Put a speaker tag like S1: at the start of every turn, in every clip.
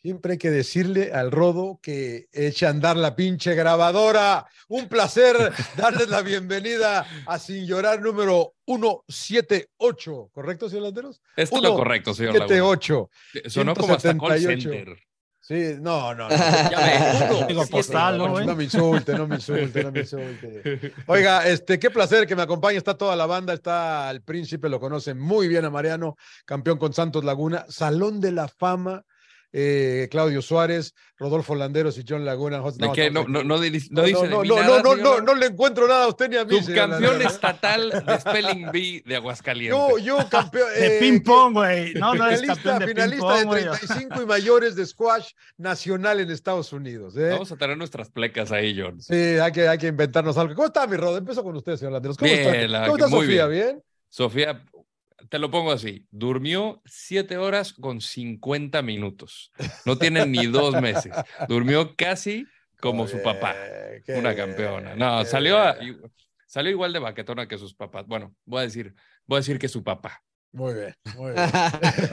S1: Siempre hay que decirle al Rodo que eche a andar la pinche grabadora. Un placer darles la bienvenida a Sin Llorar número 178. ¿Correcto, señor Landeros?
S2: Es lo correcto, señor Laguna. Eh,
S1: 178.
S2: Sonó como hasta call
S1: 178.
S2: center.
S1: Sí, no, no. no.
S2: Ya ve, uno,
S3: Digo,
S2: siete,
S3: postal, ¿no,
S2: ocho.
S3: güey?
S1: No me insulte, no me insulte, no me insulte. Oiga, este, qué placer que me acompañe. Está toda la banda, está el príncipe, lo conocen muy bien a Mariano, campeón con Santos Laguna, Salón de la Fama, eh, Claudio Suárez, Rodolfo Landeros y John Laguna. No,
S2: ¿De qué? No, no, no, di-
S1: no,
S2: no dice de
S1: no,
S2: mí
S1: no,
S2: nada,
S1: no, no,
S2: señor
S1: no,
S2: Laguna.
S1: no le encuentro nada a usted ni a mí. señor
S2: Subcampeón
S1: Landeros.
S2: estatal de Spelling Bee de
S1: Yo,
S2: Aguascalientes.
S1: yo campeón.
S3: De
S1: eh,
S3: ping-pong, güey. No, no eres
S1: Finalista,
S3: campeón de
S1: finalista de
S3: ping-pong, güey.
S1: 35 y mayores de squash nacional en Estados Unidos. ¿eh?
S2: Vamos a tener nuestras plecas ahí, John.
S1: Sí, hay que, hay que inventarnos algo. ¿Cómo está mi Rodo? Empiezo con usted, señor Landeros. ¿Cómo
S2: Bien, la
S1: está,
S2: verdad
S1: ¿Cómo
S2: que
S1: está
S2: muy
S1: Sofía? ¿Bien?
S2: Sofía, te lo pongo así. Durmió siete horas con 50 minutos. No tiene ni dos meses. Durmió casi como
S1: Muy
S2: su
S1: bien,
S2: papá.
S1: Eh, qué
S2: Una
S1: bien,
S2: campeona. No,
S1: qué
S2: salió, a-
S1: bien.
S2: i- salió igual de baquetona que sus papás. Bueno, voy a decir, voy a decir que su papá.
S1: Muy bien, muy bien.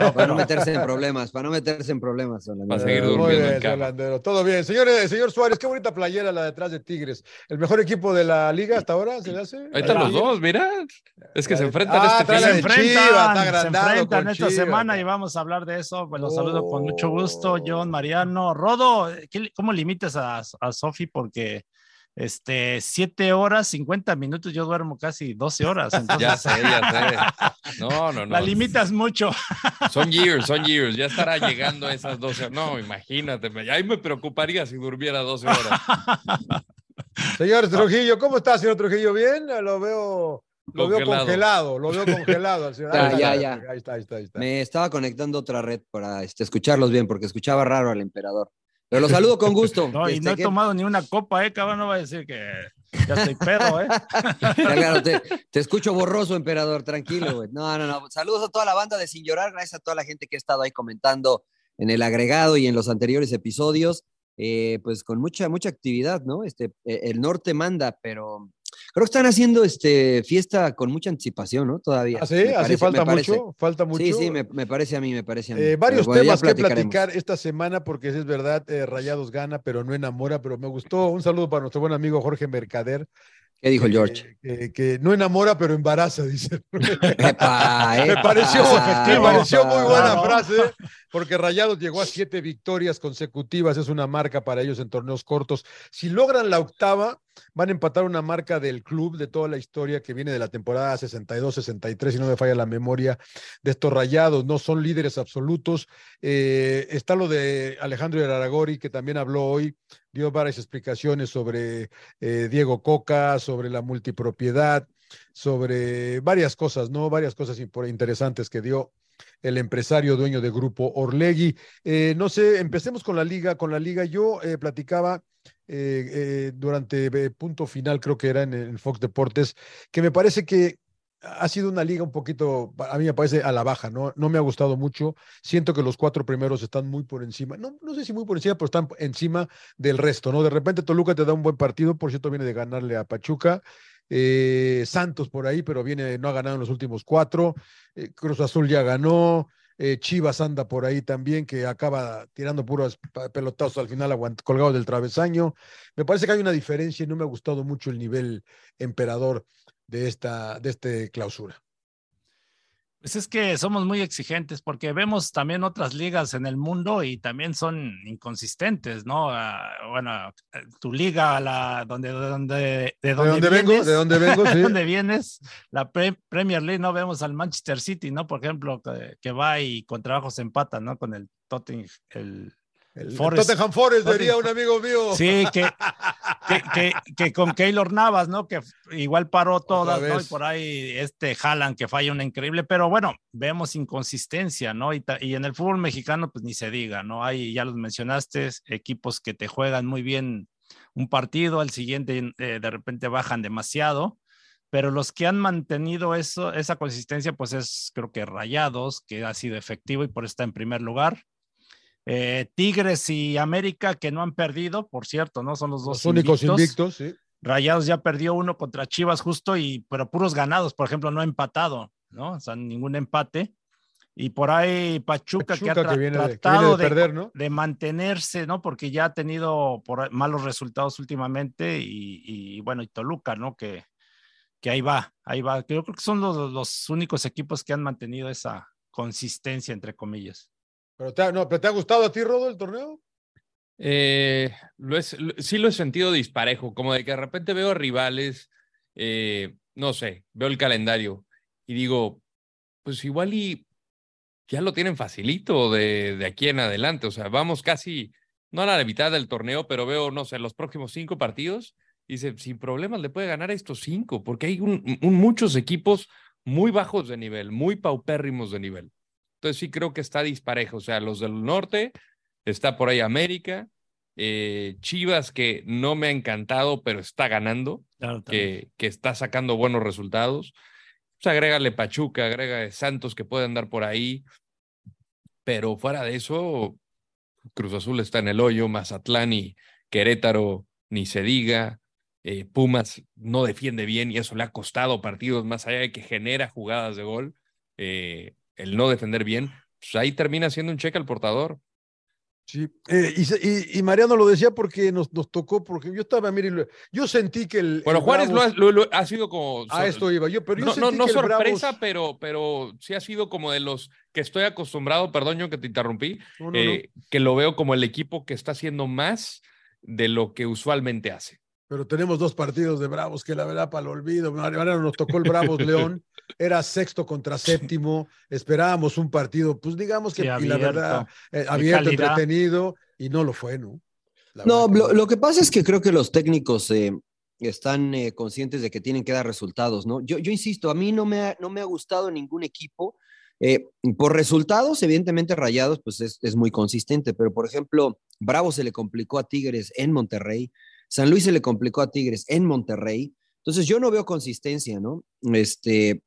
S4: No, para no meterse en problemas, para no meterse en problemas. don
S2: Va a
S4: Andrés.
S2: seguir
S1: Eh, muy
S2: durmiendo
S1: bien,
S2: en cama.
S1: señor Landeros. Todo bien. Señores, señor Suárez, qué bonita playera la detrás de Tigres. ¿El mejor equipo de la liga hasta ahora? ¿Se le hace?
S2: Ahí están los dos, mira. Es que se enfrentan
S1: Ah,
S2: este
S1: trae
S2: fin.
S3: Se
S1: la de Chivas, está
S3: enfrentan, se
S1: agrandado
S3: enfrentan
S1: con
S3: esta
S1: Chivas.
S3: semana y vamos a hablar de eso. Pues los saludo con mucho gusto,
S1: Oh.
S3: John, Mariano, Rodo. ¿qué- ¿Cómo limites a, a Sofi? Porque este, 7 horas, 50 minutos, yo duermo casi 12 horas. Entonces,
S2: Ya sé, ya sé. No, no, no.
S3: la limitas mucho.
S2: Son years, son years. Ya estará llegando a esas 12 horas. No, imagínate. me- Ahí me preocuparía si durmiera 12 horas. Ah.
S1: Señor Trujillo, ¿cómo está, señor Trujillo? ¿Bien? Eh, Lo veo, lo veo congelado, lo veo congelado. al señor.
S4: Ya,
S1: Ahí está,
S4: ya, ya.
S1: Ahí está, ahí está. Ahí está.
S4: Me estaba conectando a otra red para este, escucharlos bien, porque escuchaba raro al emperador. Pero los saludo con gusto.
S3: No, y
S4: Este,
S3: no he
S4: que-
S3: tomado ni una copa, ¿eh? Cabrón, no va a decir que ya estoy perro, ¿eh?
S4: Ya, claro, te, te escucho borroso, emperador, tranquilo, güey. No, no, no. Saludos a toda la banda de Sin Llorar, gracias a toda la gente que ha estado ahí comentando en el agregado y en los anteriores episodios. Eh, pues con mucha, mucha actividad, ¿no? Este, eh, el norte manda, pero creo que están haciendo este, fiesta con mucha anticipación, ¿no? Todavía.
S1: ¿Ah, sí?
S4: Me
S1: ¿Así
S4: parece-
S1: falta
S4: me parece.
S1: mucho? ¿Falta mucho?
S4: Sí, sí, me, me parece a mí, me parece a mí.
S1: Eh,
S4: Pero
S1: varios
S4: bueno, ya
S1: temas que
S4: platicaremos.
S1: platicar esta semana, porque es verdad, eh, Rayados gana, pero no enamora, pero me gustó. Un saludo para nuestro buen amigo Jorge Mercader.
S4: ¿Qué dijo el
S1: que-
S4: George?
S1: Que, eh, que no enamora, pero embaraza, dice.
S4: Epa, Ah,
S1: Me
S4: epa,
S1: pareció, me
S3: objetivo.
S1: pareció muy buena
S3: Claro.
S1: frase, porque Rayados llegó a siete victorias consecutivas, es una marca para ellos en torneos cortos. Si logran la octava, van a empatar una marca del club de toda la historia que viene de la temporada 62-63, si no me falla la memoria, de estos Rayados. No son líderes absolutos. Eh, está lo de Alejandro Aragori, que también habló hoy, dio varias explicaciones sobre eh, Diego Coca, sobre la multipropiedad, sobre varias cosas, ¿no? Varias cosas impor- interesantes que dio el empresario dueño de Grupo Orlegui. Eh, no sé, empecemos con la liga. Con la liga yo eh, platicaba eh, eh, durante eh, punto final, creo que era en el Fox Deportes, que me parece que ha sido una liga un poquito, a mí me parece a la baja, ¿no? No me ha gustado mucho. Siento que los cuatro primeros están muy por encima. No, no sé si muy por encima, pero están encima del resto, ¿no? De repente Toluca te da un buen partido, por cierto, viene de ganarle a Pachuca. Eh, Santos por ahí, pero viene, no ha ganado en los últimos cuatro. Eh, Cruz Azul ya ganó. eh, Chivas anda por ahí también, que acaba tirando puros pa- pelotazos al final aguant- colgados del travesaño. Me parece que hay una diferencia y no me ha gustado mucho el nivel emperador de esta de este clausura.
S3: Pues es que somos muy exigentes porque vemos también otras ligas en el mundo y también son inconsistentes, ¿no? Ah, bueno, eh, tu liga, la, donde, donde, de
S1: ¿De
S3: donde,
S1: dónde vengo?
S3: vienes,
S1: ¿De dónde vengo? Sí.
S3: dónde vienes, la Pre- Premier League, no vemos al Manchester City, ¿no? Por ejemplo, que, que va y con trabajo se empata, ¿no? Con el Tottenham, el...
S1: El, el
S3: Forest.
S1: Tottenham Forest,
S3: Tottenham.
S1: diría un amigo mío.
S3: Sí, que, que, que, que con Keylor Navas, ¿no? Que igual paró todas, ¿no? Y
S1: vez.
S3: por ahí este Haaland que falla una increíble, pero bueno, vemos inconsistencia, ¿no? Y, ta- y en el fútbol mexicano, pues ni se diga, ¿no? Hay, ya los mencionaste, equipos que te juegan muy bien un partido, al siguiente eh, de repente bajan demasiado. Pero los que han mantenido eso, esa consistencia, pues es creo que Rayados, que ha sido efectivo y por eso está en primer lugar. Eh, Tigres y América que no han perdido, por cierto, ¿no? Son los dos
S1: Los únicos invictos, sí.
S3: Rayados ya perdió uno contra Chivas justo y pero puros ganados, por ejemplo, no ha empatado, ¿no? O sea, ningún empate. Y por ahí Pachuca,
S1: Pachuca
S3: que ha tra-
S1: que viene de- que viene
S3: tratado
S1: de
S3: de,
S1: perder, ¿no?
S3: de mantenerse, ¿no? Porque ya ha tenido por ahí malos resultados últimamente y, y, bueno, y Toluca, ¿no? Que, que ahí va, ahí va. Yo creo que son los, los únicos equipos que han mantenido esa consistencia, entre comillas.
S1: Pero te, ha- no, pero ¿te ha gustado a ti, Rodo, el torneo?
S2: Eh, lo es, lo- sí lo he sentido disparejo, como de que de repente veo a rivales, eh, no sé, veo el calendario y digo, pues igual y ya lo tienen facilito de, de aquí en adelante, o sea, vamos casi, no a la mitad del torneo, pero veo, no sé, los próximos cinco partidos, y dice, sin problemas le puede ganar a estos cinco, porque hay un- un- muchos equipos muy bajos de nivel, muy paupérrimos de nivel. Entonces sí creo que está disparejo, o sea, los del norte, está por ahí América, eh, Chivas que no me ha encantado, pero está ganando,
S3: Claro,
S2: que, que está sacando buenos resultados. Pues agrégale Pachuca, agrega Santos que puede andar por ahí, pero fuera de eso, Cruz Azul está en el hoyo, Mazatlán y Querétaro, ni se diga. eh, Pumas no defiende bien y eso le ha costado partidos más allá de que genera jugadas de gol. eh, el no defender bien, pues ahí termina siendo un cheque al portador.
S1: Sí, eh, y, se- y- y Mariano lo decía porque nos, nos tocó, porque yo estaba, mire, lo- yo sentí que el.
S2: Bueno,
S1: el Ah,
S2: Juárez lo ha,
S1: Bravos-
S2: lo- lo- ha sido como.
S1: A esto iba yo, pero yo
S2: no,
S1: sentí
S2: no, no
S1: que el
S2: sorpresa,
S1: Bravos-
S2: pero, pero sí ha sido como de los que estoy acostumbrado, perdón, yo que te interrumpí,
S1: No, no, no.
S2: eh, que lo veo como el equipo que está haciendo más de lo que usualmente hace.
S1: Pero tenemos dos partidos de Bravos que la verdad para el olvido. Mar- Mariano nos tocó el Bravos León, era sexto contra séptimo. Esperábamos un partido, pues digamos que
S3: Sí,
S1: y la verdad, eh, abierto,
S3: calidad.
S1: entretenido, y no lo fue, ¿no? La
S4: No,
S1: verdad que
S4: lo, lo que pasa es que creo que los técnicos eh, están eh, conscientes de que tienen que dar resultados, ¿no? Yo, yo insisto, a mí no me ha, no me ha gustado ningún equipo. eh, por resultados, evidentemente Rayados, pues es, es muy consistente, pero por ejemplo, Bravo se le complicó a Tigres en Monterrey, San Luis se le complicó a Tigres en Monterrey, entonces yo no veo consistencia, ¿no? Este,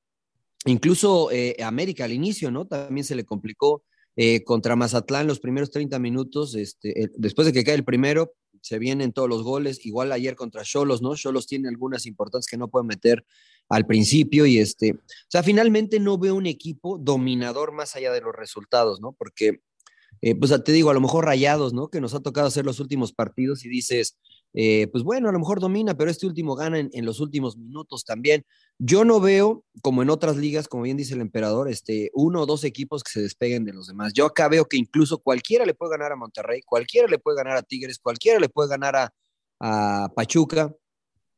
S4: incluso eh, América al inicio, ¿no? También se le complicó eh, contra Mazatlán los primeros 30 minutos, este, eh, después de que cae el primero, se vienen todos los goles, igual ayer contra Cholos, ¿no? Cholos tiene algunas importantes que no pueden meter al principio y este, o sea, finalmente no veo un equipo dominador más allá de los resultados, ¿no? Porque, eh, pues te digo, a lo mejor rayados, ¿no? Que nos ha tocado hacer los últimos partidos y dices, eh, pues bueno, a lo mejor domina, pero este último gana en, en los últimos minutos también. Yo no veo, como en otras ligas, como bien dice el emperador, este, uno o dos equipos que se despeguen de los demás. Yo acá veo que incluso cualquiera le puede ganar a Monterrey, cualquiera le puede ganar a Tigres, cualquiera le puede ganar a, a Pachuca,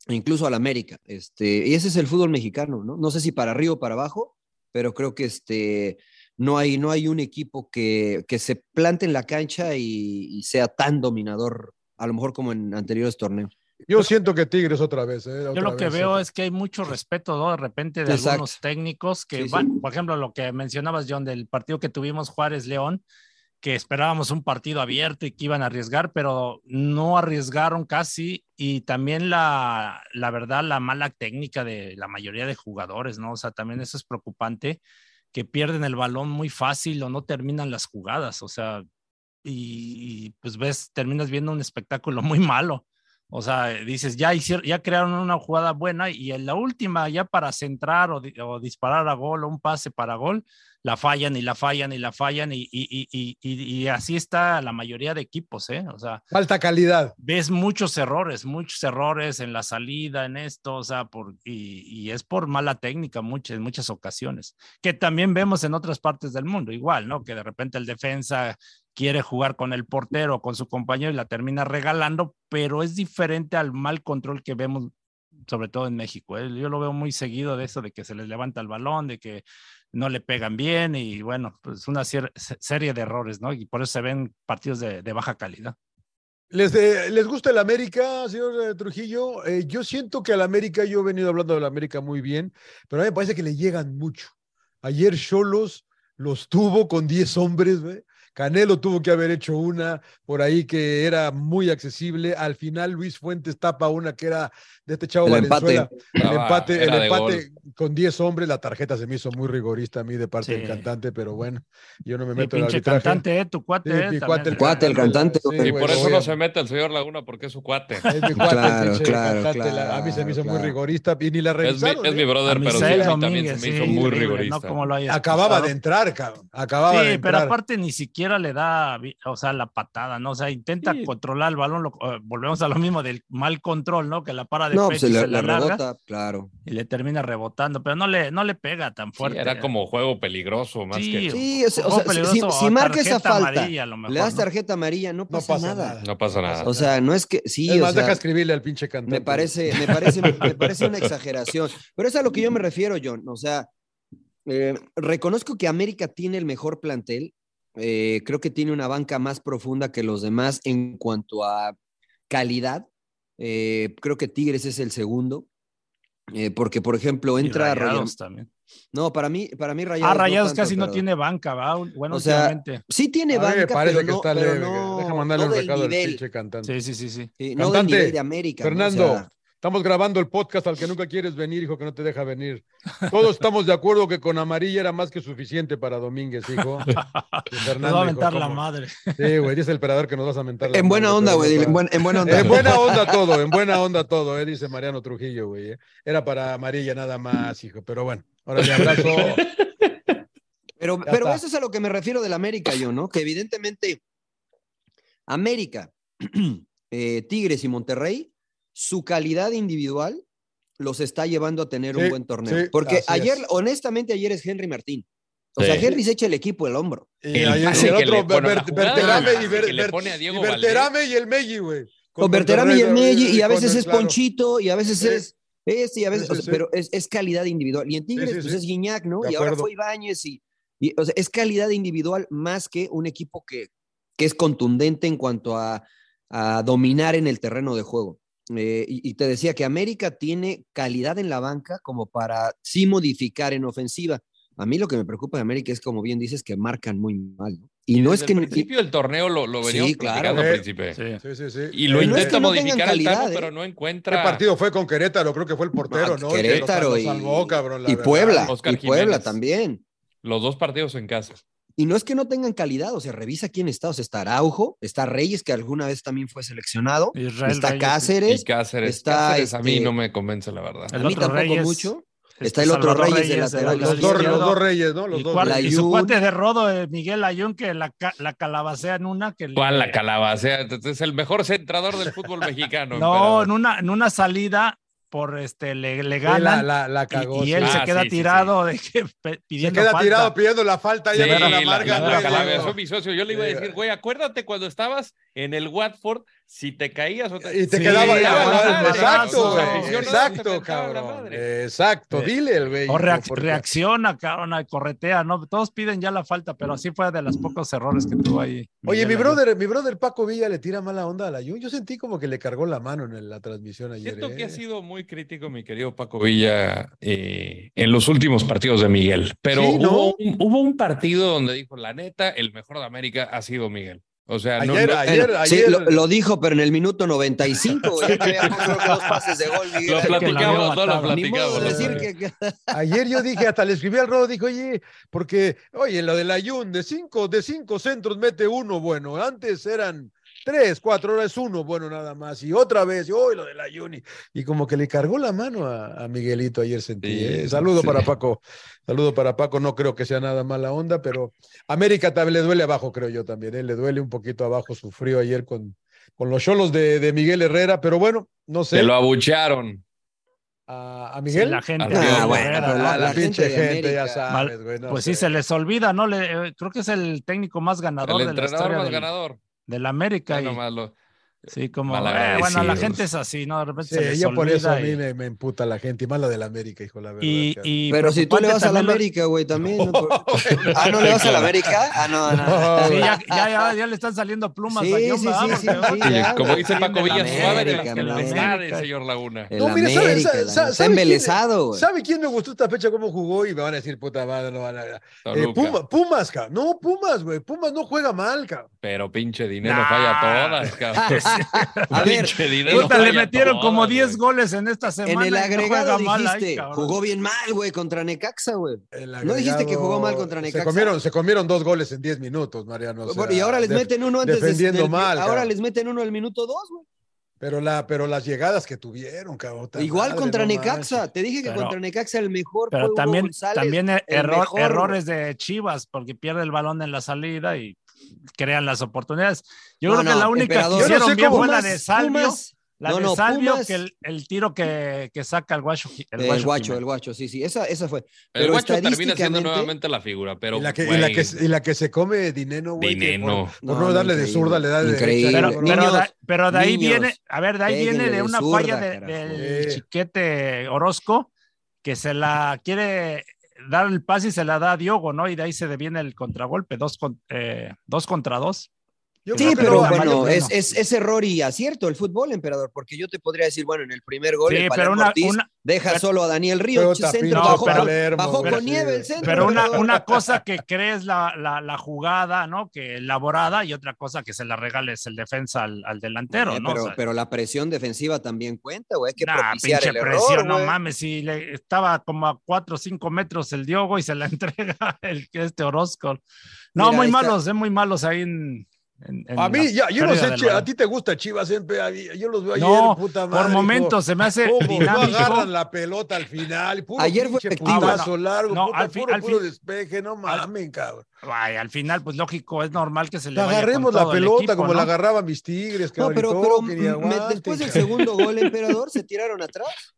S4: e incluso al América. Este, y ese es el fútbol mexicano, ¿no? No sé si para arriba o para abajo, pero creo que este, no, hay, no hay un equipo que, que se plante en la cancha y, y sea tan dominador, a lo mejor como en anteriores torneos.
S1: Yo siento que Tigres otra vez. eh,
S3: Yo
S1: otra
S3: lo que
S1: vez,
S3: veo
S1: otra-
S3: es que hay mucho respeto, ¿no? De repente de
S4: Exacto.
S3: algunos técnicos que
S4: Sí, sí.
S3: van, por ejemplo, lo que mencionabas, John, del partido que tuvimos Juárez-León, que esperábamos un partido abierto y que iban a arriesgar, pero no arriesgaron casi. Y también la, la verdad, la mala técnica de la mayoría de jugadores, ¿no? O sea, también eso es preocupante, que pierden el balón muy fácil o no terminan las jugadas, o sea, y, y, pues ves, terminas viendo un espectáculo muy malo. O sea, dices, ya, hicieron, ya crearon una jugada buena y en la última, ya para centrar o, di- o disparar a gol o un pase para gol, la fallan y la fallan y la fallan y, y- y- y- y- y así está la mayoría de equipos, ¿eh? O sea,
S1: Falta calidad.
S3: ves muchos errores, muchos errores en la salida, en esto, o sea, por, y, y es por mala técnica muchas, en muchas ocasiones, que también vemos en otras partes del mundo, igual, ¿no? Que de repente el defensa quiere jugar con el portero, con su compañero y la termina regalando, pero es diferente al mal control que vemos, sobre todo en México. ¿eh? Yo lo veo muy seguido de eso, de que se les levanta el balón, de que no le pegan bien y bueno, pues una cier- se- serie de errores, ¿no? Y por eso se ven partidos de, de baja calidad.
S1: ¿Les, eh, ¿Les gusta el América, señor eh, Trujillo? Eh, yo siento que al América, yo he venido hablando del América muy bien, pero a mí me parece que le llegan mucho. Ayer Cholos los tuvo con 10 hombres, ¿ve? Canelo tuvo que haber hecho una por ahí que era muy accesible. Al final Luis Fuentes tapa una que era de este chavo
S4: El
S1: Valenzuela.
S4: empate.
S1: El
S2: Estaba-
S1: empate, el
S2: era de
S1: empate con 10 hombres, la tarjeta se me hizo muy rigorista a mí de parte
S3: Sí.
S1: del cantante, pero bueno, yo no me
S3: El
S1: meto en el
S3: pinche
S1: arbitraje.
S3: cantante, eh, tu cuate.
S1: Sí,
S3: eh,
S1: mi
S3: también.
S1: cuate,
S4: Cuate, el cantante,
S1: Sí,
S4: güey.
S2: Y
S1: güey,
S2: por eso
S1: obvio.
S2: no se mete el señor Laguna porque es su
S1: Es
S2: cuate.
S1: mi cuate,
S4: Claro,
S1: pinche
S4: claro,
S1: cantante, la- a mí se me hizo muy
S4: claro, claro.
S1: rigorista y ni la
S2: Es mi,
S1: revisaron.
S2: es mi
S1: ¿eh?
S2: brother,
S3: A
S2: pero sí,
S3: Misael
S2: a mí también
S3: Domínguez,
S2: se me hizo
S3: sí,
S2: muy
S3: horrible,
S2: rigorista.
S3: No como lo hayas
S1: Acababa
S3: pensado.
S2: Ah.
S1: de entrar, cabrón. Acababa de
S3: sí, pero
S1: entrar.
S3: aparte ni siquiera le da, vi- o sea, la patada, ¿no? O sea, intenta
S2: Sí.
S3: controlar el balón, lo- eh, volvemos a lo mismo del mal control, ¿no? Que la para de
S4: No, pues
S3: pecho
S4: se
S3: y
S4: le,
S3: se la
S4: le
S3: larga
S4: rebota, claro.
S3: y le termina rebotando, pero no le, no le pega tan
S2: Sí,
S3: fuerte.
S2: era como juego peligroso más
S3: Sí,
S2: que...
S4: Sí, o sea, o
S3: Juego
S4: sea, si- si,
S3: peligroso,
S4: si marca
S3: tarjeta
S4: esa falta,
S3: amarilla, a lo mejor,
S4: le das
S3: ¿no?
S4: tarjeta amarilla, no pasa, nada.
S2: No pasa nada.
S4: O sea, no es que sí,
S1: es
S4: o
S1: más,
S4: sea,
S1: deja escribirle al pinche cantante.
S4: me parece, me parece, me parece una exageración. Pero es a lo que yo me refiero, John. O sea, eh, reconozco que América tiene el mejor plantel. Eh, creo que tiene una banca más profunda que los demás en cuanto a calidad. Eh, creo que Tigres es el segundo. Eh, porque, por ejemplo,
S3: Y
S4: entra
S3: rayados
S4: Rayados.
S3: también.
S4: No, para mí, para mí Rayados.
S3: Ah,
S4: no
S3: Rayados
S4: tanto,
S3: casi no
S4: pero-
S3: tiene banca, ¿va? Bueno,
S4: O sea,
S3: últimamente.
S4: Sí tiene
S1: A mí me
S4: banca,
S1: parece
S4: pero
S1: que
S4: no,
S1: está
S4: pero
S1: leve.
S4: no-
S1: Deja mandarle
S4: no
S1: un
S4: del
S1: recado al
S4: nivel.
S1: pinche cantante.
S3: Sí, sí, sí, sí.
S4: Sí, no
S1: Cantante,
S4: del nivel de América. ¿no? O
S1: Fernando,
S4: sea,
S1: Estamos grabando el podcast al que nunca quieres venir, hijo, que no te deja venir. Todos estamos de acuerdo que con amarilla era más que suficiente para Domínguez, hijo. Y
S3: Nos va a
S1: Fernando, hijo,
S3: aventar la
S1: ¿cómo?
S3: madre.
S1: Sí, güey, dice el emperador que nos vas a mentar. la Eh,
S4: en buena
S1: madre,
S4: onda,
S1: pero
S4: güey.
S1: no
S4: dile,
S1: para-
S4: En, buen- en buena onda.
S1: En buena onda todo, en buena onda todo, eh, dice Mariano Trujillo, güey. eh. Era para amarilla nada más, hijo, pero bueno. Ahora le abrazo.
S4: Pero,
S1: Ya
S4: pero
S1: está.
S4: eso es a lo que me refiero del América, yo, ¿no? Que evidentemente América, eh, Tigres y Monterrey, su calidad individual los está llevando a tener
S1: Sí,
S4: un buen torneo.
S1: sí,
S4: Porque
S1: así
S4: ayer,
S1: es.
S4: honestamente, ayer es Henry Martín. O
S2: Sí.
S4: sea, Henry se echa el equipo del hombro.
S1: Y
S2: El
S1: ahí- y
S2: pase que le- bueno,
S1: Ver-
S2: la jugada
S1: Verterame y
S2: que
S1: Ver-
S2: le
S1: Ver-
S2: pone a Diego
S1: y Verterame y el Meji, güey.
S4: Con Berterame y el
S1: Monterrey,
S4: Meji, y a
S1: con
S4: veces
S1: el-
S4: es
S1: claro.
S4: Ponchito, y a veces
S1: Sí.
S4: es este, y a veces,
S1: Sí, sí,
S4: o sea,
S1: sí.
S4: pero es, es calidad individual. Y en Tigres,
S1: sí,
S4: pues
S1: sí.
S4: es Guiñac, ¿no?
S1: De
S4: y ahora
S1: acuerdo.
S4: fue Ibáñez, y, y, o sea, es calidad individual más que un equipo que, que es contundente en cuanto a, a dominar en el terreno de juego. Eh, y, y te decía que América tiene calidad en la banca como para sí modificar en ofensiva. A mí lo que me preocupa de América es, como bien dices, que marcan muy mal. ¿no? Y no es
S2: Desde
S4: que.
S2: el
S4: y-
S2: principio del torneo lo, lo
S4: Sí,
S2: veníamos
S4: claro.
S2: platicando al
S1: Eh,
S2: principio.
S3: Sí.
S1: Sí, sí, sí.
S2: Y lo
S1: Eh,
S4: no es
S2: intenta
S4: que no tengan
S2: modificar el Tano,
S4: calidad, ¿eh?
S2: pero no
S1: ¿Qué
S2: encuentra...
S1: partido fue con Querétaro? Creo que fue el portero,
S2: Ah,
S4: No,
S1: ¿no?
S4: Querétaro
S1: Que
S4: y,
S1: lo salvó, cabrón, la
S4: y
S1: verdad.
S4: Puebla.
S2: Oscar
S4: y Puebla
S2: Jiménez.
S4: también.
S2: Los dos partidos en casa.
S4: Y no es que no tengan calidad, o sea, revisa quién está. O sea, está Araujo, está Reyes, que alguna vez también fue seleccionado.
S3: Israel
S4: está
S3: Reyes,
S4: Cáceres.
S2: Y Cáceres.
S4: está,
S2: Cáceres a mí
S4: este,
S2: no me convence, la verdad.
S3: el
S4: a mí
S3: otro
S4: tampoco
S3: Reyes,
S4: mucho.
S3: este,
S4: está el otro
S3: Salvador
S4: Reyes de lateral.
S1: Los dos, los dos reyes, ¿no?
S3: y,
S1: Los dos
S3: cuál-
S1: reyes.
S3: y su
S4: Layún.
S3: cuate de rodo, eh, Miguel Ayun, que la, ca- la calabacea en una que le-
S2: ¿Cuál la calabacea? Es el mejor centrador del fútbol mexicano.
S3: No, en
S2: emperador.
S3: una, en una salida por este le, le
S1: Sí, la,
S3: ganan
S1: la, la
S3: y-
S1: cagó.
S3: y,
S1: sí.
S3: él
S2: Ah,
S3: se queda
S2: sí, sí,
S3: tirado de que pe-
S1: se
S3: pidiendo
S1: queda
S3: falta.
S1: tirado pidiendo la falta.
S2: Sí,
S1: Ya ves a la
S2: la,
S1: marca,
S2: la
S1: güey,
S2: calabazó
S1: digo.
S2: mi socio. Yo le iba a decir, güey, acuérdate cuando estabas en el Watford, si te caías o
S1: Y te
S3: Sí,
S1: quedaba.
S3: la
S1: ya,
S3: madre,
S1: madre, exacto,
S3: madre,
S1: güey.
S3: madre,
S1: Exacto,
S2: madre,
S1: cabrón.
S2: madre.
S1: Exacto,
S3: Sí.
S1: dile el güey.
S3: Eh, O reac-
S1: porque-
S3: reacciona, cabrón, y corretea, ¿no? Todos piden ya la falta, pero así fue de los pocos errores que tuvo ahí.
S1: Oye,
S3: Miguel
S1: mi
S3: Ayun.
S1: brother, mi brother Paco Villa le tira mala onda a la Jun. Yo sentí como que le cargó la mano en el- la transmisión ayer.
S2: Siento que
S1: ¿eh?
S2: ha sido muy crítico, mi querido Paco Villa, eh, en los últimos partidos de Miguel. Pero
S1: Sí, ¿no?
S2: hubo, un, hubo un partido donde dijo, la neta, el mejor de América ha sido Miguel. O sea, no-
S1: Ayer,
S2: no,
S1: ayer,
S4: Bueno,
S1: ayer.
S4: sí, lo, lo dijo, pero en el minuto 95, güey, ya que había puesto creo que dos pases de gol. Miguel
S2: lo
S4: Ángel.
S2: platicamos, no lo
S3: matado.
S4: Ni
S2: platicamos.
S4: modo de
S2: ¿no?
S4: decir que, que-
S1: Ayer yo dije, hasta le escribí al Rodo, dijo, oye, porque, oye, lo del Ayun, de cinco, de cinco centros mete uno, bueno, antes eran tres, cuatro, ahora es uno, bueno, nada más, y otra vez, y hoy lo del Ayun, y, y como que le cargó la mano a, a Miguelito ayer sentí.
S2: Sí,
S1: ¿eh? Saludo
S2: sí.
S1: para Paco, saludo para Paco, no creo que sea nada mala onda, pero América también le duele abajo, creo yo también, ¿eh? le duele un poquito abajo, sufrió ayer con, con los cholos de, de Miguel Herrera, pero bueno, no
S2: Se
S1: sé,
S2: lo abucharon.
S1: a, a
S3: Sí,
S1: Miguel.
S3: la gente.
S2: Ah,
S3: Miguel
S2: bueno,
S3: Herrera,
S4: pero la-
S3: ¿no?
S1: la,
S4: la
S1: pinche
S4: gente
S1: gente,
S4: de
S1: ya
S4: América.
S1: sabes, güey. no
S3: Pues
S1: sé.
S3: sí, se les olvida, ¿no? Le, eh, creo que es el técnico más ganador
S2: El
S3: de la
S2: entrenador
S3: historia
S2: más
S3: del,
S2: ganador.
S3: del América.
S2: Ya
S3: y-
S2: nomás lo-
S3: Sí, como. eh,
S2: Malagradecidos.
S3: bueno, la gente es así, ¿no? De repente
S1: Sí,
S3: se les
S1: yo por eso a
S3: olvida
S1: mí
S3: y-
S1: me, me emputa la gente, y más la del América, hijo, la verdad.
S3: y-
S1: que-
S3: y
S4: Pero si tú le
S3: preocupante
S4: vas a la
S3: también lo-
S4: América, güey, también. ¿no? Ah, ¿no le vas a la América? Ah, no, no.
S1: No,
S3: Sí, ya, ya, ya, ya le están saliendo plumas
S4: Sí,
S3: a
S4: sí,
S3: Guión,
S4: sí,
S3: ¿verdad?
S4: sí,
S3: Porque-
S4: sí,
S2: Y
S4: ya.
S2: como dice Paco
S3: Defiende la
S2: Villa, suave de las
S4: América, Eh, ¿no?
S2: tempestades, señor Laguna.
S4: El
S1: No, mira, ¿sabe-
S4: América,
S1: sabe- sabe-
S4: la- está
S1: sabe quién-
S4: embelesado, güey.
S1: ¿Sabe quién me gustó esta fecha cómo jugó? Y me van a decir, puta madre, no van a. Eh,
S2: Toluca.
S1: Puma- Pumas, cabrón. No, Pumas, güey. Pumas no juega mal, cabrón.
S2: Pero pinche dinero
S3: Nah.
S2: falla todas, cabrón.
S4: A ver,
S2: Pinche dinero
S3: Puta, le
S2: falla
S3: metieron
S2: todas,
S3: como 10
S2: güey.
S3: goles en esta semana.
S4: en el
S3: y no
S4: agregado
S3: juega mal ahí,
S4: dijiste,
S3: cabrón.
S4: jugó bien mal, güey, contra Necaxa, güey.
S1: El
S4: ¿No dijiste que jugó mal contra
S1: agregado-
S4: Necaxa?
S1: Se comieron, se comieron dos goles en 10 minutos, Mariano. o sea,
S4: Bueno, y ahora les
S1: de-
S4: meten uno antes de-
S1: defendiendo
S4: del-
S1: mal,
S4: Ahora
S1: cabrón.
S4: les meten uno al minuto dos, güey.
S1: Pero, la, pero las llegadas que tuvieron, cabrón. puta
S4: Igual
S1: madre,
S4: contra
S1: no
S4: Necaxa.
S1: manches.
S4: Te dije que
S3: Pero-
S4: contra Necaxa el mejor fue
S3: Pero
S4: Hugo
S3: también,
S4: González.
S3: también er-
S4: el
S3: error-
S4: mejor,
S3: errores de Chivas, porque pierde el balón en la salida y crean las oportunidades. Yo
S4: No,
S3: creo que
S4: no,
S3: la única que
S4: emperador.
S1: Yo no
S3: hicieron
S1: sé
S3: bien
S1: cómo-
S3: fue la
S4: Pumas,
S3: de Salvio.
S4: Pumas,
S3: La
S4: No,
S3: de
S4: no,
S3: Salvio,
S4: Pumas-
S3: que el, el tiro que, que saca el guacho. Ji- El
S4: El,
S3: guacho,
S4: guacho, el
S3: Jiménez.
S4: guacho, sí, sí, esa, esa fue.
S2: El
S4: Pero
S2: guacho termina siendo
S4: estadísticamente-
S2: nuevamente la figura, pero.
S1: Y la, que, y,
S2: güey,
S1: la que, y la que se come dinero, güey. que
S2: Dineno.
S1: Por, por no, darle de
S4: increíble,
S1: zurda, le da de
S4: increíble.
S1: derecha.
S3: pero,
S1: cabrón.
S3: pero
S4: Niños,
S3: de, pero de ahí
S4: niños,
S3: viene, a ver, de ahí viene
S4: péguenle
S3: de
S4: de
S3: una
S4: zurda,
S3: falla de-
S4: carajo.
S3: del
S1: Sí.
S3: chiquete Orozco que se la quiere dar el pase y se la da a Diogo, ¿no? Y de ahí se deviene el contragolpe, dos, con- eh, dos contra dos.
S1: Yo creo
S4: Sí,
S1: que
S4: pero
S1: no,
S3: Mario
S4: bueno,
S3: Moreno.
S4: es, es, es error y acierto el fútbol, emperador, porque yo te podría decir, bueno, en el primer gol
S3: Sí,
S4: el
S3: pero
S4: Palermo
S3: una,
S4: Ortiz
S3: una-
S4: deja
S3: pero-
S4: solo a Daniel
S1: Pero
S4: Ríos,
S1: tapito,
S4: centro,
S3: no,
S4: bajó,
S3: pero-
S1: Palermo,
S4: bajó
S1: pero
S4: con
S1: sí.
S4: nieve el centro.
S3: pero una,
S4: emperador.
S3: una cosa que crees la, la, la jugada, ¿no? Que elaborada y otra cosa que se la regales el defensa al, al delantero,
S4: Eh,
S3: ¿no? O
S4: pero,
S3: sea,
S4: pero la presión defensiva también cuenta, güey, hay que
S3: nah,
S4: propiciar
S3: pinche
S4: el error,
S3: presión, no
S4: güey.
S3: mames, si le estaba como a 4 o 5 metros el Diogo y se la entrega el este Orozco. No,
S4: Mira,
S3: muy
S4: ahí está.
S3: malos, eh, muy malos ahí en. en- en
S1: A
S3: la
S1: mí, ya, yo no
S3: pérdida
S1: sé,
S3: del
S1: che, a
S3: balón.
S1: ti te gusta Chivas, siempre, a mí- yo los veo ayer,
S3: No,
S1: puta madre.
S3: Por
S1: hijo.
S3: momentos se me hace
S1: ¿Cómo no
S3: dinámico.
S1: agarran la pelota al final? Puro
S4: Ayer fue
S1: pinche
S4: efectiva.
S1: putazo largo,
S3: No,
S1: puta,
S3: al fin-
S1: puro,
S3: al
S1: puro
S3: fin-
S1: despeje, no mamen, cabrón.
S3: Ay, al final, pues lógico, es normal que se le.
S1: Te
S3: vaya
S1: agarremos
S3: con
S1: la
S3: todo el
S1: pelota
S3: equipo,
S1: como
S3: ¿no?
S1: la agarraban mis tigres,
S4: No,
S1: cabrón. y
S4: pero, pero mm,
S1: toquen y
S4: me-
S1: aguanten,
S4: después del
S1: cabrón.
S4: segundo gol, emperador, se tiraron atrás.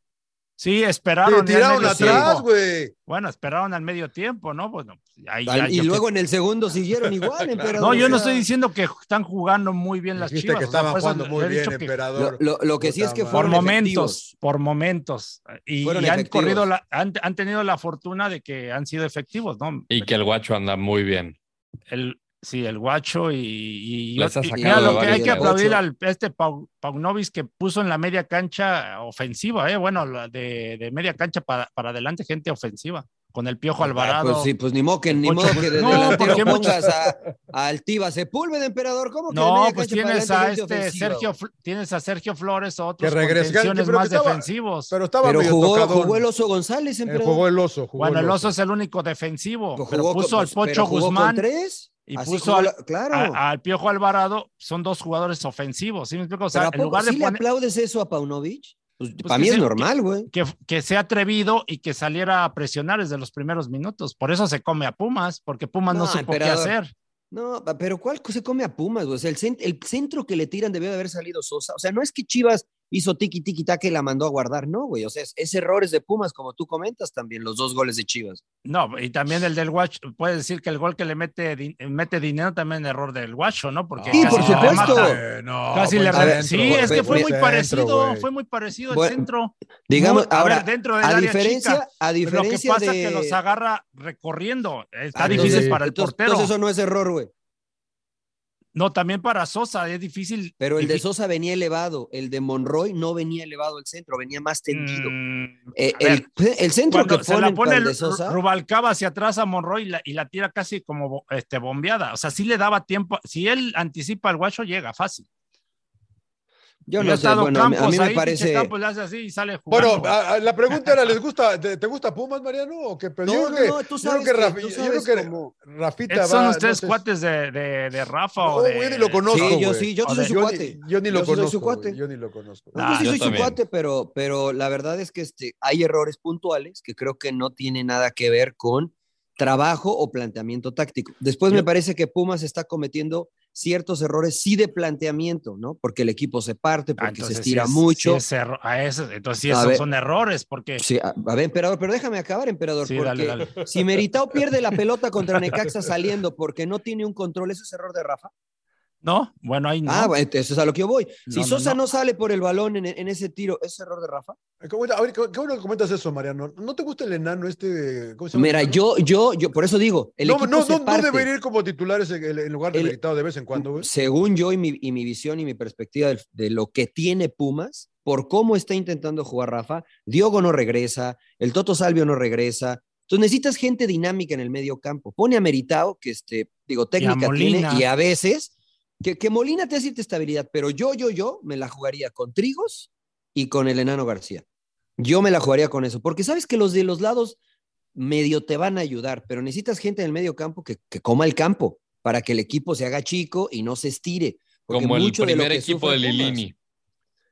S3: Sí, esperaron.
S1: Te
S3: ya al
S1: tiraron
S3: medio
S1: atrás,
S3: tiempo.
S1: güey.
S3: Bueno, esperaron al medio tiempo, ¿no? Bueno, ahí ya,
S4: y
S3: yo
S4: luego
S3: qué-
S4: en el segundo siguieron igual, emperador.
S3: No, yo no
S4: o sea,
S3: estoy diciendo que están jugando muy bien las
S1: Dijiste
S3: chivas.
S1: que
S3: o sea,
S1: estaban
S3: por eso
S1: jugando
S3: le
S1: muy
S3: he
S1: bien,
S3: dicho que-
S1: emperador.
S4: Lo, lo- lo que sí es que
S1: Puta
S3: por
S4: fueron
S1: madre.
S3: momentos,
S4: efectivos.
S3: por momentos. Y,
S4: Fueron
S3: y han
S4: efectivos.
S3: corrido, la, han, han tenido la fortuna de que han sido efectivos, ¿no?
S2: Y que el guacho anda muy bien.
S3: el, sí, el guacho y, y-
S2: Les ha
S3: y-
S2: sacado
S3: mira, lo que
S4: varios
S3: hay que
S4: del
S3: aplaudir
S4: ocho.
S3: al a este Pau, Paunovic que puso en la media cancha ofensiva, eh, bueno, la de, de media cancha para, para adelante gente ofensiva, con el Piojo
S4: Ah,
S3: Alvarado.
S4: Pues sí, pues ni modo que, ni
S3: Ocho-
S4: modo que de
S3: No,
S4: delantero
S3: porque muchos-
S4: pongas a, a Altiva Sepúlveda, emperador. ¿Cómo que de
S3: No,
S4: media
S3: pues
S4: cancha para
S3: tienes a
S4: adelante, gente
S3: este
S4: ofensiva,
S3: Sergio,
S4: güey?
S3: Fl- tienes a Sergio Flores o otros
S1: Que regresa-
S3: con
S1: que-
S3: tensiones
S1: pero que
S3: más
S1: estaba-
S3: defensivos.
S1: Pero estaba
S4: Pero
S1: medio
S4: jugó,
S1: tocadón.
S4: jugó el Oso González,
S1: Eh,
S4: emperador.
S1: jugó el oso. jugó
S3: bueno, el
S1: el
S3: oso es el único defensivo,
S4: Pues
S3: pero
S4: jugó
S3: puso
S4: con-
S3: al
S4: pues, pero
S3: Pocho
S4: jugó con
S3: Guzmán
S4: tres.
S3: y
S4: Así
S3: puso
S4: jugó
S3: al-
S4: la- claro.
S3: a- al Piojo Alvarado, son dos jugadores ofensivos, ¿sí me explico? O sea,
S4: Pero ¿a
S3: en
S4: poco
S3: lugar de
S4: sí le
S3: poner-
S4: aplaudes eso a Paunovic? Pues,
S3: Pues
S4: para
S3: que
S4: mí es
S3: sí,
S4: normal, güey.
S3: que, que sea atrevido y que saliera a presionar desde los primeros minutos. Por eso se come a Pumas, porque Pumas no,
S4: No,
S3: supo qué
S4: emperador.
S3: hacer.
S4: No, pa- pero ¿cuál se come a Pumas? güey? O sea, el, cent- el centro que le tiran debió de haber salido Sosa. O sea, no es que Chivas hizo tiki tiki taca y la mandó a guardar, no, güey. O sea, es, es errores de Pumas, como tú comentas también, los dos goles de Chivas.
S3: No, y también el del Guacho, puede decir que el gol que le mete, di- mete dinero también es error del Guacho, ¿no? Porque
S4: Sí,
S3: casi
S4: por
S3: le
S4: supuesto.
S3: remata.
S1: Eh, no,
S3: Casi
S1: buen
S3: le
S4: A
S3: re-
S4: ver,
S1: centro,
S3: Sí,
S1: güey,
S3: es que fue
S1: buen
S3: muy
S1: centro,
S3: parecido,
S1: güey.
S3: fue muy parecido el
S4: Bueno,
S3: centro.
S4: Digamos,
S3: Muy- a
S4: ahora,
S3: ver, dentro del
S4: a
S3: área
S4: diferencia,
S3: chica,
S4: a
S3: lo que
S4: diferencia
S3: pasa es
S4: de...
S3: que los agarra recorriendo. Está
S4: Ah,
S3: difícil
S1: entonces-
S3: para el
S4: entonces-
S3: portero.
S4: Entonces eso no es error, güey.
S3: No, también para Sosa es difícil.
S4: Pero el de
S3: difícil-
S4: Sosa venía elevado, el de Monroy no venía elevado al centro, venía más tendido.
S3: Mm,
S4: Eh,
S3: a ver.
S4: el, el centro
S3: cuando
S4: que
S3: se la
S4: ponen para
S3: pone
S4: el de
S3: Ru-
S4: Sosa...
S3: Rubalcaba hacia atrás a Monroy y la, y la tira casi como bo- este, bombeada. O sea, sí le daba tiempo. Si él anticipa al guacho, llega fácil.
S4: Yo
S3: Y
S4: no
S3: ha
S4: sé,
S3: estado
S4: bueno, a mí- a mí
S3: Campos
S4: me
S3: ahí, pinche
S4: parece...
S3: Campos le hace así y sale jugando.
S1: Bueno, a- a- la pregunta era, ¿les gusta, te, te gusta Pumas, Mariano? ¿O qué? Pero yo
S4: No,
S1: creo
S4: no, no, tú
S1: yo creo
S4: sabes
S1: que
S4: que,
S1: Rafi-
S4: tú
S1: yo
S4: sabes
S1: creo que-
S4: cómo-
S1: que Rafita
S3: Esos
S1: va...
S3: son
S1: no
S3: ustedes
S1: sé si-
S3: cuates de, de- de Rafa
S1: No,
S3: o de.
S1: yo ni lo conozco,
S4: Sí, yo
S1: güey.
S4: sí, yo
S3: O
S4: sí
S3: sea,
S4: soy su
S1: yo,
S4: cuate.
S1: Ni, yo ni lo
S4: Yo sí soy
S1: conozco.
S4: su
S1: güey,
S4: cuate.
S1: Yo ni lo conozco.
S4: No,
S3: Ah,
S4: yo sí
S2: yo
S4: soy su
S2: también.
S4: cuate, pero, pero la verdad es que este, hay errores puntuales que creo que no tienen nada que ver con trabajo o planteamiento táctico. Después me
S3: Yo-
S4: parece que Pumas está cometiendo ciertos errores sí de planteamiento, ¿no? Porque el equipo se parte,
S3: Ah,
S4: porque se
S3: entonces sí
S4: estira
S3: es- sí
S4: mucho.
S3: es erro- a esos- entonces sí,
S4: A
S3: esos
S4: ver.
S3: son errores porque.
S4: Sí, a, a ver, emperador, pero déjame acabar, emperador,
S3: Sí, dale,
S4: porque
S3: dale.
S4: si Meritao pierde la pelota contra Necaxa saliendo porque no tiene un control, ¿eso es error de Rafa?
S3: No, bueno, ahí no.
S4: Ah, bueno, eso es a lo que yo voy. si
S3: no,
S4: Sosa no,
S3: no.
S4: sale por el balón en, en ese tiro, ¿es error de Rafa?
S1: Qué bueno- Eh, a ver, qué, qué bueno que comentas eso, Mariano. ¿No te gusta el enano este? ¿Cómo se llama?
S4: Mira, yo, yo, yo, por eso digo, el
S1: no,
S4: equipo
S1: no,
S4: se
S1: no, no
S4: parte.
S1: debería ir como titular ese- el- en lugar de
S4: El-
S1: habilitado de vez en cuando, güey.
S4: Según yo y mi, y mi visión y mi perspectiva del- de, lo que tiene Pumas, por cómo está intentando jugar Rafa, Diogo no regresa, el Toto Salvio no regresa. Entonces necesitas gente dinámica en el medio campo. Pone a Meritao, que este, digo, técnica tiene,
S3: Molina.
S4: y a veces, que, que Molina te hace cierta estabilidad, pero yo, yo, yo me la jugaría con Trigos y con el Enano García. Yo me la jugaría con eso, porque sabes que los de los lados medio te van a ayudar, pero necesitas gente en el medio campo que, que coma el campo para que el equipo se haga chico y no se estire. porque
S2: Como el
S4: mucho de lo
S2: primer
S4: que
S2: equipo
S4: sufre
S2: de
S4: Pumas-
S2: Lilini.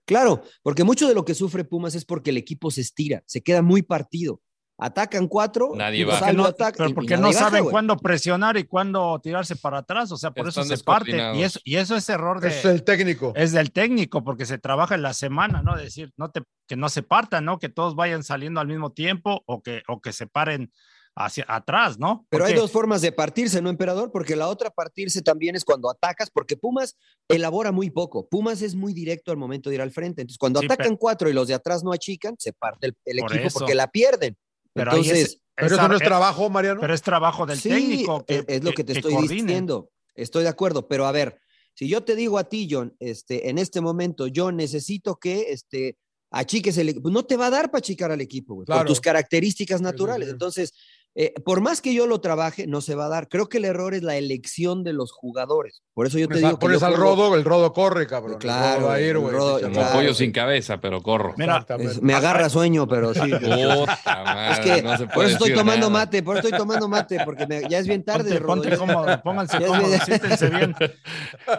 S4: Claro, porque mucho de lo que sufre Pumas es porque el equipo se estira, se queda muy partido. Atacan cuatro,
S2: Nadie
S4: Tito
S2: baja.
S3: Porque
S4: Salvo
S3: no-
S4: ataca
S3: pero
S4: y- y
S3: porque
S4: nadie
S3: no
S4: baja,
S3: saben
S4: güey.
S3: cuándo presionar y cuándo tirarse para atrás, o sea, por eso
S2: Están
S3: se parte. Y
S2: descoordinados.
S3: eso, y eso es error de,
S1: Es el técnico.
S3: es del técnico, porque se trabaja en la semana, ¿no? Decir, no te, que no se partan, ¿no? Que todos vayan saliendo al mismo tiempo o que, o que se paren hacia atrás, ¿no?
S4: Pero hay
S3: Porque-
S4: dos formas de partirse, ¿no, emperador? Porque la otra partirse también es cuando atacas, porque Pumas elabora muy poco. Pumas es muy directo al momento de ir al frente. Entonces, cuando
S3: Sí,
S4: atacan cuatro y los de atrás no achican, se parte el, el
S3: Por
S4: equipo
S3: eso.
S4: porque la pierden.
S3: Pero ahí es-
S4: Entonces,
S1: Pero eso
S3: ar-
S1: no es
S3: eh,
S1: trabajo, Mariano.
S3: pero es trabajo del
S4: sí,
S3: técnico.
S4: es- es lo que te estoy
S3: coordine.
S4: diciendo. Estoy de acuerdo, pero a ver, si yo te digo a ti, John, este, en este momento, yo necesito que este, achiques el equipo. pues, No te va a dar para achicar al equipo, güey,
S1: Claro.
S4: por tus características
S1: sí,
S4: naturales.
S1: sí.
S4: Entonces, eh, por más que yo lo trabaje, no se va a dar. Creo que el error es la elección de los jugadores. Por eso yo te
S1: Pones, a-
S4: digo que
S1: pones
S4: yo
S1: al
S4: juego-
S1: rodo, el rodo corre, cabrón. El
S4: Claro,
S1: rodo va a ir,
S4: el
S1: güey.
S4: rodo-
S1: Pinche
S2: Como
S4: claro,
S2: pollo
S4: güey.
S2: sin cabeza, pero corro.
S3: Mira,
S1: Exactamente.
S4: es- me agarra sueño, pero sí.
S2: Puta madre,
S4: Es que
S2: Oh, no se
S4: por
S2: puede
S4: eso estoy
S2: decir
S4: tomando
S2: nada.
S4: mate, por eso estoy tomando mate, porque me- ya es bien tarde.
S3: Ponte,
S4: Rodo,
S3: ponte
S4: ya-
S3: cómodo, pónganse
S4: Ya es
S3: cómodos,
S4: bien.
S3: siéntense bien.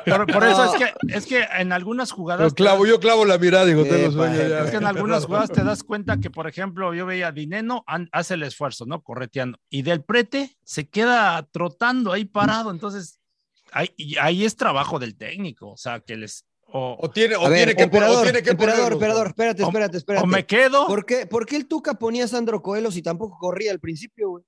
S3: Por, por eso
S4: No.
S3: es que, es que en algunas
S1: Yo
S3: jugadas.
S1: clavo, yo clavo la mirada, digo, tengo
S4: Epa,
S1: sueño ya.
S3: Es que en algunas jugadas te das cuenta que, por ejemplo, yo veía Dineno an- hace el esfuerzo, ¿no? Correteando. Y del prete se queda trotando ahí parado. Entonces, ahí, y ahí es trabajo del técnico. O sea, que les. O,
S1: O tiene, o
S4: A ver,
S1: tiene que,
S4: emperador,
S1: o tiene que
S4: emperador,
S1: ponerlos,
S4: emperador,
S1: güey.
S4: espérate,
S3: O-
S4: espérate, espérate.
S3: o me quedo.
S4: ¿Por qué, por qué el Tuca ponía a Sandro Coelho si tampoco corría al principio, güey?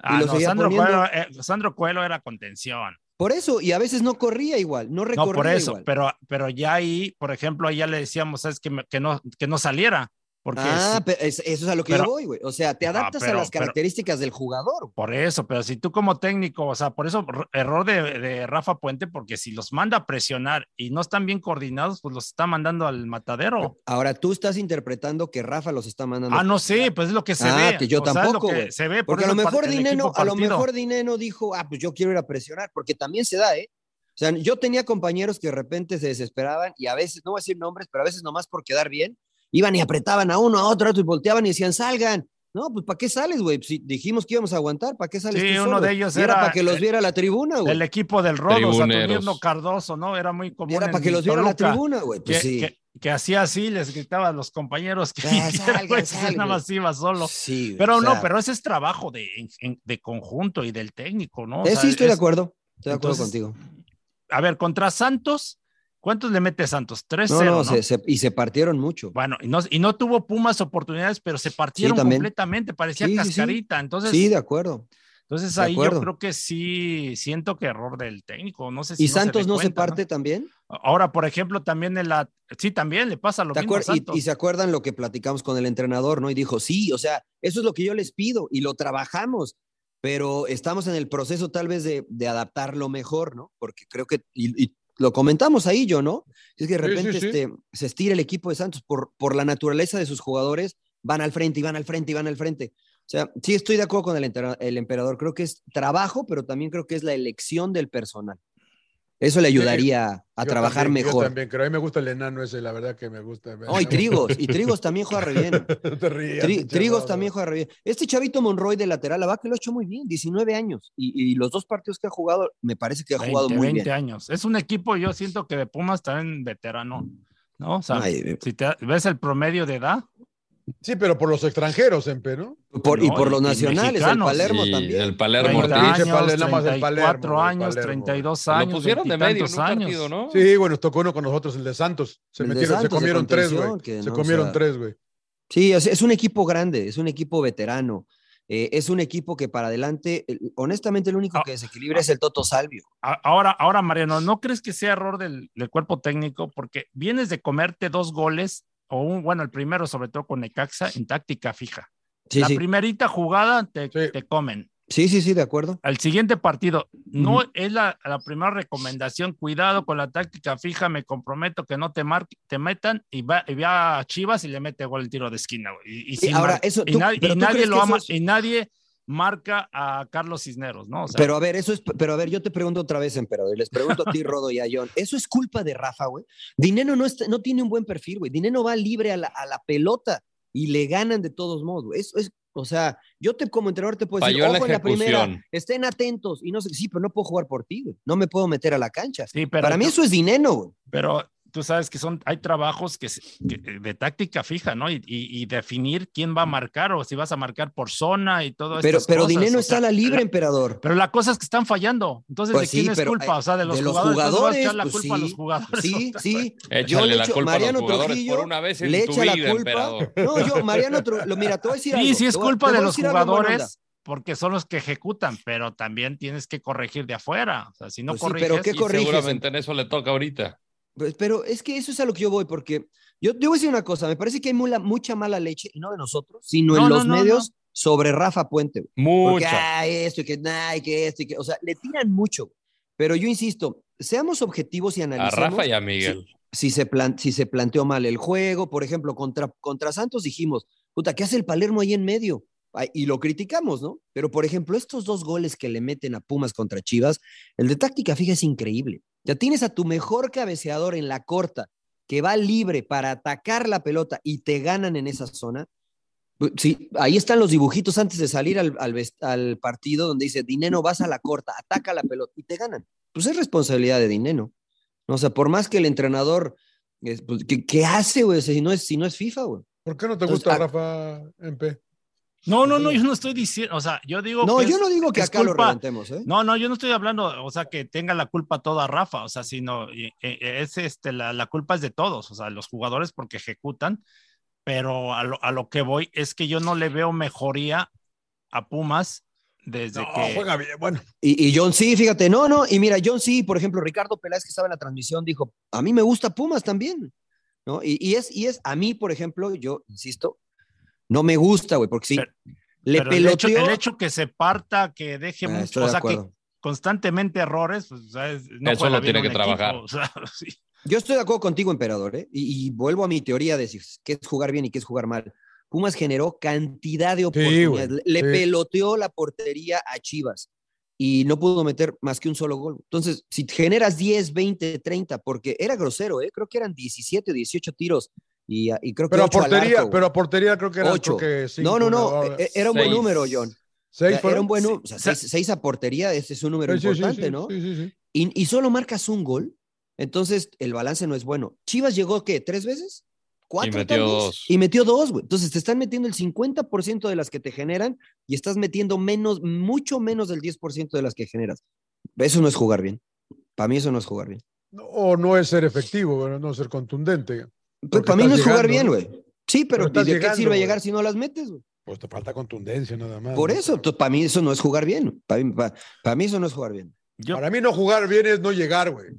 S3: Ah,
S4: lo
S3: no,
S4: seguía
S3: Sandro,
S4: poniendo.
S3: Coelho, eh, Sandro Coelho era contención.
S4: Por eso, y a veces no corría igual, no recorría
S3: No, por eso.
S4: igual.
S3: Pero, pero ya ahí, por ejemplo, ahí ya le decíamos, ¿sabes? Que, me- que, no, que no saliera. Porque
S4: ah,
S3: si-
S4: pero es- eso es a lo que
S3: pero-
S4: yo voy, güey. O sea, te
S3: Ah,
S4: adaptas
S3: pero-
S4: a las
S3: pero-
S4: características del jugador. güey.
S3: Por eso, pero si tú como técnico, o sea, por eso r- error de, de Rafa Puente, porque si los manda a presionar y no están bien coordinados, pues los está mandando al matadero.
S4: Ahora tú estás interpretando que Rafa los está mandando.
S3: Ah, no sé, pues es lo que se
S4: Ah,
S3: ve.
S4: que yo
S3: o sea, es lo
S4: tampoco,
S3: que
S4: güey.
S3: se ve. por
S4: porque a
S3: eso
S4: lo
S3: el par-
S4: mejor
S3: el
S4: Dineno,
S3: equipo
S4: a lo
S3: partido.
S4: mejor Dineno dijo, ah, pues yo quiero ir a presionar, porque también se da, ¿eh? O sea, yo tenía compañeros que de repente se desesperaban y a veces, no voy a decir nombres, pero a veces nomás por quedar bien, iban y apretaban a uno, a otro, a otro y volteaban y decían, salgan. No, pues ¿para qué sales, güey? Si dijimos que íbamos a aguantar, ¿para qué sales?
S3: Sí,
S4: tú
S3: uno
S4: solo?
S3: de ellos
S4: Y
S3: era
S4: para que los
S3: el-
S4: viera la tribuna, güey.
S3: El equipo del Rodo,
S2: Tribuneros.
S3: Saturnino Cardoso, ¿no? Era muy común.
S4: Era
S3: en
S4: para que los viera la
S3: Toluca,
S4: tribuna, güey.
S3: Que,
S4: Pues sí.
S3: que- que hacía así, les gritaba a los compañeros que
S4: Ah,
S3: hiciera,
S4: salgan,
S3: güey, entonces
S4: salgan.
S3: nada más iba solo.
S4: Sí, güey,
S3: Pero
S4: o
S3: no,
S4: sea,
S3: pero ese es trabajo de, en- en- de conjunto y del técnico, ¿no? O
S4: eh,
S3: sea,
S4: sí, estoy de
S3: es-
S4: acuerdo. Estoy de acuerdo
S3: Entonces,
S4: contigo.
S3: A ver, contra Santos, ¿cuántos le mete Santos? 3-0.
S4: No, no,
S3: ¿no?
S4: se- se- y se partieron mucho.
S3: Bueno, y no, y no tuvo Pumas oportunidades, pero se partieron
S4: también.
S3: completamente, parecía
S4: Sí, sí, sí.
S3: cascarita. Entonces,
S4: Sí, de acuerdo.
S3: entonces
S4: de
S3: ahí yo
S4: acuerdo.
S3: creo que sí siento que error del técnico. No sé si
S4: ¿Y Santos
S3: dé
S4: no se
S3: cuenta,
S4: parte también?
S3: Ahora, por ejemplo, también en la. Sí, también le pasa lo
S4: ¿Te
S3: mismo a
S4: acuer- y-
S3: Santos.
S4: y, se acuerdan lo que platicamos con el entrenador, ¿no? Y dijo, sí, o sea, eso es lo que yo les pido y lo trabajamos, pero estamos en el proceso tal vez de, de adaptarlo mejor, ¿no? Porque creo que, y, y lo comentamos ahí yo, ¿no? Es que de
S1: Sí, sí,
S4: repente
S1: sí.
S4: Este, se estira el equipo de Santos por, por la naturaleza de sus jugadores, van al frente y van al frente y van al frente. O sea, sí estoy de acuerdo con el, entera- el emperador, creo que es trabajo, pero también creo que es la elección del personal. Eso le ayudaría a
S1: Yo
S4: trabajar
S1: también,
S4: mejor.
S1: Yo también, pero a mí me gusta el enano ese, la verdad que me gusta.
S4: No, y Trigos, y Trigos también juega re bien.
S1: Te rías,
S4: Tri-
S1: pinche
S4: Trigos
S1: rodo.
S4: también juega re bien. Este chavito Monroy de lateral, la que lo ha hecho muy bien, 19 años. Y, y los dos partidos que ha jugado, me parece que ha jugado
S3: 20,
S4: muy
S3: 20
S4: bien.
S3: años. Es un equipo, yo siento que de Pumas también veterano, ¿no? O sea,
S4: Ay, eh,
S3: si te ves el promedio de edad,
S1: Sí, pero por los extranjeros, Empe, ¿no?
S4: por- y
S3: no,
S4: por
S3: y-
S4: los
S3: y
S4: nacionales, el
S3: mexicanos.
S4: Palermo
S2: Y
S4: también.
S2: El Palermo
S3: 30
S1: Ortiz,
S3: años,
S1: el Palermo, nada más el
S3: 34
S1: Palermo, el
S3: años,
S1: Palermo.
S2: Ortiz.
S3: 32 años.
S2: Lo pusieron de medio en
S3: veintitantos
S2: un partido, ¿no?
S3: años.
S1: Sí, bueno, nos tocó uno con nosotros, el de Santos. Se
S4: El de
S1: metieron,
S4: Santos
S1: se
S4: de
S1: comieron tres,
S4: contención,
S1: güey.
S4: que
S1: Se
S4: no, o
S1: comieron
S4: sea,
S1: tres, güey.
S4: Sí, es, es un equipo grande, es un equipo veterano. Eh, es un equipo que para adelante, el- honestamente, el único
S3: Ah,
S4: que desequilibra es el Toto Salvio.
S3: A- Ahora, ahora, Mariano, ¿no crees que sea error del, del cuerpo técnico? Porque vienes de comerte dos goles, o un, bueno, el primero, sobre todo con Necaxa, en táctica fija.
S4: Sí,
S3: la
S4: sí.
S3: primerita jugada te,
S1: Sí.
S3: te comen.
S4: sí, sí, sí, de acuerdo.
S3: Al siguiente partido, no es la, la primera recomendación. Cuidado con la táctica fija, me comprometo que no te, mar- te metan y va, y va a Chivas y le mete gol el tiro de esquina. güey. Y, y
S4: Sí,
S3: sin
S4: ahora,
S3: mar-
S4: eso
S3: y
S4: tú-
S3: nadie,
S4: pero
S3: y
S4: tú
S3: nadie
S4: crees
S3: lo
S4: que
S3: ama,
S4: eso
S3: y
S4: es-
S3: nadie marca a Carlos Cisneros, ¿no? O sea,
S4: Pero a ver, eso es, pero a ver, yo te pregunto otra vez, emperador, y les pregunto a ti, Rodo y a John, ¿eso es culpa de Rafa, güey? Dinero no, está- no tiene un buen perfil, güey. Dinero va libre a la, a la pelota y le ganan de todos modos, güey. Eso es, o sea, yo te como entrenador te puedo decir,
S2: Falló en la
S4: pues ojo en la primera,
S2: ejecución.
S4: estén atentos y no sé, sí, pero no puedo jugar por ti, güey. No me puedo meter a la cancha.
S3: sí, pero
S4: Para mí
S3: tú-
S4: eso es dinero, güey.
S3: pero tú sabes que son, hay trabajos que, se- que- eh, de táctica fija, ¿no? Y, y- y definir quién va a marcar o si vas a marcar por zona y todo
S4: Pero,
S3: estas
S4: pero
S3: cosas,
S4: dinero
S3: o
S4: está
S3: sea,
S4: a la libre, emperador.
S3: Pero la cosa es que están fallando. Entonces,
S4: Pues
S3: ¿de quién
S4: sí,
S3: es
S4: pero,
S3: culpa? O sea, de
S4: eh,
S3: los,
S4: de los
S3: jugadores. ¿no le vas a
S4: jugadores,
S3: echar la
S4: pues
S3: culpa a
S4: sí,
S3: los jugadores.
S4: Sí, sí. Yo le
S2: Échale la
S4: echo-
S2: culpa a
S4: Mariano
S2: los jugadores
S4: Trujillo
S2: por una vez en
S4: le
S2: tu
S4: echa la
S2: vida,
S4: culpa.
S2: emperador.
S4: No, yo, Mariano, Tru- lo, mira, te voy a decir algo.
S3: Sí, sí, es
S4: te voy-
S3: culpa
S4: te
S3: de
S4: voy a
S3: los
S4: decir algo en buena onda.
S3: jugadores porque son los que ejecutan, pero también tienes que corregir de afuera. O sea, si no
S4: Pues sí,
S3: corriges,
S4: pero ¿qué
S2: Y
S4: corriges?
S2: seguramente en eso le toca ahorita.
S4: Pues, pero es que eso es a lo que yo voy, porque yo, yo voy a decir una cosa, me parece que hay mula- mucha mala leche, y no de nosotros, sino
S3: No,
S4: en
S3: no,
S4: los
S3: no,
S4: medios sobre Rafa Puente. güey. Porque ah,
S2: Mucha.
S4: ay, esto y que nada, y que esto y que, o sea, le tiran mucho. güey. Pero yo insisto, seamos objetivos y
S2: A
S4: analicemos
S2: Rafa y a Miguel.
S4: si, se plan- si se planteó mal el juego. Por ejemplo, contra, contra Santos dijimos, puta, ¿qué hace el Palermo ahí en medio? Ay, Y lo criticamos, ¿no? Pero, por ejemplo, estos dos goles que le meten a Pumas contra Chivas, el de táctica fija es increíble. Ya tienes a tu mejor cabeceador en la corta, que va libre para atacar la pelota y te ganan en esa zona. Pu- Sí, ahí están los dibujitos antes de salir al, al vest- al partido donde dice, Dineno, vas a la corta, ataca la pelota y te ganan. Pues es responsabilidad de Dineno. O sea, por más que el entrenador, es, pues, ¿qué, qué hace, güey? Si no es, si no es FIFA, güey.
S1: ¿Por qué no te
S4: Entonces, ah,
S1: gusta
S4: a-
S1: Rafa MP?
S3: No, no, no, yo no estoy diciendo, o sea, yo digo.
S4: No,
S3: que
S4: yo
S3: es-
S4: no digo que
S3: es
S4: acá lo
S3: culpa-
S4: reventemos, ¿eh?
S3: No, no, yo no estoy hablando, o sea, que tenga la culpa toda Rafa, o sea, sino eh, eh, es este, la, la culpa es de todos, o sea, los jugadores porque ejecutan, pero a lo, a lo que voy es que yo no le veo mejoría a Pumas desde
S1: No,
S3: que.
S1: juega bien. Bueno,
S4: Y, y John sí, fíjate, no, no, y mira, John sí, por ejemplo, Ricardo Peláez que estaba en la transmisión dijo, a mí me gusta Pumas también, ¿no? Y, y es, y es, a mí, por ejemplo, yo insisto, no me gusta, güey, porque sí,
S3: Pero-
S4: le
S3: pero el, hecho,
S4: peloteó.
S3: el hecho que se parta, que deje
S4: Ah,
S3: mucho,
S4: estoy
S3: o
S4: de
S3: sea, que
S4: acuerdo.
S3: constantemente errores, pues, o sea, es- no
S2: Eso
S3: juega
S2: lo
S3: bien
S2: tiene
S3: un
S2: que trabajar.
S3: o sea, sí.
S4: Yo estoy de acuerdo contigo, emperador, ¿eh? y, y vuelvo a mi teoría de si- qué es jugar bien y qué es jugar mal. Pumas generó cantidad de
S1: güey,
S4: oportunidades, le- le
S1: sí.
S4: peloteó la portería a Chivas y no pudo meter más que un solo gol. Entonces, si generas 10, 20, 30, porque era grosero, ¿eh? creo que eran 17 o 18 tiros y, a- y creo que
S1: pero a
S4: ocho al
S1: portería,
S4: arco, güey.
S1: pero a portería creo que era
S4: Ocho.
S1: que cinco,
S4: No, no,
S1: una-
S4: no, e- era un buen
S2: Seis.
S4: número, John. O sea,
S1: ¿Seis
S4: era
S1: fueron?
S4: un buen
S3: Sí,
S4: número, o sea,
S3: o sea-
S4: 6, a portería, ese es un número
S1: Sí, sí, sí,
S4: importante,
S1: sí,
S4: ¿no?
S1: Sí, sí, sí.
S4: y, y solo marcas un gol, entonces el balance no es bueno. Chivas llegó, ¿qué? ¿Tres veces? ¿Cuatro?
S2: metió
S4: tal vez?
S2: dos.
S4: Y metió dos, güey. Entonces te están metiendo el 50% de las que te generan y estás metiendo menos, mucho menos del 10% de las que generas. Eso no es jugar bien. Para mí eso no es jugar bien.
S1: No, o no es ser efectivo, bueno, no ser contundente. Porque
S4: para mí no
S1: estás
S4: es jugar bien,
S1: llegando,
S4: güey. Sí, pero,
S1: Pero estás
S4: ¿de qué
S1: llegando,
S4: sirve
S1: güey.
S4: llegar si no las metes, güey?
S1: Pues te falta contundencia nada más.
S4: Por
S1: ¿no?
S4: eso, para mí eso no es jugar bien. Para mí, pa- pa' mí eso no es jugar bien.
S3: Yo,
S1: Para mí no jugar bien es no llegar, güey.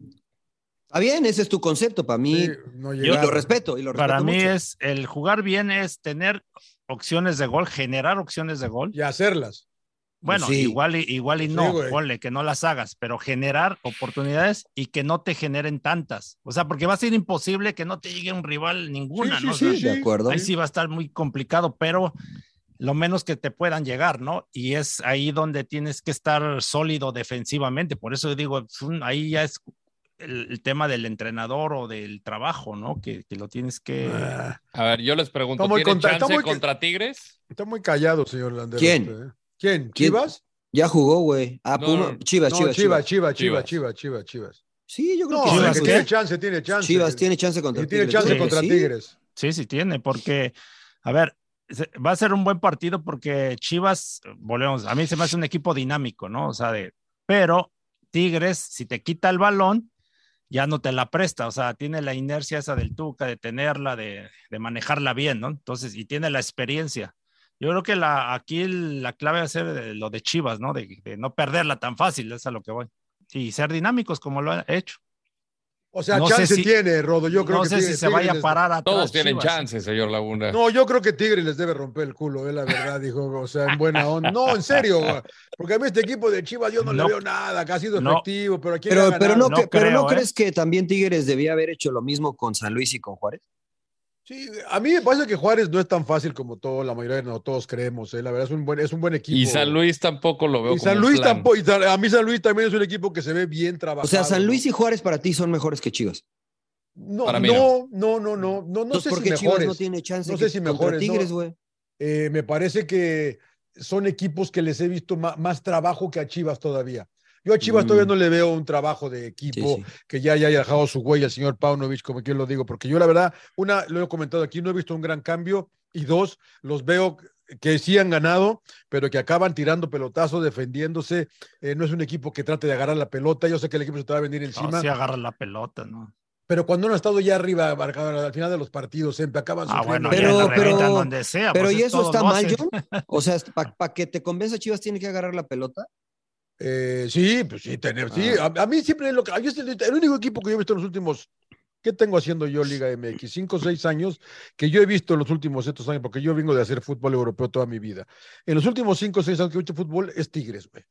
S4: Está bien, ese es tu concepto. Para mí,
S1: Sí, no
S4: y
S1: llegar.
S4: lo respeto y lo respeto
S3: para mí
S4: mucho.
S3: es el jugar bien es tener opciones de gol, generar opciones de gol.
S1: Y hacerlas.
S3: Bueno,
S4: Sí.
S3: igual y, igual y
S1: Pues Sí,
S3: no,
S1: güey.
S3: ponle que no las hagas, pero generar oportunidades y que no te generen tantas. O sea, porque va a ser imposible que no te llegue un rival ninguna,
S1: Sí,
S3: ¿no? O
S1: sí,
S3: sea,
S1: sí,
S4: de acuerdo.
S3: Ahí sí va a estar muy complicado, pero lo menos que te puedan llegar, ¿no? Y es ahí donde tienes que estar sólido defensivamente. Por eso digo, es un- ahí ya es el, el tema del entrenador o del trabajo, ¿no? Que, que lo tienes que...
S1: Ah,
S2: A ver, yo les pregunto,
S1: Está muy
S2: ¿tienen
S1: contra- está
S2: chance
S1: muy-
S2: contra Tigres?
S1: Está muy callado, señor Landero.
S4: ¿Quién?
S1: usted, ¿eh? ¿Quién?
S4: ¿Quién?
S1: ¿Chivas?
S4: Ya jugó, güey. Ah,
S2: No,
S4: Puma-
S2: no,
S4: Chivas,
S1: No,
S4: Chivas, Chivas.
S1: Chivas, Chivas, Chivas, Chivas, Chivas, Chivas.
S4: Sí, yo creo
S1: No,
S4: que
S1: el
S3: Chivas,
S1: que
S4: sí.
S3: ¿qué?
S1: tiene chance, tiene chance.
S4: Chivas tiene chance contra
S1: Y tiene
S4: Tigres.
S1: chance
S4: Yo creo
S1: contra
S4: que sí.
S1: Tigres.
S3: Sí, sí tiene, porque, a ver, se- va a ser un buen partido porque Chivas, volvemos, a mí se me hace un equipo dinámico, ¿no? O sea, de, pero Tigres, si te quita el balón, ya no te la presta, o sea, tiene la inercia esa del Tuca, de tenerla, de, de manejarla bien, ¿no? Entonces, y tiene la experiencia. Yo creo que la, aquí la clave va a ser de- lo de Chivas, ¿no? De, de no perderla tan fácil, es a lo que voy. Y ser dinámicos como lo han hecho.
S1: O sea,
S3: No sé
S1: chance
S3: si-
S1: tiene, Rodo. Yo creo
S3: no
S1: que
S3: sé
S1: Tigre-
S3: si se
S1: Tigre
S3: vaya a
S1: les-
S3: parar a
S2: Todos tienen chance, señor Laguna.
S1: Ah, No, yo creo que Tigre les debe romper el culo, eh, la verdad, dijo. O sea, en buena onda. No, en serio. güey. Porque a mí este equipo de Chivas yo no,
S3: No.
S1: le veo nada, que ha sido
S3: No.
S1: efectivo, pero aquí
S4: Pero, pero no,
S3: No
S4: que- pero no
S3: creo, ¿eh?
S4: crees que también Tigres debía haber hecho lo mismo con San Luis y con Juárez.
S1: Sí, a mí me parece que Juárez no es tan fácil como todo, la mayoría de no, todos creemos, eh. La verdad es un buen, es un buen equipo.
S2: y San Luis tampoco lo veo.
S1: Y
S2: como
S1: San
S2: un
S1: Luis
S2: plan.
S1: tampoco, y San- a mí San Luis también es un equipo que se ve bien trabajado.
S4: O sea, San Luis y Juárez para ti son mejores que Chivas.
S1: No,
S2: Para mí
S1: no, no, no, no, no, no sé
S4: Entonces, ¿por
S1: si
S4: qué Chivas
S1: mejores.
S4: no tiene chance
S1: No sé
S4: que-
S1: si
S4: contra
S1: mejores, no.
S4: Tigres, güey?
S1: Eh, me parece que son equipos que les he visto ma- más, trabajo que a Chivas todavía. Yo a Chivas
S4: Mm.
S1: todavía no le veo un trabajo de equipo
S4: Sí, sí.
S3: Pues
S1: que ya haya dejado su huella el señor Paunovic, como yo lo digo, porque yo la verdad, una, lo he comentado aquí, no he visto un gran cambio, y dos, los veo que sí han ganado, pero que acaban tirando pelotazos, defendiéndose, Eh, no es un equipo que trate de agarrar la pelota, yo sé que el equipo se te va a venir
S3: No,
S1: encima,
S3: sí agarra la pelota, ¿no?
S1: pero cuando uno ha estado ya arriba, marcador, al final de los partidos, siempre acaban
S3: Ah,
S1: sufriendo.
S3: bueno,
S4: Pero-
S3: ya la
S4: pero-
S3: revientan donde sea.
S4: Pero
S3: pues
S4: ¿y
S3: es
S4: eso
S3: todo,
S4: está
S3: lo
S4: mal,
S3: hacen.
S4: John? O sea, para que te convenza Chivas tiene que agarrar la pelota.
S1: Eh, sí, pues sí, tener, sí. A, a mí siempre es lo que. a- yo es el, el único equipo que yo he visto en los últimos. ¿Qué tengo haciendo yo, Liga MX? Cinco o seis años que yo he visto en los últimos estos años, porque yo vengo de hacer fútbol europeo toda mi vida. En los últimos cinco o seis años que he visto fútbol es Tigres, güey.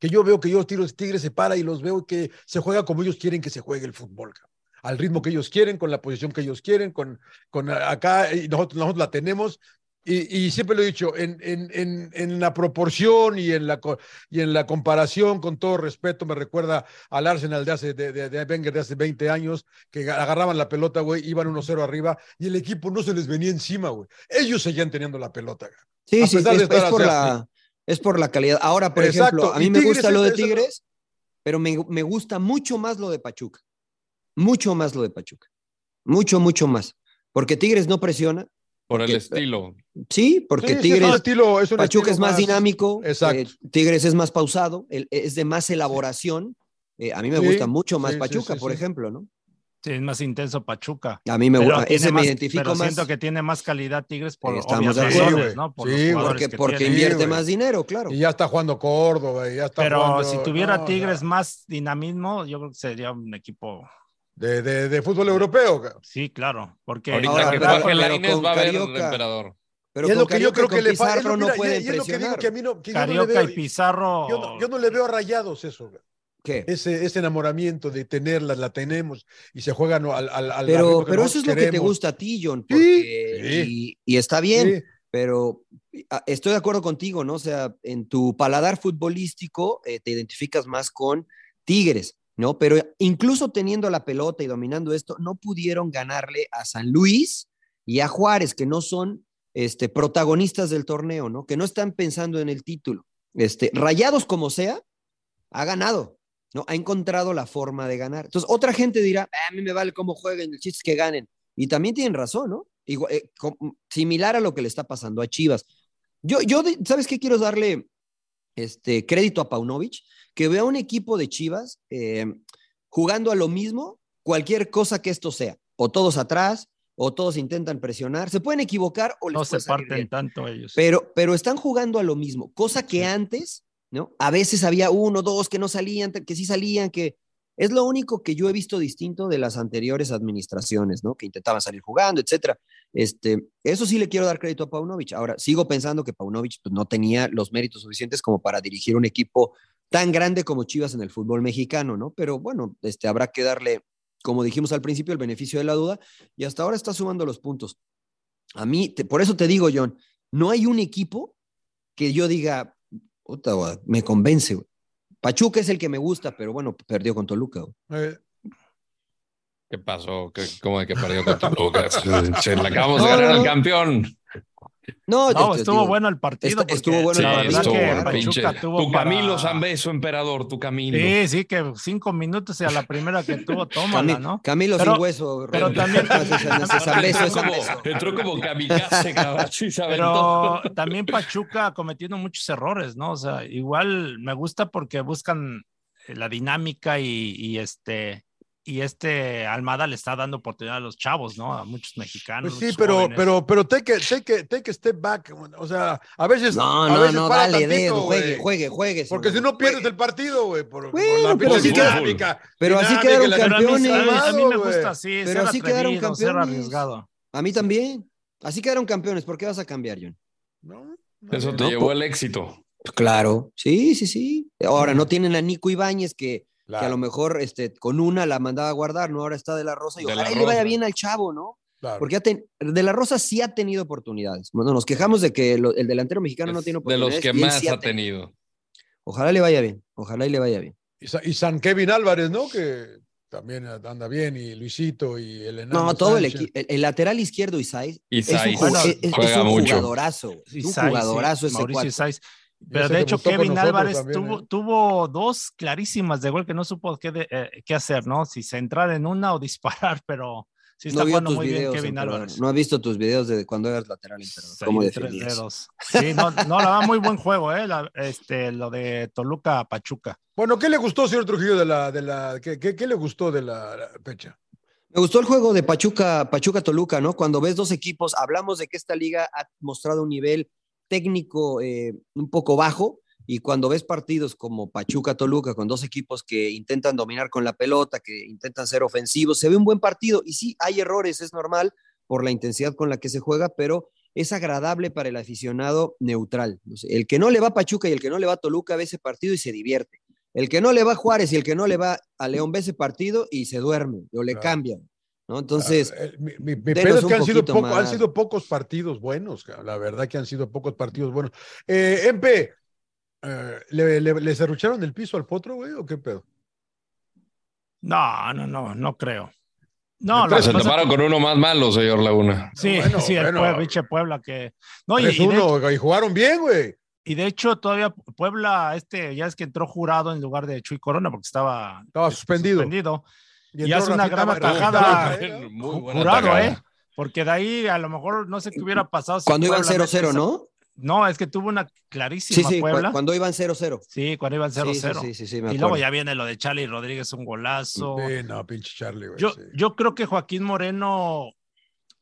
S1: Que yo veo que yo tiro Tigres se para y los veo que se juega como ellos quieren que se juegue el fútbol, cabrón. al ritmo que ellos quieren, con la posición que ellos quieren, con, con a- acá, y nosotros, nosotros la tenemos. Y, y siempre lo he dicho, en, en, en, en la proporción y en la, co- y en la comparación, con todo respeto, me recuerda al Arsenal de hace, de, de, de Wenger de hace 20 años, que agarraban la pelota, güey, iban 1-0 arriba y el equipo no se les venía encima, güey. Ellos seguían teniendo la pelota. güey.
S4: Sí,
S1: A
S4: sí, es,
S1: pesar de
S4: es
S1: estar
S4: por
S1: así.
S4: la, es por la calidad. Ahora, por
S1: Exacto,
S4: ejemplo, a
S1: y
S4: mí me
S1: Tigres
S4: gusta
S1: es-
S4: lo de
S1: es-
S4: Tigres, pero me, me gusta mucho más lo de Pachuca. Mucho más lo de Pachuca. Mucho, mucho más. Porque Tigres no presiona.
S2: Por el
S4: Porque-
S2: estilo.
S4: Sí, porque
S1: Sí, sí,
S4: Tigres,
S1: es un estilo, es un
S4: Pachuca
S1: estilo
S4: es más, dinámico.
S1: exacto.
S4: eh, Tigres es más pausado. el- es de más elaboración. Eh, a mí me
S1: Sí,
S4: gusta mucho más
S1: sí, sí,
S4: Pachuca,
S1: sí,
S4: por
S1: sí.
S4: ejemplo, ¿no?
S3: Sí, es más intenso Pachuca.
S4: A mí me
S3: Pero
S4: gusta.
S3: tiene
S4: Ese
S3: más-
S4: me identifico
S3: pero
S4: más.
S3: siento que tiene más calidad Tigres por
S4: Eh,
S3: obvias
S4: estamos de
S1: acuerdo.
S3: razones,
S1: Sí,
S3: ¿no? Por
S1: güey.
S3: los
S1: Sí,
S3: jugadores
S4: Porque,
S3: que
S4: porque
S3: tiene.
S4: invierte
S1: güey.
S4: más dinero, claro.
S1: Y ya está jugando Córdoba, y ya está
S3: Pero
S1: jugando-
S3: si tuviera
S1: no, o sea,
S3: Tigres más dinamismo, yo creo que sería un equipo.
S1: de, de, de fútbol europeo. cabrón.
S3: Sí, claro. Porque
S2: Ahorita
S4: eh, Ahora,
S2: que
S4: pero-
S2: baje
S4: pero
S2: la Inés
S4: con
S2: va a haber
S4: Carioca-
S2: emperador.
S4: Pero
S1: Y es
S4: con
S1: lo que yo
S4: Carioca
S1: creo
S4: y con
S1: que le falta. Es
S4: Pizarro
S1: lo,
S4: no
S1: mira, y
S4: pueden
S1: es- y es lo que digo
S4: presionar.
S1: que a mí no, que yo no le
S3: Carioca
S1: veo-
S3: y Pizarro.
S1: yo no- yo no le veo a rayados eso. güey.
S4: ¿Qué?
S1: ese, ese enamoramiento de tenerla, la tenemos y se juegan al, al, al al ritmo
S4: Pero,
S1: que
S4: pero
S1: nosotros
S4: eso es lo que te
S1: queremos.
S4: gusta a ti, John.
S1: Sí,
S4: porque-
S1: sí.
S4: Y, y está bien,
S1: Sí,
S4: pero ah, estoy de acuerdo contigo, ¿no? O sea, en tu paladar futbolístico eh, te identificas más con Tigres, ¿no? Pero incluso teniendo la pelota y dominando esto, no pudieron ganarle a San Luis y a Juárez, que no son este, protagonistas del torneo, ¿no? Que no están pensando en el título. Este, rayados como sea, ha ganado, ¿no? Ha encontrado la forma de ganar. Entonces, otra gente dirá, "Ah, a mí me vale cómo jueguen, el chiste es que ganen. Y también tienen razón, ¿no? Igual, eh, com- similar a lo que le está pasando a Chivas. Yo, yo de- ¿sabes qué quiero darle este, crédito a Paunovic? Que vea un equipo de Chivas eh, jugando a lo mismo, cualquier cosa que esto sea. O todos atrás, o todos intentan presionar. Se pueden equivocar o les
S3: no se
S4: puede salir
S3: parten
S4: bien.
S3: tanto ellos.
S4: Pero, pero están jugando a lo mismo, cosa que antes, ¿no? A veces había uno, dos que no salían, que sí salían, que es lo único que yo he visto distinto de las anteriores administraciones, ¿no? Que intentaban salir jugando, etcétera. Este, eso sí le quiero dar crédito a Paunovic. Ahora, sigo pensando que Paunovic pues, no tenía los méritos suficientes como para dirigir un equipo tan grande como Chivas en el fútbol mexicano, ¿no? Pero bueno, este, habrá que darle, como dijimos al principio, el beneficio de la duda y hasta ahora está sumando los puntos. A mí, te- por eso te digo, John, no hay un equipo que yo diga, puta, güey, me convence. güey. Pachuca es el que me gusta, pero bueno, perdió con Toluca. güey.
S1: eh,
S2: ¿Qué pasó? ¿Qué, ¿Cómo de que perdió con Toluca? Se le acabamos
S4: No,
S2: de ganar
S4: no,
S2: al
S4: no.
S2: campeón.
S4: No, te-
S3: No,
S4: te
S3: estuvo
S4: digo,
S3: bueno el partido.
S4: estu- estuvo bueno
S2: Sí,
S4: el
S3: la
S2: estuvo
S3: verdad
S4: partido,
S3: que
S4: claro.
S2: bueno, pinche.
S3: Pachuca tuvo
S2: Tu
S3: para-
S2: Camilo Zambeso, emperador, tu Camilo.
S3: Sí, sí, que cinco minutos y a la primera que tuvo, tómala,
S4: Cami-
S3: ¿no?
S4: Camilo
S3: Pero-
S4: sin hueso.
S3: pero
S4: Roberto.
S3: también-
S4: Entonces, en ese San Beso es
S2: entró,
S4: San
S2: como,
S4: Beso.
S2: entró como kamikaze, cabrón. Sí, se aventó.
S3: Pero también Pachuca cometiendo muchos errores, ¿no? O sea, eh, igual me gusta porque buscan la dinámica y, y este y este Almada le está dando oportunidad a los chavos, ¿no? A muchos mexicanos.
S1: Pues sí,
S3: muchos
S1: pero,
S3: jóvenes.
S1: pero, pero take, a- take, a- take a step back. O sea, a veces.
S4: No,
S1: a
S4: no,
S1: veces
S4: no,
S1: para
S4: dale,
S1: tantito,
S4: dedo,
S1: güey.
S4: juegue, juegue, juegue.
S1: Porque si
S4: señor,
S1: no pierdes
S4: juegue.
S1: el partido, güey, por, por
S4: Bueno,
S1: la
S4: pero
S1: pinche
S2: sí queda-
S1: dinámica.
S4: pero así
S1: dinámica y
S4: quedaron
S1: la-
S3: Pero a mí,
S4: campeones.
S3: a mí- a mí me
S1: güey.
S3: gusta así,
S4: Pero
S3: ser
S4: así quedaron
S3: atrevido, ser
S4: campeones.
S3: arriesgado.
S4: A mí también. Así quedaron campeones. ¿Por qué vas a cambiar, John?
S1: No, no,
S2: Eso te
S4: No,
S2: llevó
S4: po-
S2: al éxito.
S4: Claro. Sí, sí, sí. Ahora no tienen a Nico Ibáñez que
S1: claro,
S4: que a lo mejor este, con una la mandaba a guardar, ¿no? Ahora está De La Rosa y
S2: De La
S4: ojalá y le vaya
S2: Rosa.
S4: bien al chavo, ¿no?
S1: claro.
S4: Porque ha ten- De La Rosa sí ha tenido oportunidades. Bueno, nos quejamos de que lo- el delantero mexicano no
S2: Es
S4: tiene
S2: de
S4: oportunidades.
S2: los que
S4: y él
S2: más
S4: sí
S2: ha tenido.
S4: Ojalá le vaya bien, ojalá y le vaya bien.
S1: Y, Sa- y San Kevin Álvarez, ¿no? Que también eh, anda bien, y Luisito y Elena.
S4: No, todo el equipo, el, el lateral izquierdo Isaiz
S2: Y
S4: es un,
S2: Saiz
S4: ju-
S3: Bueno,
S4: es- es-
S2: juega
S4: es un
S2: mucho.
S4: jugadorazo, güey. Es un
S3: Isaiz, sí,
S4: jugadorazo ese
S3: Mauricio
S4: cuate.
S3: Isaiz.
S1: Y
S3: Pero
S1: ese
S3: de
S1: que
S3: hecho,
S1: debutó con
S3: Kevin
S1: nosotros
S3: Álvarez
S1: también,
S3: tuvo,
S1: ¿eh?
S3: tuvo dos clarísimas de gol que no supo qué, de- eh, qué hacer, ¿no? Si centrar en una o disparar, pero sí está
S4: No vio
S3: jugando
S4: tus
S3: muy bien
S4: videos,
S3: Kevin
S4: emperador.
S3: Álvarez.
S4: No ha visto tus videos de cuando eras lateral, emperador.
S3: Sí,
S4: ¿Cómo
S3: de tres
S4: defendías?
S3: dedos. Sí, no, no, la verdad, muy buen juego, ¿eh? La- este, lo de Toluca a Pachuca.
S1: Bueno, ¿qué le gustó, señor Trujillo, de la, de la, qué, qué- qué le gustó de la, la pecha?
S4: Me gustó el juego de Pachuca, Pachuca Toluca, ¿no? Cuando ves dos equipos, hablamos de que esta liga ha mostrado un nivel técnico eh, un poco bajo y cuando ves partidos como Pachuca Toluca con dos equipos que intentan dominar con la pelota, que intentan ser ofensivos, se ve un buen partido y sí hay errores, es normal por la intensidad con la que se juega, pero es agradable para el aficionado neutral. No sé, El que no le va a Pachuca y el que no le va a Toluca ve ese partido y se divierte. El que no le va a Juárez y el que no le va a León ve ese partido y se duerme o le
S1: Claro.
S4: cambia, ¿no? Entonces,
S1: Ah, eh, mi, mi- mi
S4: denos
S1: pedo es
S4: un
S1: que han sido,
S4: poquito
S1: poco- han
S4: más.
S1: sido pocos partidos buenos, cabrón. la verdad que han sido pocos partidos buenos. Eh, Empe, eh, ¿le, le, le cerrucharon el piso al potro, güey, o qué pedo?
S3: No, no, no, no creo. No, lo
S1: Entonces,
S2: Se
S3: que pasa-
S2: toparon con uno más malo, señor Laguna.
S3: Sí,
S1: Bueno,
S3: sí, el
S1: bueno.
S3: Pue- pinche Puebla que. No, y- y, de
S1: 3-1, güey, y jugaron bien, güey.
S3: Y de hecho, todavía Puebla, este, ya es que entró jurado en lugar de Chuy Corona porque estaba
S1: Estaba suspendido.
S3: Y
S1: entró
S3: hace
S1: Rafita
S3: una gran
S1: Barrera.
S3: atajada.
S1: Rafita Barrera.
S2: Muy buena
S3: ¿eh? jurado,
S2: atajada.
S3: ¿eh? Porque de ahí a lo mejor no sé qué hubiera pasado. si
S4: cuando iban
S3: Puebla
S4: 0-0,
S3: mete esa-
S4: ¿no?
S3: No, es que tuvo una
S4: Sí,
S3: clarísima
S4: sí, cu-
S3: Puebla.
S4: cuando iban 0-0.
S3: Sí, cuando iban 0-0.
S4: Sí, Sí, sí, sí, sí, me
S3: y luego
S4: acuerdo.
S3: ya viene lo de Charlie Rodríguez, un golazo.
S1: Sí, no, pinche Charlie, güey.
S3: yo,
S1: sí.
S3: yo creo que Joaquín Moreno,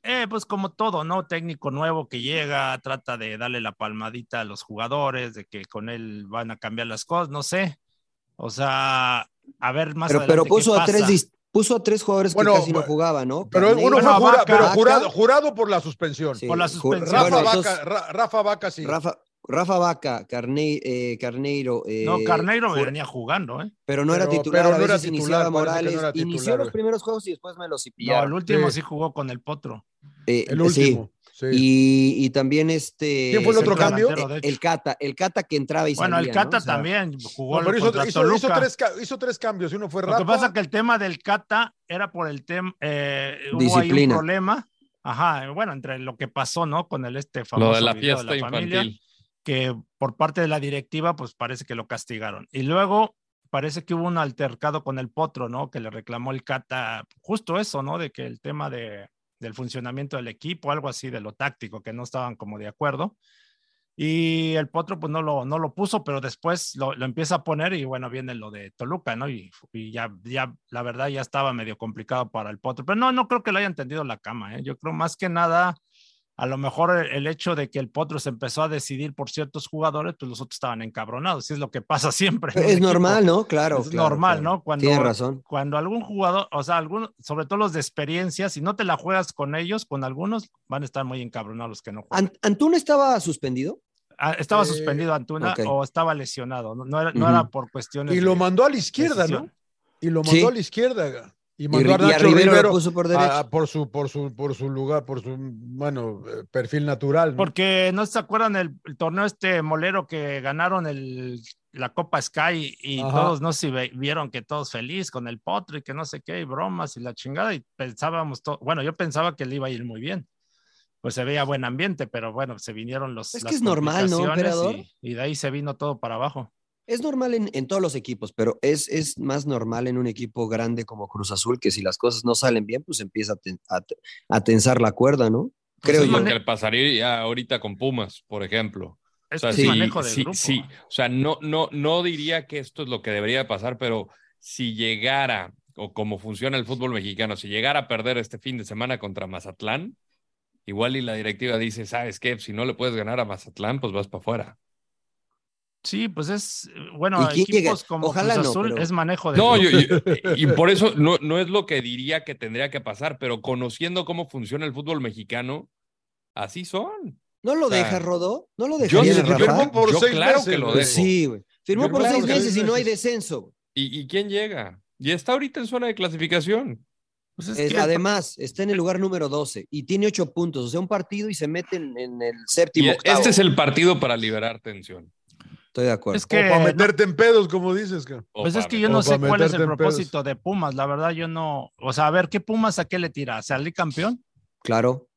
S3: eh, pues como todo, ¿no? Técnico nuevo que llega, trata de darle la palmadita a los jugadores, de que con él van a cambiar las cosas, no sé. O sea, a ver más
S4: Pero,
S3: adelante
S4: pero
S3: qué
S4: puso a
S3: pasa.
S4: tres dis- puso a tres jugadores
S1: Bueno,
S4: que casi no
S1: bu-
S4: jugaban, ¿no?
S1: Pero
S4: Carneiro,
S1: uno fue
S3: Rafa
S1: jura-
S3: Vaca.
S1: pero jurado, jurado por la suspensión.
S4: sí,
S3: por la
S4: ju-
S3: suspensión.
S1: Rafa,
S4: bueno,
S1: Vaca,
S4: entonces,
S1: Ra- Rafa Vaca, sí.
S4: Rafa, Rafa Vaca, Carne- eh, Carneiro.
S3: No,
S4: eh,
S3: Carneiro
S4: jura-
S3: venía jugando, ¿eh.
S4: Pero no era
S1: Pero-
S4: titular,
S1: pero
S4: a
S1: no era
S4: veces iniciaba
S1: titular, parece que no
S4: Morales.
S1: era titular,
S4: Inició los
S1: güey.
S4: primeros juegos y después me los
S3: No, el
S4: pillaron.
S3: último
S1: Sí.
S3: sí jugó con el Potro.
S4: Eh,
S1: El
S4: sí.
S1: último. Sí.
S4: Y, y también este.
S1: ¿Quién fue el otro
S4: centro
S1: cambio?
S4: delantero,
S3: de hecho.
S4: El Cata, el Cata que entraba y
S3: Bueno,
S4: salía.
S3: el Cata
S4: ¿no? O sea,
S3: también jugó
S1: No, pero hizo,
S3: contra
S1: hizo- hizo
S3: Toluca.
S1: tres, ca- hizo tres cambios. Uno fue
S3: Lo
S1: Rafa.
S3: que pasa que el tema del Cata era por el tema, hubo ahí un
S4: Disciplina.
S3: problema, ajá, bueno, entre lo que pasó, ¿no? Con el este famoso
S2: Lo de la
S3: video
S2: fiesta
S3: familia,
S2: infantil.
S3: que por parte de la directiva, pues parece que lo castigaron. Y luego parece que hubo un altercado con el Potro, ¿no? Que le reclamó el Cata, justo eso, ¿no? De que el tema de, del funcionamiento del equipo, algo así, de lo táctico, que no estaban como de acuerdo. Y el Potro, pues no lo, no lo puso, pero después lo, lo empieza a poner y bueno, viene lo de Toluca, ¿no? Y, y ya, ya, la verdad, ya estaba medio complicado para el Potro. Pero no, no creo que lo haya entendido la cama, ¿eh? Yo creo más que nada, a lo mejor el, el hecho de que el Potro se empezó a decidir por ciertos jugadores, pues los otros estaban encabronados, y es lo que pasa siempre. en un
S4: Es
S3: equipo.
S4: normal, ¿no? Claro.
S3: Es
S4: claro,
S3: normal,
S4: claro.
S3: ¿no? Cuando,
S4: Tienes razón.
S3: cuando algún jugador, o sea, algún, sobre todo los de experiencia, si no te la juegas con ellos, con algunos, van a estar muy encabronados los que no juegan.
S4: An- ¿Antuna estaba suspendido?
S3: Ah, Estaba
S1: Eh,
S3: suspendido Antuna
S4: ok.
S3: o estaba lesionado. No, no era, no
S4: Ujú.
S3: era por cuestiones.
S1: Y lo
S3: de
S1: mandó a la izquierda,
S3: decisión.
S1: ¿no? Y lo mandó
S4: Sí.
S1: a la izquierda. Y
S4: Y, Ri-
S1: mandó a
S4: y a
S1: Nacho
S4: Rivero, lo
S1: Rivero
S4: puso por
S1: a-
S4: derecha.
S1: a- por, su, por, su, por su lugar, por su bueno, eh, perfil natural. ¿no?
S3: Porque no se acuerdan el, el torneo este molero que ganaron el, la Copa Sky y
S1: Ajá.
S3: todos, no sé si ve- vieron que todos feliz con el potro y que no sé qué, y bromas y la chingada. Y pensábamos todo. Bueno, yo pensaba que le iba a ir muy bien. Pues se veía buen ambiente, pero bueno, se vinieron los.
S4: Es que
S3: las
S4: es normal, ¿no,
S3: complicaciones
S4: emperador?
S3: Y, y de ahí se vino todo para abajo.
S4: Es normal en, en todos los equipos, pero es, es más normal en un equipo grande como Cruz Azul, que si las cosas no salen bien, pues empieza a, ten- a te- a tensar la cuerda, ¿no?
S3: Pues
S4: Creo
S3: es
S4: yo.
S2: Lo que le pasaría ahorita con Pumas, por ejemplo.
S3: Es
S2: O sea,
S3: que es
S2: sí,
S3: manejo del
S2: sí,
S3: grupo.
S2: sí. O sea, no, no, no diría que esto es lo que debería pasar, pero si llegara o cómo funciona el fútbol mexicano, si llegara a perder este fin de semana contra Mazatlán, igual y la directiva dice, ¿sabes qué? Si no le puedes ganar a Mazatlán, pues vas para afuera.
S3: Sí, pues es, bueno,
S4: ¿Y quién
S3: equipos
S4: llega?
S3: como
S4: Ojalá
S3: Cruz
S4: no,
S3: Azul
S4: pero-
S3: es manejo de
S2: No,
S3: grupo.
S2: yo- yo- y por eso no, no es lo que diría que tendría que pasar, pero conociendo cómo funciona el fútbol mexicano, así son.
S4: ¿No lo
S2: O sea,
S4: dejas, Rodó? ¿No lo
S2: Yo,
S4: dejarías,
S1: sí,
S4: Rafa?
S1: firmó por
S2: yo
S1: seis
S2: claro
S1: meses,
S2: que lo
S1: güey.
S2: dejo.
S1: Rodolfo.
S4: Sí, güey. Firmó
S1: Firmó
S4: por
S1: por
S4: seis
S1: seis
S4: meses y no hay
S1: meses.
S4: descenso. güey.
S2: ¿Y, y quién llega? Y está ahorita en zona de clasificación.
S3: Pues es
S4: Es-
S3: que-
S4: además, está en el lugar número 12 y tiene ocho puntos. O sea, un partido y se mete en, en el séptimo.
S2: Y
S4: octavo.
S2: este es el partido para liberar tensión.
S4: Estoy de acuerdo.
S3: es que
S1: o para
S3: no-
S1: meterte en pedos, como dices, cabrón.
S2: O
S3: Pues es
S2: para
S3: que yo
S1: o
S3: no
S1: para
S3: sé cuál es
S1: meterte
S3: el
S1: en
S3: propósito de Pumas, la verdad yo no, o sea, a ver, ¿qué Pumas a qué le tira? ¿Salir campeón?
S4: Claro.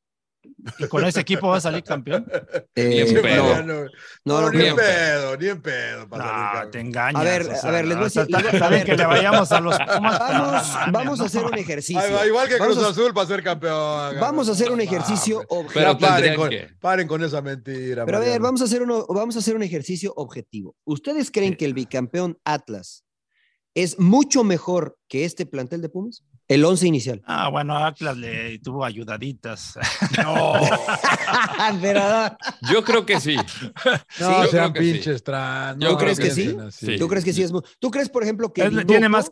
S3: ¿Y con ese equipo va a salir campeón?
S4: Eh,
S2: en
S1: Sí,
S2: pedo.
S1: bueno,
S4: no,
S1: no,
S4: no, no,
S1: ni en
S4: creo.
S1: pedo, ni en pedo. para salir,
S3: No,
S1: cabrón.
S3: te engañas.
S4: A ver,
S3: o
S4: a
S3: sea,
S4: ver, les voy a
S3: o sea,
S4: decir-
S3: está-
S4: a
S3: está bien
S4: ver.
S3: que le vayamos a los Pumas. pero no
S4: Vamos,
S3: mames,
S4: vamos a
S3: no
S4: hacer un
S3: mames.
S4: ejercicio.
S1: Ahí va, igual que
S4: Vamos
S1: Cruz
S4: a-
S1: Azul para ser campeón. cabrón.
S4: Vamos a hacer un
S1: Ah,
S4: ejercicio objetivo.
S2: Pero
S1: Ya paren,
S2: tendrían
S1: con,
S2: que.
S1: paren con esa mentira.
S4: Pero a ver,
S1: Mariano.
S4: vamos a hacer, uno, vamos a hacer un ejercicio objetivo. ¿Ustedes creen que el bicampeón Atlas es mucho mejor que este plantel de Pumas? El 11 inicial.
S3: Ah, bueno, Atlas le tuvo ayudaditas. Oh. Ah,
S4: Pero,
S2: Yo creo que sí.
S1: No
S2: yo creo
S1: sean
S2: que sí.
S1: pinches trans.
S2: Yo
S1: no
S4: creo que
S1: piensen así.
S4: sí.
S2: Sí.
S4: ¿Tú crees que sí es mu- ¿Tú crees, por ejemplo, que
S3: Es-
S4: Dinoco-
S3: tiene más
S1: ¿Tú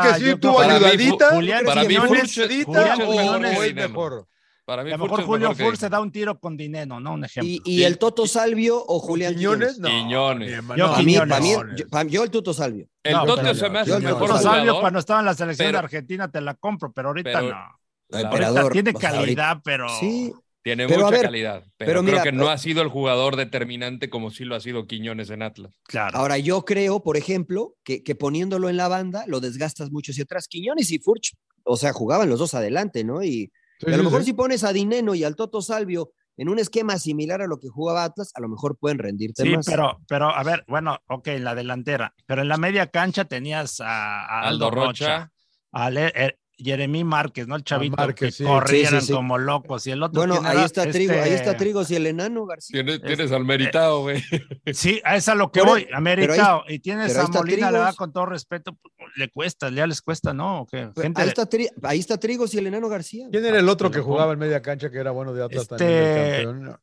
S1: crees que sí
S3: yo creo
S1: tuvo
S2: Para mí,
S1: ayudadita? ¿Tú
S3: Ju-
S1: crees
S2: para
S1: que
S2: mí,
S1: no
S2: Furch-
S1: ayudadita
S3: Julián
S1: o
S3: Quiñones-
S1: es mejor?
S2: Para mí,
S3: A lo mejor
S2: Furch es
S3: Julio
S2: que
S3: Fur se
S2: Dineno.
S3: da un tiro con dinero, ¿no? Un ejemplo.
S4: y, y el Toto Salvio o Julián
S1: Quiñones?
S4: Quiñones?
S1: No.
S2: Quiñones.
S1: ni en-
S3: Yo
S1: no,
S4: A mí, para mí,
S1: Quiñones.
S4: yo, pa- yo el Toto Salvio.
S2: El
S3: No,
S2: Toto
S1: pero
S2: se
S1: no,
S2: me hace el
S1: Quiñones.
S2: mejor
S1: Pero
S3: Sabio
S2: jugador.
S3: cuando estaba en la selección
S2: pero-
S3: de Argentina te la compro, pero ahorita
S2: pero-
S3: no.
S4: El
S2: Ahorita
S3: Ahorita
S4: emperador.
S3: tiene
S4: o sea,
S3: calidad, pero.
S4: Sí,
S2: Tiene
S4: Pero,
S2: mucha
S4: a ver,
S2: calidad, pero,
S4: pero mira,
S2: creo que
S4: pero-
S2: no ha sido el jugador determinante como sí lo ha sido Quiñones en Atlas.
S3: Claro.
S4: Ahora, yo creo, por ejemplo, que, que poniéndolo en la banda lo desgastas mucho hacia atrás. Quiñones y Furch, o sea, jugaban los dos adelante, ¿no? Y,
S1: Sí,
S4: y a lo
S1: sí,
S4: mejor
S1: sí.
S4: si pones a Dineno y al Toto Salvio en un esquema similar a lo que jugaba Atlas, a lo mejor pueden rendirte
S3: Sí,
S4: más.
S3: pero, pero a ver, bueno, ok, en la delantera, pero en la media cancha tenías a, a
S2: Aldo Rocha.
S3: a Le- eh, Jeremy Márquez, ¿no? El chavito
S1: Márquez,
S3: que
S1: sí.
S3: corrieran
S4: Sí, sí, sí.
S3: como locos y el otro.
S4: bueno,
S3: ¿quién
S4: ahí
S3: era?
S4: está Trigo, ahí
S3: Este-
S4: está Trigo y el enano García.
S2: Tienes,
S3: Este-
S2: tienes al meritado, güey.
S3: Sí, a esa lo que
S4: Por
S3: voy, americado. y tienes
S4: pero ahí
S3: a
S4: está
S3: Molina, la verdad,
S4: Trigos.
S3: con todo respeto, pues, le cuesta, ya les cuesta, ¿no? ¿O qué? Gente
S4: Pues, Ahí
S3: de-
S4: está, Tri- ahí está Trigo y el enano García.
S1: ¿Quién era el otro que
S3: Lo pongo.
S1: jugaba en media cancha que era bueno de Atlas
S3: Este-
S1: también? El, campeón?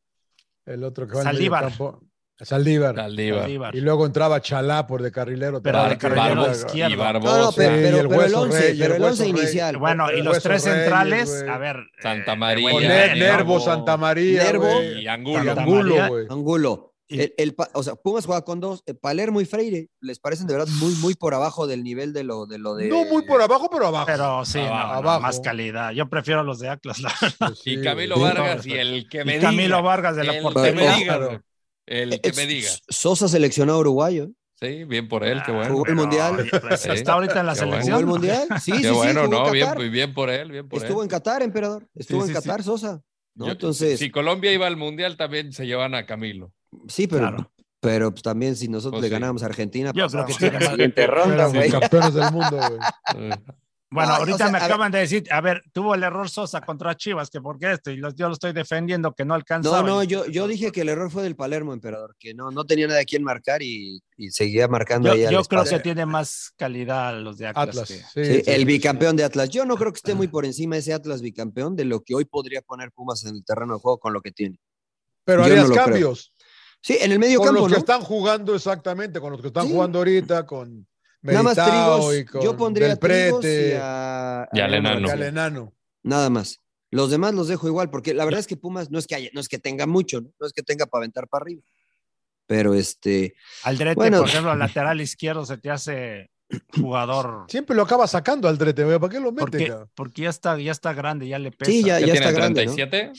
S1: el otro que jugaba en medio
S3: Saldívar.
S1: campo. Saldívar.
S2: Saldívar.
S3: Saldívar.
S1: Y luego entraba Chalá por de carrilero.
S3: Pero
S1: también,
S3: de
S1: que-
S3: carrilero
S2: Barbosa.
S3: izquierdo.
S2: Y
S4: No,
S2: Barbosa,
S4: no, pero,
S1: Sí,
S4: pero-
S1: el
S4: pero el
S1: hueso
S4: 11,
S1: rey, y el
S4: pero el Pues,
S1: hueso
S4: 11
S1: rey.
S4: inicial.
S3: Bueno, y
S1: el
S3: los
S1: Hueso
S3: tres
S1: Reyes,
S3: centrales,
S1: güey.
S3: a ver.
S2: Santa
S3: eh, de
S2: María,
S1: Con
S3: buen
S1: Ne-
S3: nivel,
S1: Nervo,
S2: Nervo,
S1: Santa María,
S4: Nervo.
S1: güey.
S2: y Angulo.
S3: Santa
S1: Angulo,
S3: María.
S1: güey.
S4: Angulo.
S3: Y-
S4: El- el pa- o sea, Pumas juega con dos, eh, Palermo y Freire, les parecen de verdad muy, muy por abajo del nivel de lo de... Lo de
S1: No muy por abajo, pero abajo.
S3: Pero sí, no,
S2: Abajo.
S3: no, más calidad. Yo prefiero los de Atlas. la-
S1: Pues sí,
S2: Y
S1: güey.
S2: Camilo
S1: Sí,
S2: Vargas
S1: no,
S2: y el que
S3: y
S2: me
S3: Camilo
S2: diga.
S3: Vargas de la
S2: el
S3: portería.
S2: que me
S4: Portería.
S2: diga.
S1: Claro.
S2: güey. El que
S4: Eh,
S2: me diga.
S4: Sosa seleccionado uruguayo.
S2: Sí, bien por él, qué
S4: Jugó
S2: bueno.
S4: el Mundial.
S3: oye, pues,
S2: Sí.
S3: Está ahorita en la
S2: Qué bueno.
S4: ¿Jugó
S3: selección.
S4: el Mundial? Sí, sí,
S2: Qué
S4: sí,
S2: bueno,
S4: jugó
S2: no,
S4: en
S2: bien, pues,
S4: Qatar.
S2: bien por él, bien por
S4: Estuvo
S2: él.
S4: en Qatar, emperador. Estuvo
S3: sí,
S4: en
S3: sí.
S4: Qatar, Sosa. ¿no?
S2: Yo-
S4: Entonces,
S2: Si
S4: sí,
S2: Colombia iba al Mundial, también se llevan a Camilo.
S4: pero,
S3: Claro.
S4: pero pues, también si nosotros
S2: Pues
S4: le
S2: sí.
S4: ganamos a Argentina,
S3: Yo creo
S4: pasamos
S3: que
S4: a la
S3: tiene más-
S4: siguiente ronda,
S1: Fueran
S4: güey.
S1: campeones del mundo, güey.
S4: Ah,
S2: Eh,
S3: Bueno,
S4: No, o
S3: ahorita
S4: sea,
S3: me
S4: a ver-
S3: acaban de decir, a ver, tuvo el error Sosa contra Chivas, que por qué esto, y los- yo lo estoy defendiendo, que no alcanza.
S4: No, no, yo, yo dije que el error fue del Palermo, emperador, que no, no tenía nada a quien marcar y, y seguía marcando
S3: Yo,
S4: ahí al
S3: yo creo
S4: espacio.
S3: que tiene más calidad los de Atlas.
S1: Atlas.
S3: que-
S1: sí,
S4: Sí,
S1: sí,
S4: el
S1: sí.
S4: bicampeón de Atlas. Yo no creo que esté muy por encima ese Atlas bicampeón de lo que hoy podría poner Pumas en el terreno de juego con lo que tiene.
S1: Pero
S4: Yo
S1: harías
S4: no lo creo.
S1: cambios.
S4: Sí, en el medio
S1: con
S4: campo,
S1: los
S4: ¿no?
S1: que están jugando exactamente, con los que están
S4: Sí.
S1: jugando ahorita, con
S4: Nada más
S1: Meritao
S4: Trigos.
S1: y con
S4: yo pondría a
S1: Del
S4: Trigos y
S1: Prete,
S4: a,
S2: Y al
S4: Leonardo
S2: enano.
S1: y
S2: Cano.
S1: al
S4: González.
S1: enano.
S4: Nada más. Los demás los dejo igual, porque la verdad es que Pumas no es que haya, no es que tenga mucho, ¿no? No es que tenga para aventar para arriba. Pero este,
S3: Aldrete,
S4: Bueno.
S3: por ejemplo, lateral izquierdo se te hace jugador.
S1: Siempre lo acaba sacando al trete, güey. ¿Para qué lo mete,
S3: Porque,
S1: cabrón?
S3: porque ya está, ya está grande, ya le pesa.
S4: sí, ya,
S2: ¿qué
S4: ya
S2: tiene,
S4: está grande, ¿no?
S2: 37?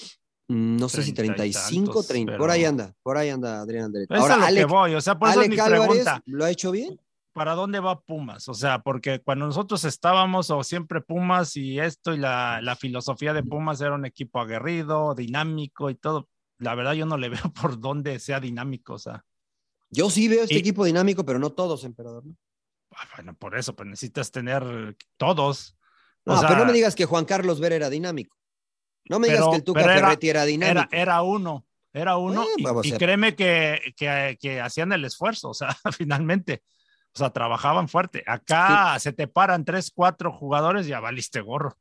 S4: Mm, No sé si
S3: Treinta y
S4: 35,
S3: tantos,
S4: 30, por
S3: pero-
S4: ahí anda, por ahí anda Adrián Andrés.
S3: Es a lo que voy, o sea, por eso es
S4: Alec
S3: mi
S4: Álvarez
S3: pregunta.
S4: lo ha hecho bien.
S3: ¿para dónde va Pumas? O sea, porque cuando nosotros estábamos o siempre Pumas y esto y la, la filosofía de Pumas era un equipo aguerrido, dinámico y todo. La verdad yo no le veo por dónde sea dinámico, o sea,
S4: Yo sí veo este
S3: Y-
S4: equipo dinámico, pero no todos, emperador. ¿no?
S3: ah, bueno, por eso, pues necesitas tener eh, todos. O
S4: No,
S3: sea,
S4: pero no me digas que Juan Carlos Vera era dinámico. No me digas
S3: Pero-
S4: que el Tuca
S3: pero era-
S4: Ferretti era
S3: era,
S4: dinámico.
S3: era uno, era uno
S4: Bueno,
S3: y-
S4: vamos a
S3: y,
S4: ver.
S3: créeme que, que, que hacían el esfuerzo, o sea, finalmente. O O sea, trabajaban fuerte. Acá se te paran tres, cuatro jugadores y ya valiste gorro.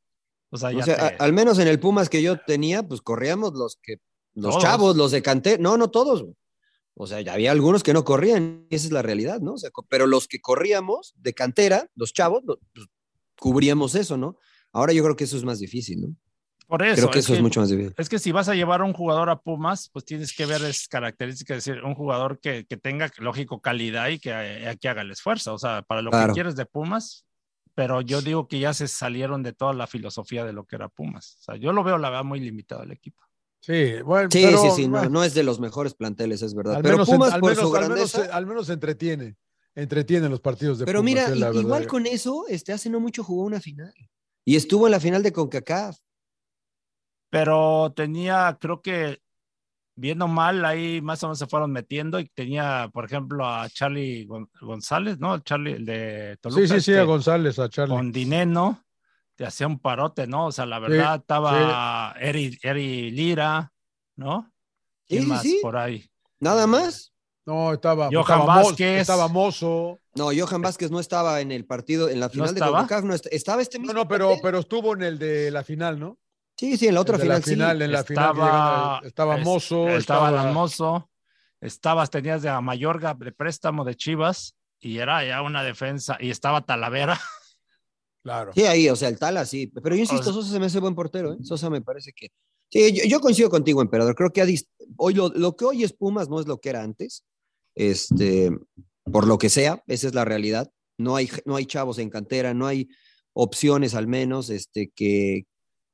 S3: O
S1: Ah,
S3: sea, ya
S4: O sea,
S3: te-
S4: a- al menos en el Pumas que yo tenía, pues corríamos los que, los
S3: Todos.
S4: chavos, los de cantera, no, no todos. güey. O sea, ya había algunos que no corrían, y esa es la realidad, ¿no? O sea, co- pero los que corríamos de cantera, los chavos, lo- pues, cubríamos eso, ¿no? Ahora yo creo que eso es más difícil, ¿no?
S3: por eso.
S4: creo que eso es mucho más difícil.
S3: Es que si vas a llevar a un jugador a Pumas, pues tienes que ver esas características, es decir, un jugador que, que tenga, lógico, calidad y que, eh, que haga el esfuerzo, o sea, para lo
S4: Claro.
S3: que quieres de Pumas, pero yo digo que ya se salieron de toda la filosofía de lo que era Pumas. O sea, yo lo veo, la verdad, muy limitado el equipo.
S1: Sí, bueno,
S4: Sí,
S1: pero,
S4: sí, sí, no,
S1: bueno,
S4: no es de los mejores planteles, es verdad.
S1: al
S4: Pero
S1: menos,
S4: Pumas
S1: al
S4: por
S1: menos-
S4: su
S1: al menos-
S4: grandeza.
S1: al menos se entretiene. Entretiene los partidos de
S4: Pero
S1: Pumas,
S4: mira,
S1: es
S4: i-
S1: la
S4: igual
S1: verdad.
S4: con eso, este, hace no mucho jugó una final. Y estuvo en la final de CONCACAF.
S3: Pero tenía, creo que, viendo mal, ahí más o menos se fueron metiendo y tenía, por ejemplo, a Charlie Gon- González, ¿no? El Charlie, el de Toluca.
S1: Sí, sí, sí,
S3: este,
S1: a González, a Charlie.
S3: con dinero te hacía un parote, ¿no? O sea, la verdad estaba Eri, Eri Lira, ¿no?
S4: Sí,
S3: ¿Quién
S4: sí,
S3: más
S4: sí.
S3: por ahí?
S4: Nada más.
S1: No, estaba,
S3: Johan
S1: estaba, Mozo,
S3: Vázquez.
S1: estaba Mozo.
S4: No, Johan Vázquez no estaba en el partido, en la final de
S3: estaba?
S4: CONCACAF. No est- estaba este
S1: No,
S4: mismo.
S1: no, pero,
S4: plantel.
S1: pero estuvo en el de la final, ¿no?
S4: Sí, sí, en la otra
S1: En
S4: final,
S1: la final, eh. en la final. que
S3: Estaba-
S1: llegaron al- estaba
S3: es-
S4: Oh,
S1: Mozo.
S3: estaba Lamoso, estabas, tenías de a Mayorga de préstamo de Chivas y era ya una defensa y estaba Talavera.
S1: Claro.
S4: sí. Sí, ahí, o sea, el Tala, sí. Pero yo insisto,
S3: O sea-
S4: Sosa se me hace buen portero, ¿eh? Sosa me parece que. Sí, yo, yo coincido contigo, emperador. Creo que ha dis- hoy lo, lo que hoy es Pumas no es lo que era antes. Este, por lo que sea, esa es la realidad. No hay, no hay chavos en cantera, no hay opciones al menos este, que,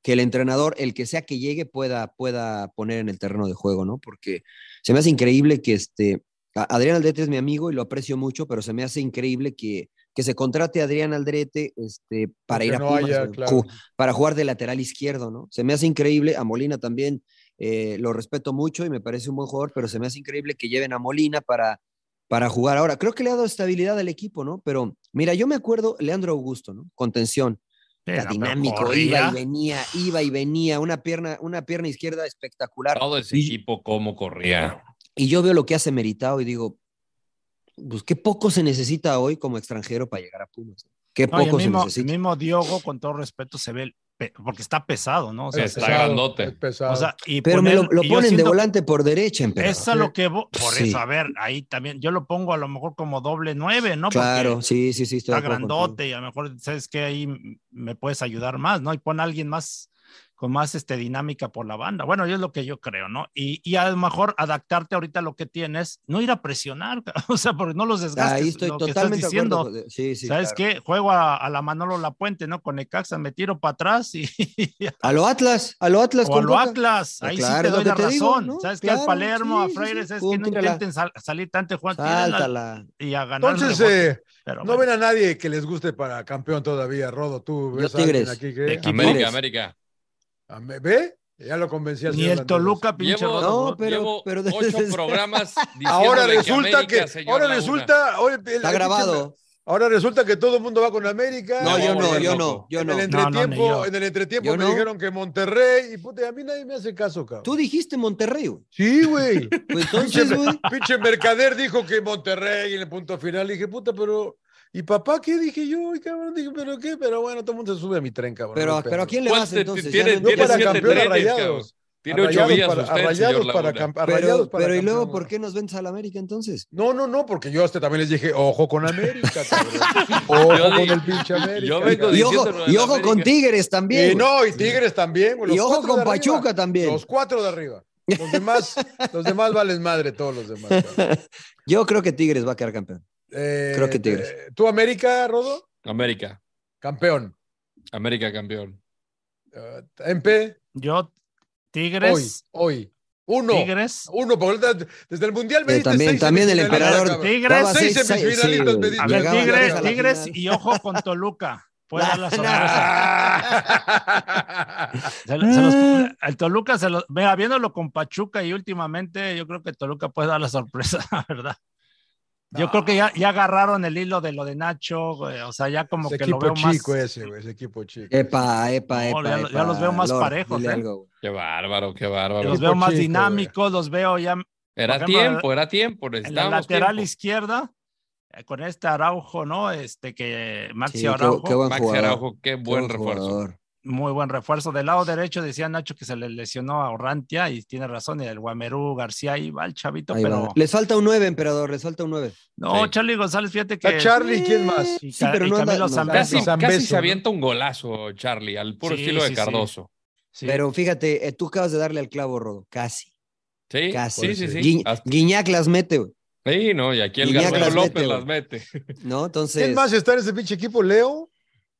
S4: que el entrenador, el que sea que llegue, pueda, pueda poner en el terreno de juego, ¿no? Porque se me hace increíble que este, a- Adrián Aldrete es mi amigo y lo aprecio mucho, pero se me hace increíble que, que se contrate a Adrián Aldrete este, para
S1: Porque
S4: ir a
S1: no
S4: Pumas,
S1: haya,
S4: güey,
S1: claro.
S4: ju- para jugar de lateral izquierdo, ¿no? Se me hace increíble, a Molina también eh, lo respeto mucho y me parece un buen jugador, pero se me hace increíble que lleven a Molina para, para jugar ahora. Creo que le ha dado estabilidad al equipo, ¿no? Pero mira, yo me acuerdo Leandro Augusto, ¿no? Contención, era
S3: Era,
S4: ¿eh?
S3: pero
S4: dinámico, iba
S3: corría.
S4: y venía, iba y venía, una pierna, una pierna izquierda espectacular.
S2: Todo ese
S4: Y-
S2: equipo cómo corría.
S4: Y yo veo lo que hace Meritao y digo, pues qué poco se necesita hoy como extranjero para llegar a Pumas. ¿no? Qué
S3: No, y
S4: poco
S3: el, mismo,
S4: se necesita.
S3: el mismo Diogo, con todo respeto, se ve, el pe- porque está pesado, ¿no? O sea,
S2: Está
S3: se-
S2: grandote.
S1: es pesado.
S3: o sea, y
S4: Pero me lo,
S3: poner-
S4: lo
S3: y yo
S4: ponen de
S3: siento que-
S4: volante por derecha, emperador.
S3: Es a lo que vo- por
S4: Sí.
S3: eso, a ver, ahí también yo lo pongo a lo mejor como doble nueve, ¿no? Porque
S4: Claro, sí, sí, sí. estoy
S3: está
S4: de acuerdo contigo.
S3: grandote y a lo mejor sabes que ahí m- me puedes ayudar más, ¿no? Y pon a alguien más con más este dinámica por la banda. Bueno, yo es lo que yo creo, ¿no? Y, y a lo mejor adaptarte ahorita a lo que tienes, no ir a presionar, o sea, porque no los desgastes.
S4: Ahí estoy
S3: lo que estás
S4: totalmente de
S3: diciendo.
S4: acuerdo. José. Sí, sí,
S3: ¿Sabes
S4: claro.
S3: qué? Juego a, a la Manolo La Puente, ¿no? Con Necaxa, me tiro para atrás y,
S4: A lo Atlas, a lo Atlas
S3: o a
S4: con
S3: lo
S4: Boca.
S3: Atlas, ahí
S4: Pues
S3: sí
S4: Ah, Claro,
S3: te
S4: es lo
S3: doy
S4: que
S3: la
S4: te
S3: razón.
S4: digo, ¿no?
S3: ¿Sabes qué?
S4: Claro,
S3: Al Palermo,
S4: sí, sí,
S3: a Freire,
S4: sí,
S3: ¿sabes que no
S4: púntenla.
S3: intenten sal- salir tanto Juan
S4: Sáltala.
S3: y a ganar.
S1: Entonces,
S3: el rebote,
S1: eh,
S3: pero
S1: no
S3: bueno.
S1: ven a nadie que les guste para campeón todavía, Rodo. ¿Tú
S4: Yo
S1: ves a alguien
S4: Tigres.
S1: aquí
S4: De
S1: que...
S4: equipo.
S2: América,
S4: eres?
S2: América.
S1: Ah, me- ¿Ve? Ya lo convencí al
S3: Ni
S1: señor
S3: el
S1: Landeros.
S3: Toluca, pinche
S2: Llevo,
S3: Rodo,
S4: No, pero-
S2: llevo
S4: pero desde-
S2: ocho programas diciéndole
S1: Ahora
S2: que
S1: resulta
S2: América,
S1: que...
S2: señor
S1: ahora
S2: Laguna.
S1: resulta... ahora- el-
S4: Está
S1: el-
S4: grabado.
S1: Ahora resulta que todo el mundo va con América.
S2: Me
S4: No, yo
S2: voy a
S4: no,
S2: volver
S4: yo no,
S2: loco.
S4: yo
S1: en
S4: no.
S1: el
S3: No, no, ni
S1: entretiempo,
S3: yo.
S1: en el entretiempo
S4: Yo
S1: me
S4: no.
S1: dijeron que Monterrey y puta, a mí nadie me hace caso, cabrón.
S4: Tú dijiste Monterrey, güey.
S1: Sí, güey.
S4: Pues entonces, güey.
S1: Pinche mercader dijo que Monterrey en el punto final. Y dije, puta, pero. ¿Y papá qué? Dije yo, ay, cabrón. Dije, ¿pero qué? Pero bueno, todo el mundo se sube a mi tren, cabrón.
S4: Pero,
S1: no hay
S4: pero ¿a
S1: pedo.
S4: quién le
S2: ¿Cuántos
S4: vas
S2: te-
S4: entonces? Ya
S2: Tiene,
S4: no-
S1: Yo
S2: tiene
S1: para
S2: siete
S1: campeón a
S2: trenes,
S1: Rayados.
S2: cabrón. Tiene
S1: A
S2: ocho
S1: Rayados
S2: días
S1: para- a
S2: usted,
S1: Rayados
S2: señor
S1: para
S2: Laguna.
S1: camp- a
S4: Pero,
S1: Rayados para
S4: pero ¿y luego
S1: campeón,
S4: por
S1: güey.
S4: qué nos vendes al América entonces?
S1: No, no, no, porque yo hasta también les dije, ojo con América, cabrón. Ojo
S2: Yo
S1: con
S2: dije-
S1: el pinche América.
S2: yo vengo
S1: cabrón.
S4: Y ojo,
S2: diciéndolo de
S4: y
S2: la
S4: ojo con
S2: América.
S4: Tigres también.
S1: Y
S4: güey.
S1: no, y Tigres también, güey. los
S4: y ojo
S1: cuatro
S4: con
S1: de arriba.
S4: Pachuca también.
S1: Los cuatro de arriba. Los demás, los demás valen madre, todos los demás. cabrón.
S4: Yo creo que Tigres va a quedar campeón.
S1: Eh,
S4: Creo que Tigres.
S1: eh, ¿Tú América, Rodo?
S2: América.
S1: Campeón.
S2: América campeón.
S1: Eh, MP,
S3: Yo,
S1: hoy,
S3: Tigres,
S1: hoy. Uno.
S3: Tigres.
S1: Uno, porque ahorita desde el Mundial me
S4: Eh,
S1: diste
S4: también-
S1: seis
S4: también el
S1: semifinalistas,
S4: emperador-
S1: cabrón.
S3: Tigres,
S4: Daba
S1: seis
S4: seis-
S1: semifinalistas, me
S4: güey.
S1: diste.
S3: a ver,
S1: llegaban
S4: Llegaban
S1: lejos
S3: Tigres,
S1: a
S4: la
S3: Tigres
S4: final.
S3: y ojo con Toluca. Puede dar la sorpresa.
S1: Ah.
S3: Se lo- se los-
S1: Mm.
S3: el Toluca, se los, mira, viéndolo con Pachuca y últimamente, yo creo que Toluca puede dar la sorpresa, la verdad. Yo
S1: No.
S3: creo que ya, ya agarraron el hilo de lo de Nacho, güey, o sea, ya como
S1: Ese
S3: que lo
S1: equipo
S3: veo más.
S1: chico eh. ese, güey, ese equipo chico.
S4: Epa, epa,
S3: No,
S4: epa.
S3: ya lo- ya
S4: epa.
S3: los veo más
S4: Lord,
S3: parejos,
S4: dile
S3: ¿eh?
S4: algo, güey.
S2: Qué bárbaro, qué bárbaro.
S3: Los
S1: Equipo
S3: veo más
S1: chico, güey.
S3: dinámicos, los veo ya
S2: Era
S3: Por ejemplo,
S2: tiempo, era tiempo.
S3: en la
S2: Necesitábamos
S3: lateral
S2: tiempo.
S3: izquierda. eh, con este Araujo, ¿no? Este que Maxi
S4: Sí, qué-
S3: Araujo,
S4: qué buen
S2: Maxi
S4: jugador,
S2: Araujo, qué
S4: qué
S2: buen refuerzo.
S4: jugador.
S3: muy buen refuerzo. Del lado derecho decía Nacho que se le lesionó a Orrantia y tiene razón, y el Guamerú García ahí va el chavito,
S4: Ahí va.
S3: pero
S4: Les falta un 9, emperador, les falta un 9.
S3: no,
S2: Sí.
S3: Charlie González, fíjate que
S1: Está Charlie, ¿quién más?
S3: y,
S4: Sí,
S3: Ca-
S4: pero
S3: y
S4: no anda-
S3: Camilo
S4: no,
S3: Zambeso.
S2: Casi,
S1: San
S2: casi
S1: Beso,
S2: se
S1: ¿no?
S2: avienta un golazo, Charlie, al puro
S3: Sí,
S2: estilo de
S3: sí, sí.
S2: Cardoso.
S3: Sí.
S4: Pero fíjate, eh, tú acabas de darle al clavo, Rodo. Casi,
S2: Sí, sí,
S4: casi.
S2: sí. sí.
S4: Gui-
S2: Hasta-
S4: Guiñac las mete, güey,
S2: sí, no, y aquí el
S4: Guiñac
S2: García
S4: las
S2: López
S4: mete, güey.
S2: las mete.
S4: ¿no? Entonces,
S1: ¿Quién más está en ese pinche equipo? Leo,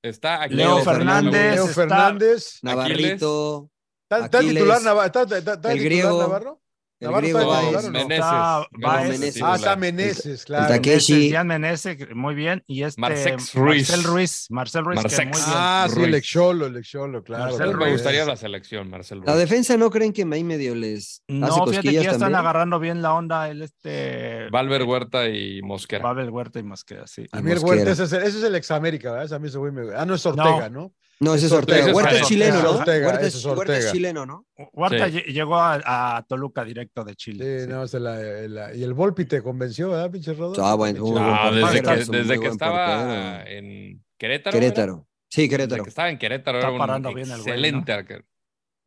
S2: Está aquí
S3: Leo
S2: el-
S3: Fernández.
S1: Leo
S3: está-
S1: Fernández.
S4: Navarrito,
S1: ¿Está, está
S4: Aquiles.
S1: titular Navarro? ¿Está, está- está
S4: El
S1: titular
S4: griego.
S1: Navarro?
S4: el
S1: Navarro
S4: griego
S1: está
S2: No,
S1: de
S4: Baez,
S1: titular, ¿no?
S2: Meneses.
S3: pues, Está este Baez.
S4: Meneses.
S1: Ah, está
S2: titular.
S1: Meneses,
S4: el
S1: claro.
S4: taque- Takeshi.
S3: Meneses, Jan Meneses, muy bien. Y este
S2: Marcés Ruiz.
S3: Marcel Ruiz. Marcel Ruiz, que
S2: Marcés.
S3: muy bien.
S1: Ah, sí,
S2: Ruiz.
S1: el Exolo, el Exolo, claro.
S3: Marcel
S2: Marcel
S3: Ruiz.
S2: Me gustaría la selección, Marcel
S4: La
S2: Ruiz.
S4: defensa no creen que ahí medio les hace
S3: No, fíjate que ya
S4: cosquillas
S3: están
S4: también.
S3: agarrando bien la onda el este
S2: Valver Huerta y Mosquera.
S3: Pavel Huerta y Mosquera, sí.
S1: A mí el
S4: Mosquera.
S1: Huerta, ese es el, ese es el Examérica, ¿verdad? Ese a mí ese güey me- Ah, no, es Ortega, ¿no?
S4: No, ese es Ortega.
S2: Ese es
S4: Huerta es
S2: Ortega.
S4: chileno, ¿no?
S1: Ese es Ortega,
S4: Huerta
S1: ese
S4: es
S1: es
S4: Huerta es
S1: Ortega.
S4: chileno, ¿no?
S3: Huerta
S2: Sí.
S3: lle- llegó a, a Toluca directo de Chile.
S1: Sí,
S3: sí.
S1: no, se la, la- y el Volpi te convenció, ¿verdad, pinche Rodo?
S4: Ah, bueno,
S1: Pinche
S4: muy buen
S2: Ah,
S1: Volpi.
S2: desde
S4: portero,
S2: que,
S4: es un muy
S2: desde que
S4: buen
S2: estaba
S4: portero.
S2: en Querétaro. ¿era?
S4: Querétaro. Sí,
S2: Desde
S4: Querétaro.
S2: que estaba en Querétaro
S3: Está
S2: era un
S3: parando bien el güey,
S2: excelente arquero.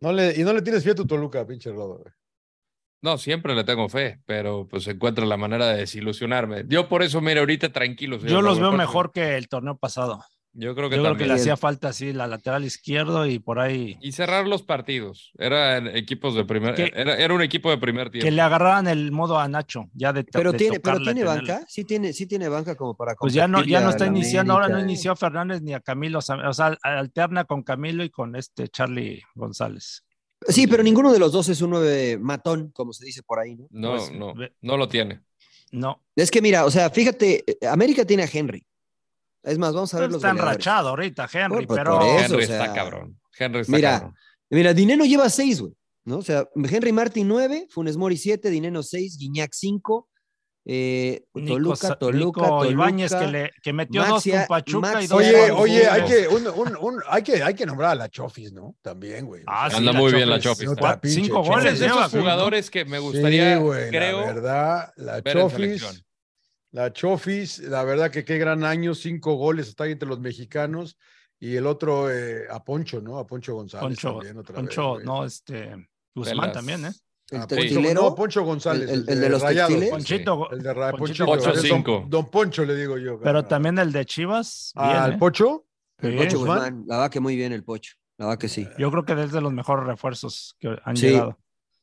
S1: No le, y no le tienes fe a tu Toluca, pinche Rodo. güey.
S2: No, siempre le tengo fe, pero pues encuentra la manera de desilusionarme. Yo por eso, mira, ahorita tranquilo. señor
S3: Yo los veo
S2: Roberto.
S3: mejor que el torneo pasado.
S2: Yo creo que
S3: Yo creo que
S2: también.
S3: le hacía falta así la lateral izquierdo y por ahí.
S2: Y cerrar los partidos. Eran equipos de primer.
S3: Que-
S2: Era, era un equipo de primer tiempo.
S3: Que le agarraran el modo a Nacho, ya de
S4: Pero
S3: de
S4: tiene, pero
S3: tocarla,
S4: tiene
S3: tenerla.
S4: banca, sí tiene, sí tiene banca como para
S3: Pues ya no, ya
S4: competirle
S3: no
S4: a
S3: está
S4: la
S3: iniciando, ahora no
S4: América. ¿eh?
S3: inició a Fernández ni a Camilo, Sam- o sea, alterna con Camilo y con este Charlie González.
S4: Sí, pero ninguno de los dos es un 9 matón, como se dice por ahí, ¿no?
S2: No,
S3: Pues,
S2: no,
S3: ve-
S2: no lo tiene.
S3: No,
S4: Es que mira, o sea, fíjate, eh, América tiene a Henry. Es más, vamos a ver los
S3: Pues está
S4: goleadores.
S3: enrachado ahorita Henry,
S4: Pues, pues,
S3: pero
S4: por eso.
S2: Henry
S4: o sea,
S2: está cabrón. Henry está
S4: mira,
S2: cabrón.
S4: Mira, Dineno lleva 6, güey, ¿no? O sea, Henry Martin 9, Funes Mori 7, Dineno 6, Guiñac 5, eh,
S3: Nico
S4: Toluca,
S3: Sa-
S4: Toluca,
S3: Nico
S4: Toluca.
S3: Ibáñez que, le, que metió
S4: Maxi-
S3: dos con Pachuca
S4: Maxi-
S3: y dos
S1: Oye,
S3: con
S1: oye, hay
S3: Pumas.
S1: que, un, un, un- hay que, hay que nombrar a la Chofis, ¿no? También, güey.
S3: Ah, sí,
S2: Anda muy bien la
S3: Chofis.
S2: Chofis.
S1: Otra
S3: Cuatro-
S1: pinche
S3: cinco
S1: Chofis.
S2: ¿Cuál
S3: goles
S2: es de
S1: Sí,
S3: lleva,
S2: esos
S3: güey, ¿no?
S2: jugadores que me gustaría,
S1: güey,
S2: creo,
S1: La verdad, la
S2: ver en
S1: Chofis.
S2: selección?
S1: La Chofis, la verdad que qué gran año, cinco goles, está ahí entre los mexicanos. Y el otro eh, a Poncho, ¿no? A Poncho González.
S3: Poncho,
S1: también, otra
S3: Poncho,
S1: vez, güey.
S3: no, este,
S2: de
S3: Guzmán
S2: las-
S3: también, ¿eh?
S4: El
S1: Ah,
S4: textilero.
S1: Poncho, no, Poncho González.
S4: el- el- el de los
S1: Rayados.
S4: textiles.
S3: Ponchito,
S1: El de Ra- Ponchito.
S3: Ponchito González.
S1: Don-
S2: 8-5.
S1: Don, Poncho le digo yo.
S3: pero
S1: carnal.
S3: también el de Chivas, bien,
S1: Ah, ¿Al
S3: ¿eh?
S1: Pocho?
S4: El
S3: Sí.
S4: Pocho
S1: Guzmán.
S4: Guzmán, la va que muy bien el Pocho, la va que sí.
S3: Yo creo que es de los mejores refuerzos que han
S4: Sí.
S3: llegado.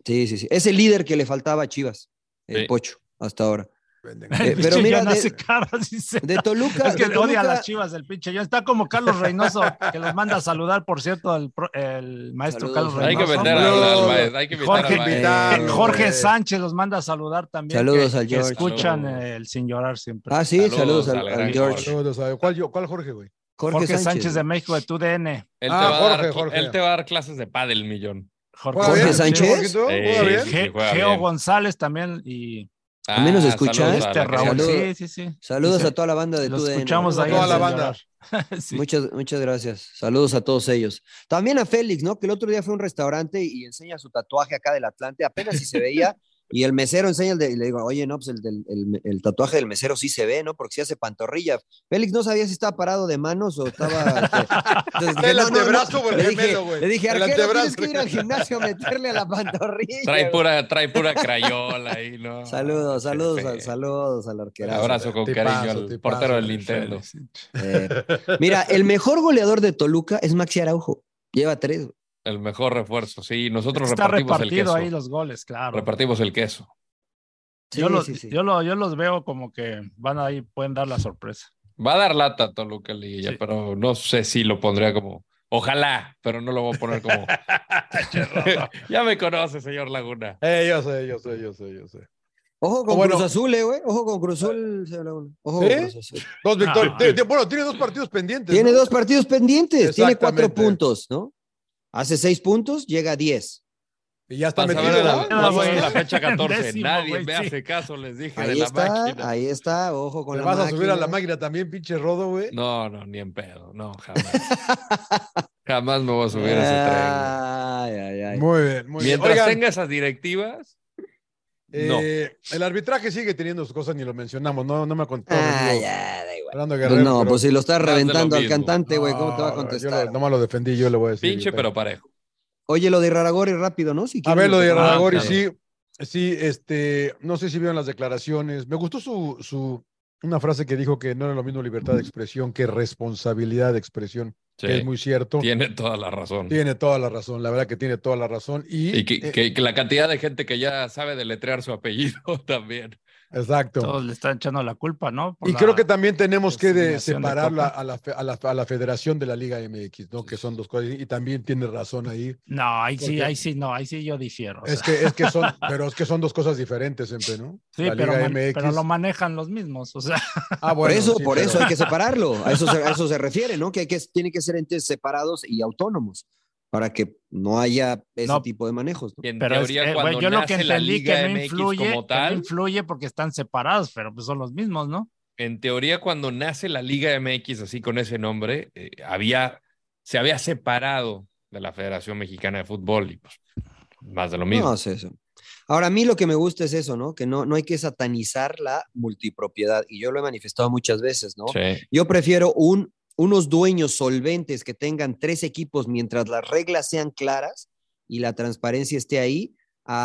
S4: Sí, sí, sí. Es el líder que le faltaba a Chivas, el
S2: Sí.
S4: Pocho, hasta ahora.
S1: Venden-
S3: El
S4: Eh, pero
S3: pinche
S4: mira,
S3: Jan
S4: de-
S3: hace caras, dice.
S4: De Toluca.
S3: Es que
S4: de
S3: le odia a
S4: Toluca-
S3: las chivas el pinche. Ya está como Carlos Reynoso, que los manda a saludar, por cierto, el, pro- el maestro
S4: Saludos,
S3: Carlos
S4: saludos.
S2: Hay que
S3: Reynoso.
S2: meter al,
S1: Saludos.
S2: al Baez, hay que meter
S3: Jorge-
S2: al Baez.
S1: Invitarlo,
S3: Jorge
S1: güey.
S3: Sánchez los manda a saludar también.
S4: Saludos
S3: que-
S4: al
S3: que
S4: George.
S3: escuchan
S2: Saludos.
S3: eh, el sin llorar siempre.
S4: Ah, sí, saludos,
S2: Saludos
S4: al,
S2: al
S4: al
S2: gran
S4: George. Jorge,
S2: Jorge.
S1: Saludos a- ¿Cuál, yo- ¿Cuál Jorge, güey?
S3: Jorge
S4: Sánchez.
S3: Sánchez de México de TUDN.
S2: Él,
S1: Ah,
S2: te va a dar,
S1: Jorge, Jorge.
S2: él te va a dar clases de pádel, millón.
S3: Jorge,
S1: ¿Juega bien,
S4: Sánchez?
S1: Jorgito? ¿Juega
S2: Sí,
S1: bien?
S2: sí,
S3: Ge-
S2: juega
S3: Geo
S2: bien.
S3: González también y
S4: ¿A mí nos escucha?
S2: Ah, saludos a
S3: este
S2: la
S3: Raúl.
S2: Carioca.
S4: ¿Eh? Saludos.
S3: Sí, sí, sí.
S4: Saludos
S3: Dice,
S4: a toda la banda de
S3: Los
S4: TUDN.
S3: escuchamos
S1: A
S3: ahí.
S1: toda
S3: en
S1: la
S3: Sin
S1: banda.
S3: Llorar. Sí.
S4: Muchas, muchas gracias. Saludos a todos ellos. También a Félix, ¿no? Que el otro día fue a un restaurante y enseña su tatuaje acá del Atlante, apenas si se veía. Y el mesero enseña el de, y le digo, oye, no, pues el, del- el- el tatuaje del mesero sí se ve, ¿no? Porque sí hace pantorrilla. Félix no sabía si estaba parado de manos o estaba. este, entonces dije,
S1: El
S4: "No, no, no".
S1: antebrazo, güey,
S4: Le
S1: el
S4: dije,
S1: gemelo, güey.
S4: le dije,
S1: El
S4: "Arquero, tienes
S1: antebrazo".
S4: que ir al gimnasio a meterle a la pantorrilla.
S2: Trae
S4: güey".
S2: pura, trae pura crayola ahí, ¿no?
S4: Saludos, saludos,
S2: Qué
S4: al-
S2: feo.
S4: saludos
S1: Pues
S4: al
S2: Un
S4: arquerazo.
S2: abrazo con
S1: Tipazo,
S2: cariño al
S1: tipazo,
S2: portero del
S1: el
S2: Nintendo.
S4: Eh, mira, el mejor goleador de Toluca es Maxi Araujo. Lleva tres. güey.
S2: El mejor refuerzo, sí. Nosotros
S3: Este Está
S2: repartimos el
S3: repartido
S2: queso.
S3: ahí los goles, claro.
S2: Repartimos el queso.
S3: yo,
S4: Sí,
S3: los,
S4: sí, sí.
S3: Yo, lo- yo los veo como que van ahí, pueden dar la sorpresa.
S2: Va a dar lata Toluca en Liguilla,
S3: Sí.
S2: pero no sé si lo pondría como. Ojalá, pero no lo voy a poner como. ya me conoce, señor Laguna.
S1: Eh, yo sé, yo sé, yo sé, yo sé.
S4: Ojo con
S1: O Ah, bueno-
S4: Cruz Azul, eh, güey. Ojo con Cruz Azul. señor Laguna. Ojo
S1: ¿Sí?
S4: con Cruz Azul.
S1: Dos
S3: No.
S1: victorias. Tiene- tiene- Bueno, tiene dos partidos pendientes.
S4: Tiene
S1: ¿no?
S4: dos partidos pendientes. Tiene cuatro
S1: Exactamente.
S4: puntos, ¿no? Hace seis puntos, llega a diez.
S1: Y ya está
S2: Vas a
S1: metido.
S2: ver a la,
S3: Ah,
S1: ¿no?
S2: vas a ver a
S3: güey.
S2: la fecha 14.
S3: Décimo,
S2: Nadie
S3: güey,
S2: me
S3: sí.
S2: hace caso, les dije de
S4: Ahí
S2: la
S4: está,
S2: máquina.
S4: ahí está. Ojo con
S1: Le
S4: la
S1: vas a subir a la
S4: máquina.
S1: máquina también, pinche rodo, güey.
S2: No, no, ni en pedo. No, jamás. jamás me voy a subir a
S4: Ah,
S2: ese tren. güey.
S4: Ay, ay, ay.
S1: Muy bien, muy bien.
S2: Mientras
S1: Oigan,
S2: tenga esas directivas,
S1: Eh, El arbitraje sigue teniendo sus cosas, ni lo mencionamos, no, no me ha contado.
S4: Ah,
S1: amigo
S4: ya, da igual.
S1: Fernando
S4: Pues
S1: Guerrero,
S4: no,
S1: pero-
S4: pues si lo
S2: más
S4: estás
S2: de lo
S4: reventando al
S2: mismo.
S4: cantante, güey, ¿cómo te va a
S1: No,
S4: contestar?
S1: Yo no lo defendí, yo le voy a decir.
S2: Pinche, pero parejo.
S4: Oye, lo de Iraragorri rápido, ¿no? Si
S1: A
S4: quieres,
S1: ver, lo de
S4: tocamos.
S2: Ah,
S1: Iraragorri,
S2: claro.
S1: sí, sí, este, no sé si vieron las declaraciones. Me gustó su, su, una frase que dijo que no era lo mismo libertad de expresión que responsabilidad de expresión,
S2: Sí,
S1: que es muy cierto.
S2: Tiene toda la razón.
S1: Tiene toda la razón, la verdad que tiene toda la razón. Y,
S2: Y que,
S1: eh,
S2: que- que la cantidad de gente que ya sabe deletrear su apellido también.
S1: exacto.
S3: Todos le están echando la culpa, ¿no? Por
S1: Y
S3: la-
S1: creo que también tenemos que de-
S3: designación de
S1: separarla
S3: Copa.
S1: a la, fe- a, la, a la Federación de la Liga MX, ¿no? Que son dos cosas. Y también tiene razón ahí.
S3: No, ahí sí,
S1: Porque-
S3: ahí sí, no, ahí sí yo difiero. o
S1: Es
S3: sea,
S1: que, es que son, pero es que son dos cosas diferentes siempre, ¿no?
S3: sí,
S1: La
S3: pero,
S1: Liga
S3: man- pero lo manejan los mismos. O sea,
S1: Ah,
S4: Por
S1: bueno,
S4: eso,
S1: sí,
S4: por
S1: pero-
S4: eso hay que separarlo. A eso se, a eso se refiere, ¿no? Que, hay que tienen que ser entes separados y autónomos para que no haya ese
S3: No.
S4: tipo de manejos. ¿no?
S2: Y en
S3: pero es
S2: teoría,
S3: que, güey,
S2: cuando
S3: yo lo que
S2: nace la
S3: entendí
S2: Liga
S3: que no
S2: MX como
S3: influye, que no
S2: tal,
S3: influye porque están separados, pero pues son los mismos, ¿no?
S2: en teoría, cuando nace la Liga MX así con ese nombre, eh, había, se había separado de la Federación Mexicana de Fútbol y pues, más de lo mismo.
S4: No, es eso. Ahora, a mí lo que me gusta es eso, ¿no? Que no, no hay que satanizar la multipropiedad. Y yo lo he manifestado muchas veces, ¿no?
S2: Sí.
S4: Yo prefiero un, unos dueños solventes que tengan tres equipos mientras las reglas sean claras y la transparencia esté ahí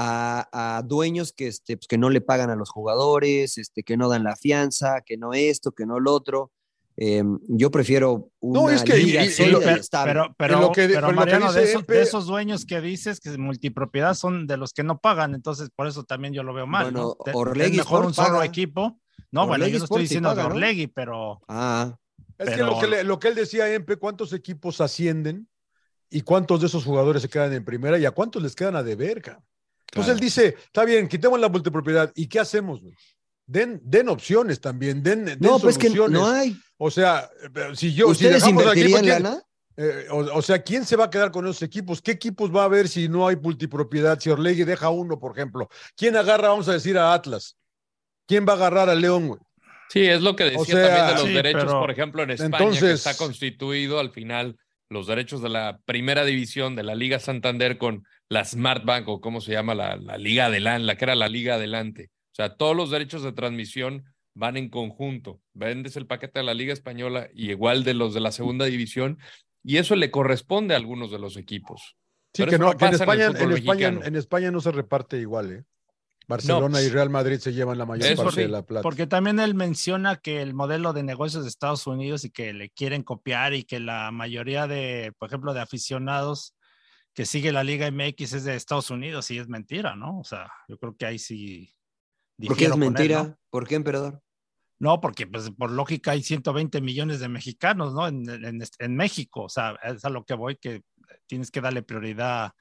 S4: a, a dueños que, este, pues, que no le pagan a los jugadores, este, que no dan la fianza, que no esto, que no lo otro. Eh, yo prefiero una
S1: es que-
S4: liga
S1: y- y-
S3: Sí,
S1: lo
S4: sólida y
S1: que-
S3: pero,
S4: estable.
S3: pero, pero,
S1: lo que-
S3: pero
S1: pero lo que
S3: Mariano, de,
S1: dice
S3: eso-
S1: Empe-
S3: de esos dueños que dices que es multipropiedad son de los que no pagan, entonces por eso también yo lo veo mal.
S4: Bueno,
S3: ¿no? Te-
S4: Orlegui
S3: es mejor un
S4: Sport
S3: solo
S4: paga.
S3: equipo. No, bueno,
S4: Orlegui
S3: yo no
S4: Sport
S3: estoy
S4: sí
S3: diciendo
S4: paga,
S3: de
S4: ¿no?
S3: Orlegui, pero
S4: Ah,
S1: Es que,
S3: Pero-
S1: lo que, le- lo que él decía, Empe, ¿cuántos equipos ascienden y cuántos de esos jugadores se quedan en primera y a cuántos les quedan a deber? cabrón? Entonces él dice, está bien, quitemos la multipropiedad. ¿Y qué hacemos? güey? Den, den opciones también, den, den
S4: no, pues que
S1: soluciones.
S4: no hay.
S1: O sea, eh, si yo, si
S4: ¿Ustedes
S1: dejamos aquí,
S4: invertirían
S1: ¿quién-
S4: lana?
S1: eh, o, o sea, ¿quién se va a quedar con esos equipos? ¿Qué equipos va a haber si no hay multipropiedad? Si Orlegui deja uno, por ejemplo. ¿Quién agarra, vamos a decir, a Atlas? ¿Quién va a agarrar a León, güey?
S2: Sí, es lo que decía
S1: sea,
S2: también de los
S3: Sí,
S2: derechos,
S3: pero-
S2: por ejemplo, en España, que
S1: Entonces-
S2: está constituido al final los derechos de la primera división de la Liga Santander con la Smart Bank o cómo se llama la, la Liga Adelante, la que era la Liga Adelante. O sea, todos los derechos de transmisión van en conjunto. Vendes el paquete de la Liga Española y igual de los de la segunda división, y eso le corresponde a algunos de los equipos.
S1: Sí,
S2: Pero
S1: que
S2: eso
S1: no,
S2: no
S1: que en
S2: pasa en el
S1: España, en,
S2: fútbol
S1: España,
S2: mexicano.
S1: en España no se reparte igual, ¿eh? Barcelona
S2: No.
S1: y Real Madrid se llevan la mayor
S2: Es
S1: parte
S2: porque-
S1: de la plata.
S3: porque también él menciona que el modelo de negocios de Estados Unidos y que le quieren copiar y que la mayoría de, por ejemplo, de aficionados que sigue la Liga MX es de Estados Unidos y es mentira, ¿no? O sea, yo creo que ahí sí.
S4: ¿Por qué
S3: difiero
S4: es
S3: con él,
S4: mentira?
S3: ¿no?
S4: ¿Por qué, emperador?
S3: No, porque pues, por lógica hay 120 millones de mexicanos, ¿no? En, en- en México, o sea, es a lo que voy, que tienes que darle prioridad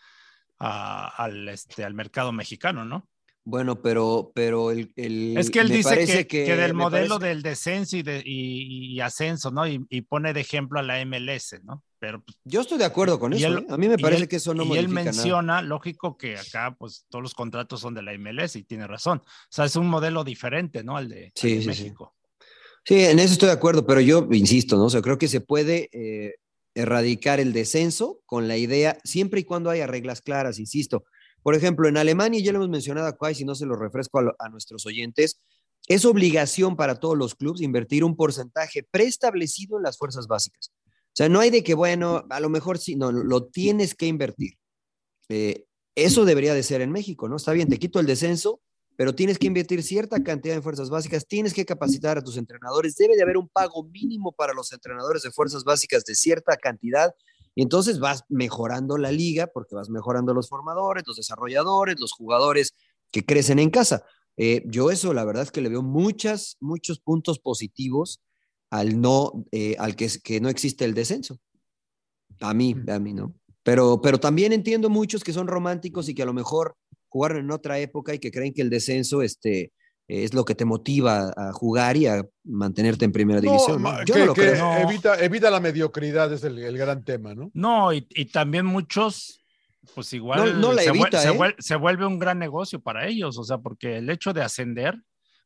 S3: a- al, este, al mercado mexicano, ¿no?
S4: Bueno, pero, pero el, el-
S3: Es que él
S4: me
S3: dice
S4: parece
S3: que, que del
S4: me
S3: modelo
S4: parece-
S3: del descenso y, de, y, y ascenso, ¿no? Y, y pone de ejemplo a la MLS, ¿no? Pero pues,
S4: Yo estoy de acuerdo con
S3: Y
S4: eso.
S3: él-
S4: ¿eh? A mí me
S3: y
S4: parece
S3: él-
S4: que eso no
S3: y él
S4: modifica nada.
S3: menciona, lógico, que acá pues todos los contratos son de la MLS y tiene razón. O sea, es un modelo diferente, ¿no? Al de, al
S4: Sí,
S3: de
S4: sí, sí.
S3: México.
S4: Sí, en eso estoy de acuerdo, pero yo insisto, ¿no? O sea, creo que se puede eh, erradicar el descenso con la idea, siempre y cuando haya reglas claras, insisto. Por ejemplo, en Alemania, y ya lo hemos mencionado acá, y si no se lo refresco a, lo- a nuestros oyentes, es obligación para todos los clubes invertir un porcentaje preestablecido en las fuerzas básicas. O sea, no hay de que, bueno, a lo mejor sí, no, lo tienes que invertir. Eh, eso debería de ser en México, ¿no? Está bien, te quito el descenso, pero tienes que invertir cierta cantidad en fuerzas básicas, tienes que capacitar a tus entrenadores, debe de haber un pago mínimo para los entrenadores de fuerzas básicas de cierta cantidad, y entonces vas mejorando la liga porque vas mejorando los formadores, los desarrolladores, los jugadores que crecen en casa. Eh, yo eso, la verdad es que le veo muchas, muchos puntos positivos al no, eh, al que, es- que no existe el descenso. A mí, a mí no. Pero, pero también entiendo muchos que son románticos y que a lo mejor jugaron en otra época y que creen que el descenso este, eh, es lo que te motiva a jugar y a mantenerte en primera
S1: No,
S4: división. ¿no?
S1: ma-
S4: Yo
S1: que-
S4: no lo
S1: que
S4: creo.
S3: No.
S1: evita, evita la mediocridad, es el, el gran tema, ¿no?
S3: No, y, y también muchos, pues igual
S4: no la
S3: se, vuel-
S4: evita,
S3: se
S4: ¿eh?
S3: vuel- se vuelve un gran negocio para ellos, o sea, porque el hecho de ascender,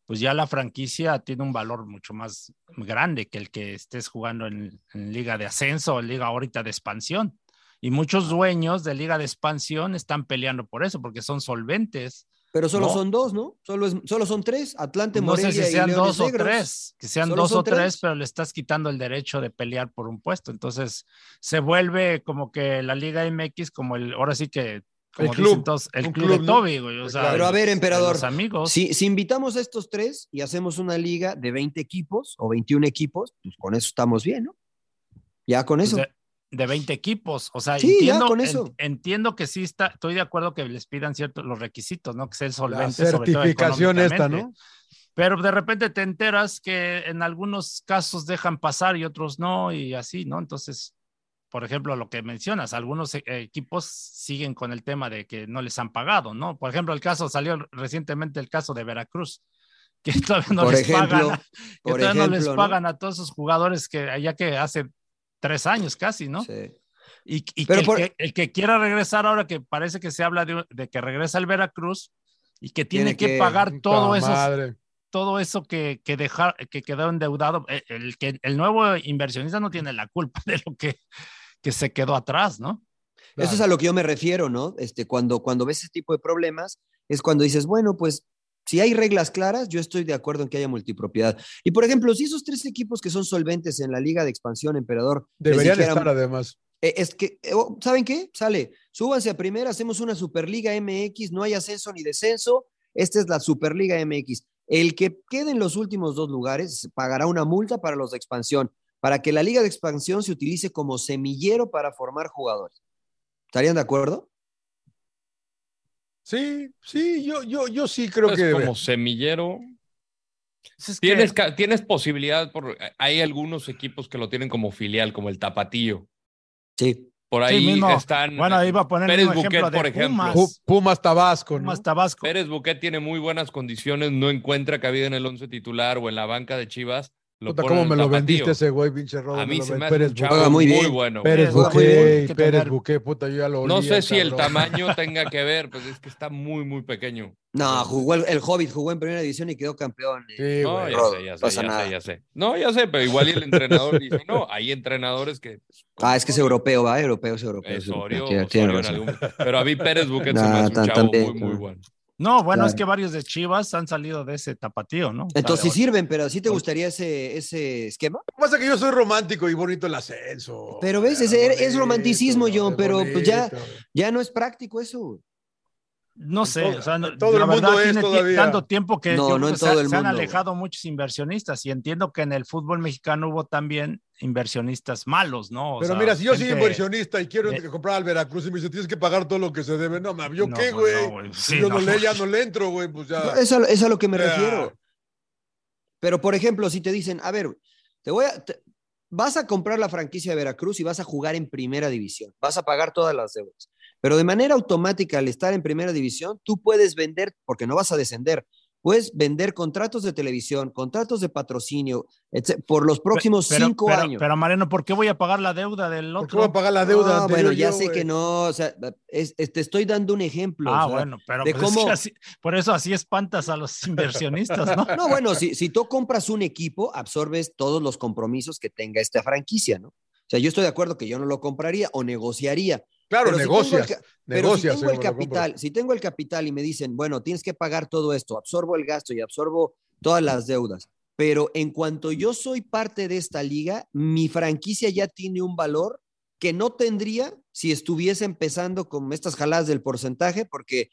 S3: pues ya la franquicia tiene un valor mucho más grande que el que estés jugando en, en liga de ascenso o en liga ahorita de expansión.
S4: Ah.
S3: Y muchos dueños de liga de expansión están peleando por eso, porque son solventes.
S4: Pero solo
S3: No.
S4: son dos, ¿no? Solo, es, solo son tres, Atlante,
S3: No
S4: Morelia
S3: sé si
S4: y
S3: sean
S4: Leones
S3: dos o
S4: Negros.
S3: tres, que sean
S4: Solo
S3: dos
S4: son
S3: o tres,
S4: tres.
S3: pero le estás quitando el derecho de pelear por un puesto. Entonces se vuelve como que la Liga MX, como el, ahora sí que, como
S1: El
S3: dicen
S1: club,
S3: todos, el
S1: un
S3: club,
S1: club,
S3: de
S1: ¿no?
S3: Toby, güey, o sea,
S4: Pero a ver, emperador,
S3: los amigos.
S4: Si, si invitamos a estos tres y hacemos una liga de 20 equipos o 21 equipos, pues con eso estamos bien, ¿no? Ya con eso.
S3: De, pues, de 20 equipos. O sea,
S4: Sí, ya,
S3: entiendo,
S4: con
S3: en-
S4: eso.
S3: entiendo que sí está, estoy de acuerdo que les pidan ciertos los requisitos, ¿no? Que sea
S1: La
S3: solvente. sobre todo
S1: certificación esta,
S3: económicamente.
S1: ¿no?
S3: Pero de repente te enteras que en algunos casos dejan pasar y otros no, y así, ¿no? Entonces, por ejemplo, lo que mencionas, algunos eh, equipos siguen con el tema de que no les han pagado, ¿no? Por ejemplo, el caso salió recientemente el caso de Veracruz, que todavía no
S4: por
S3: les
S4: ejemplo,
S3: pagan, que
S4: por
S3: todavía
S4: ejemplo,
S3: no les
S4: ¿no?
S3: pagan a todos esos jugadores que allá que hace tres años casi, ¿no?
S4: Sí.
S3: Y, y
S4: Pero
S3: que,
S4: por-
S3: el que el que quiera regresar ahora que parece que se habla de, de que regresa al Veracruz y que tiene,
S4: Tiene
S3: que,
S4: que-
S1: Puta
S3: pagar todo eso,
S1: madre.
S3: todo eso que, que dejar, que quedó endeudado. Eh, El, que, el nuevo inversionista no tiene la culpa de lo que, que se quedó atrás, ¿no?
S4: Eso es a lo que yo me refiero, ¿no? Este, cuando, cuando ves ese tipo de problemas, es cuando dices, bueno, pues si hay reglas claras, yo estoy de acuerdo en que haya multipropiedad. Y por ejemplo, si esos tres equipos que son solventes en la Liga de Expansión, Emperador, les
S1: Deberían
S4: dijera-
S1: estar además.
S4: Eh, Es que, eh, oh, ¿saben qué? Sale, súbanse a primera, hacemos una Superliga MX, no hay ascenso ni descenso, esta es la Superliga MX. El que quede en los últimos dos lugares pagará una multa para los de expansión, para que la liga de expansión se utilice como semillero para formar jugadores. ¿Estarían de acuerdo?
S1: Sí, sí, yo, yo, yo sí creo
S2: Es
S1: que.
S2: como semillero.
S3: Pues es que-
S2: Tienes, ca- tienes posibilidad, por, hay algunos equipos que lo tienen como filial, como el Tapatío.
S4: Sí.
S2: Por
S3: Sí,
S2: ahí
S3: mismo.
S2: están.
S3: bueno, iba a poner
S2: Pérez
S3: un ejemplo
S2: Buquet, por
S3: de
S2: ejemplo.
S3: Pumas,
S1: Pu- Pumas Tabasco, ¿no?
S3: Pumas Tabasco.
S2: Pérez Buquet tiene muy buenas condiciones, no encuentra cabida en el once titular o en la banca de Chivas. Lo
S1: Puta,
S2: ponen
S1: ¿Cómo
S2: en
S1: me lo
S2: Tapatío.
S1: vendiste ese güey, pinche Rodo?
S2: A mí
S1: lo
S2: se
S1: ven-
S2: me hace
S1: Pérez
S2: un chavo
S4: Juega muy
S2: muy,
S4: bien.
S2: bueno.
S1: Pérez
S3: Juega muy bien, hay
S1: Buqué,
S3: que
S1: Pérez
S3: tener-
S1: Buqué, puta, yo ya lo
S2: No
S1: olía,
S2: sé si el
S1: cabrón.
S2: tamaño tenga que ver, pues es que está muy, muy pequeño.
S4: No, jugó el, el Hobbit, jugó en primera división y quedó campeón. eh.
S1: Sí,
S2: No,
S1: güey.
S2: ya
S4: Rodo,
S2: sé, ya sé,
S4: pasa
S2: ya
S4: nada.
S2: sé, ya sé. No, ya sé, pero igual y el entrenador dice, no, hay entrenadores que...
S4: Ah, es que es europeo, va, europeo es europeo.
S2: Es
S4: es europeo.
S2: Osorio,
S4: Tiene- tiene
S2: Osorio en
S4: razón.
S2: algún- Pero a mí Pérez Buquet se me
S4: Nah,
S2: hace un
S4: tan-
S2: chavo
S4: también,
S2: muy, muy
S4: no.
S2: bueno.
S3: No, bueno,
S4: Claro.
S3: es que varios de Chivas han salido de ese tapatío, ¿no?
S4: Entonces sí
S3: sí
S4: sirven, pero ¿sí te
S2: Pues
S4: gustaría ese, ese esquema?
S1: Lo que pasa es que yo soy romántico y bonito el ascenso.
S4: Pero ves,
S1: Era
S4: ese- es
S1: bonito,
S4: romanticismo,
S1: era
S4: John, pero, pues, ya-
S1: bonito.
S4: Ya no es práctico eso.
S3: No sé,
S1: todo-
S3: o sea, no-
S1: en todo
S3: la
S1: el mundo
S3: verdad
S1: es
S3: tiene tie-
S1: todavía.
S3: tanto tiempo que
S4: No,
S3: yo
S4: no
S3: creo
S4: en
S3: que se,
S4: todo
S3: ha-
S4: el
S3: se han
S4: mundo, güey.
S3: alejado muchos inversionistas y entiendo que en el fútbol mexicano hubo también inversionistas malos, ¿no? O
S1: Pero
S3: sea,
S1: mira, si yo soy
S3: gente-
S1: inversionista y
S4: Eh.
S1: quiero
S3: de-
S1: comprar al Veracruz y me dice, tienes que pagar todo lo que se debe. No, mames, ¿yo
S3: No,
S1: qué,
S3: pues
S1: güey?
S3: no, güey, sí,
S1: yo no
S3: no.
S1: le, ya no le entro, güey, pues ya.
S4: Es a, es a lo que me
S1: Ya.
S4: refiero. Pero, por ejemplo, si te dicen, a ver, te voy a, te- vas a comprar la franquicia de Veracruz y vas a jugar en primera división, vas a pagar todas las deudas. Pero de manera automática, al estar en primera división, tú puedes vender, porque no vas a descender, puedes vender contratos de televisión, contratos de patrocinio, etc., por los próximos
S3: Pero-
S4: cinco
S3: pero-
S4: años.
S3: Pero Mariano, ¿por qué voy a pagar la deuda del
S1: ¿Por qué voy a
S3: otro?
S1: pagar la deuda?
S4: No,
S1: anterior
S4: bueno, ya
S1: yo,
S4: sé
S1: güey?
S4: que no, o sea, es- es- te estoy dando un ejemplo.
S3: Ah,
S4: o sea,
S3: bueno, pero
S4: de
S3: pues es que
S4: cómo-
S3: así- por eso así espantas a los inversionistas, ¿no?
S4: No, bueno, si, si tú compras un equipo, absorbes todos los compromisos que tenga esta franquicia, ¿no? O sea, yo estoy de acuerdo que yo no lo compraría o negociaría.
S1: Claro,
S4: pero si tengo el
S1: negocias.
S4: ca- pero
S1: negocias.
S4: si tengo el
S1: según lo compro.
S4: capital, si tengo el capital y me dicen, bueno, tienes que pagar todo esto, absorbo el gasto y absorbo todas las deudas. Pero en cuanto yo soy parte de esta liga, mi franquicia ya tiene un valor que no tendría si estuviese empezando con estas jaladas del porcentaje, porque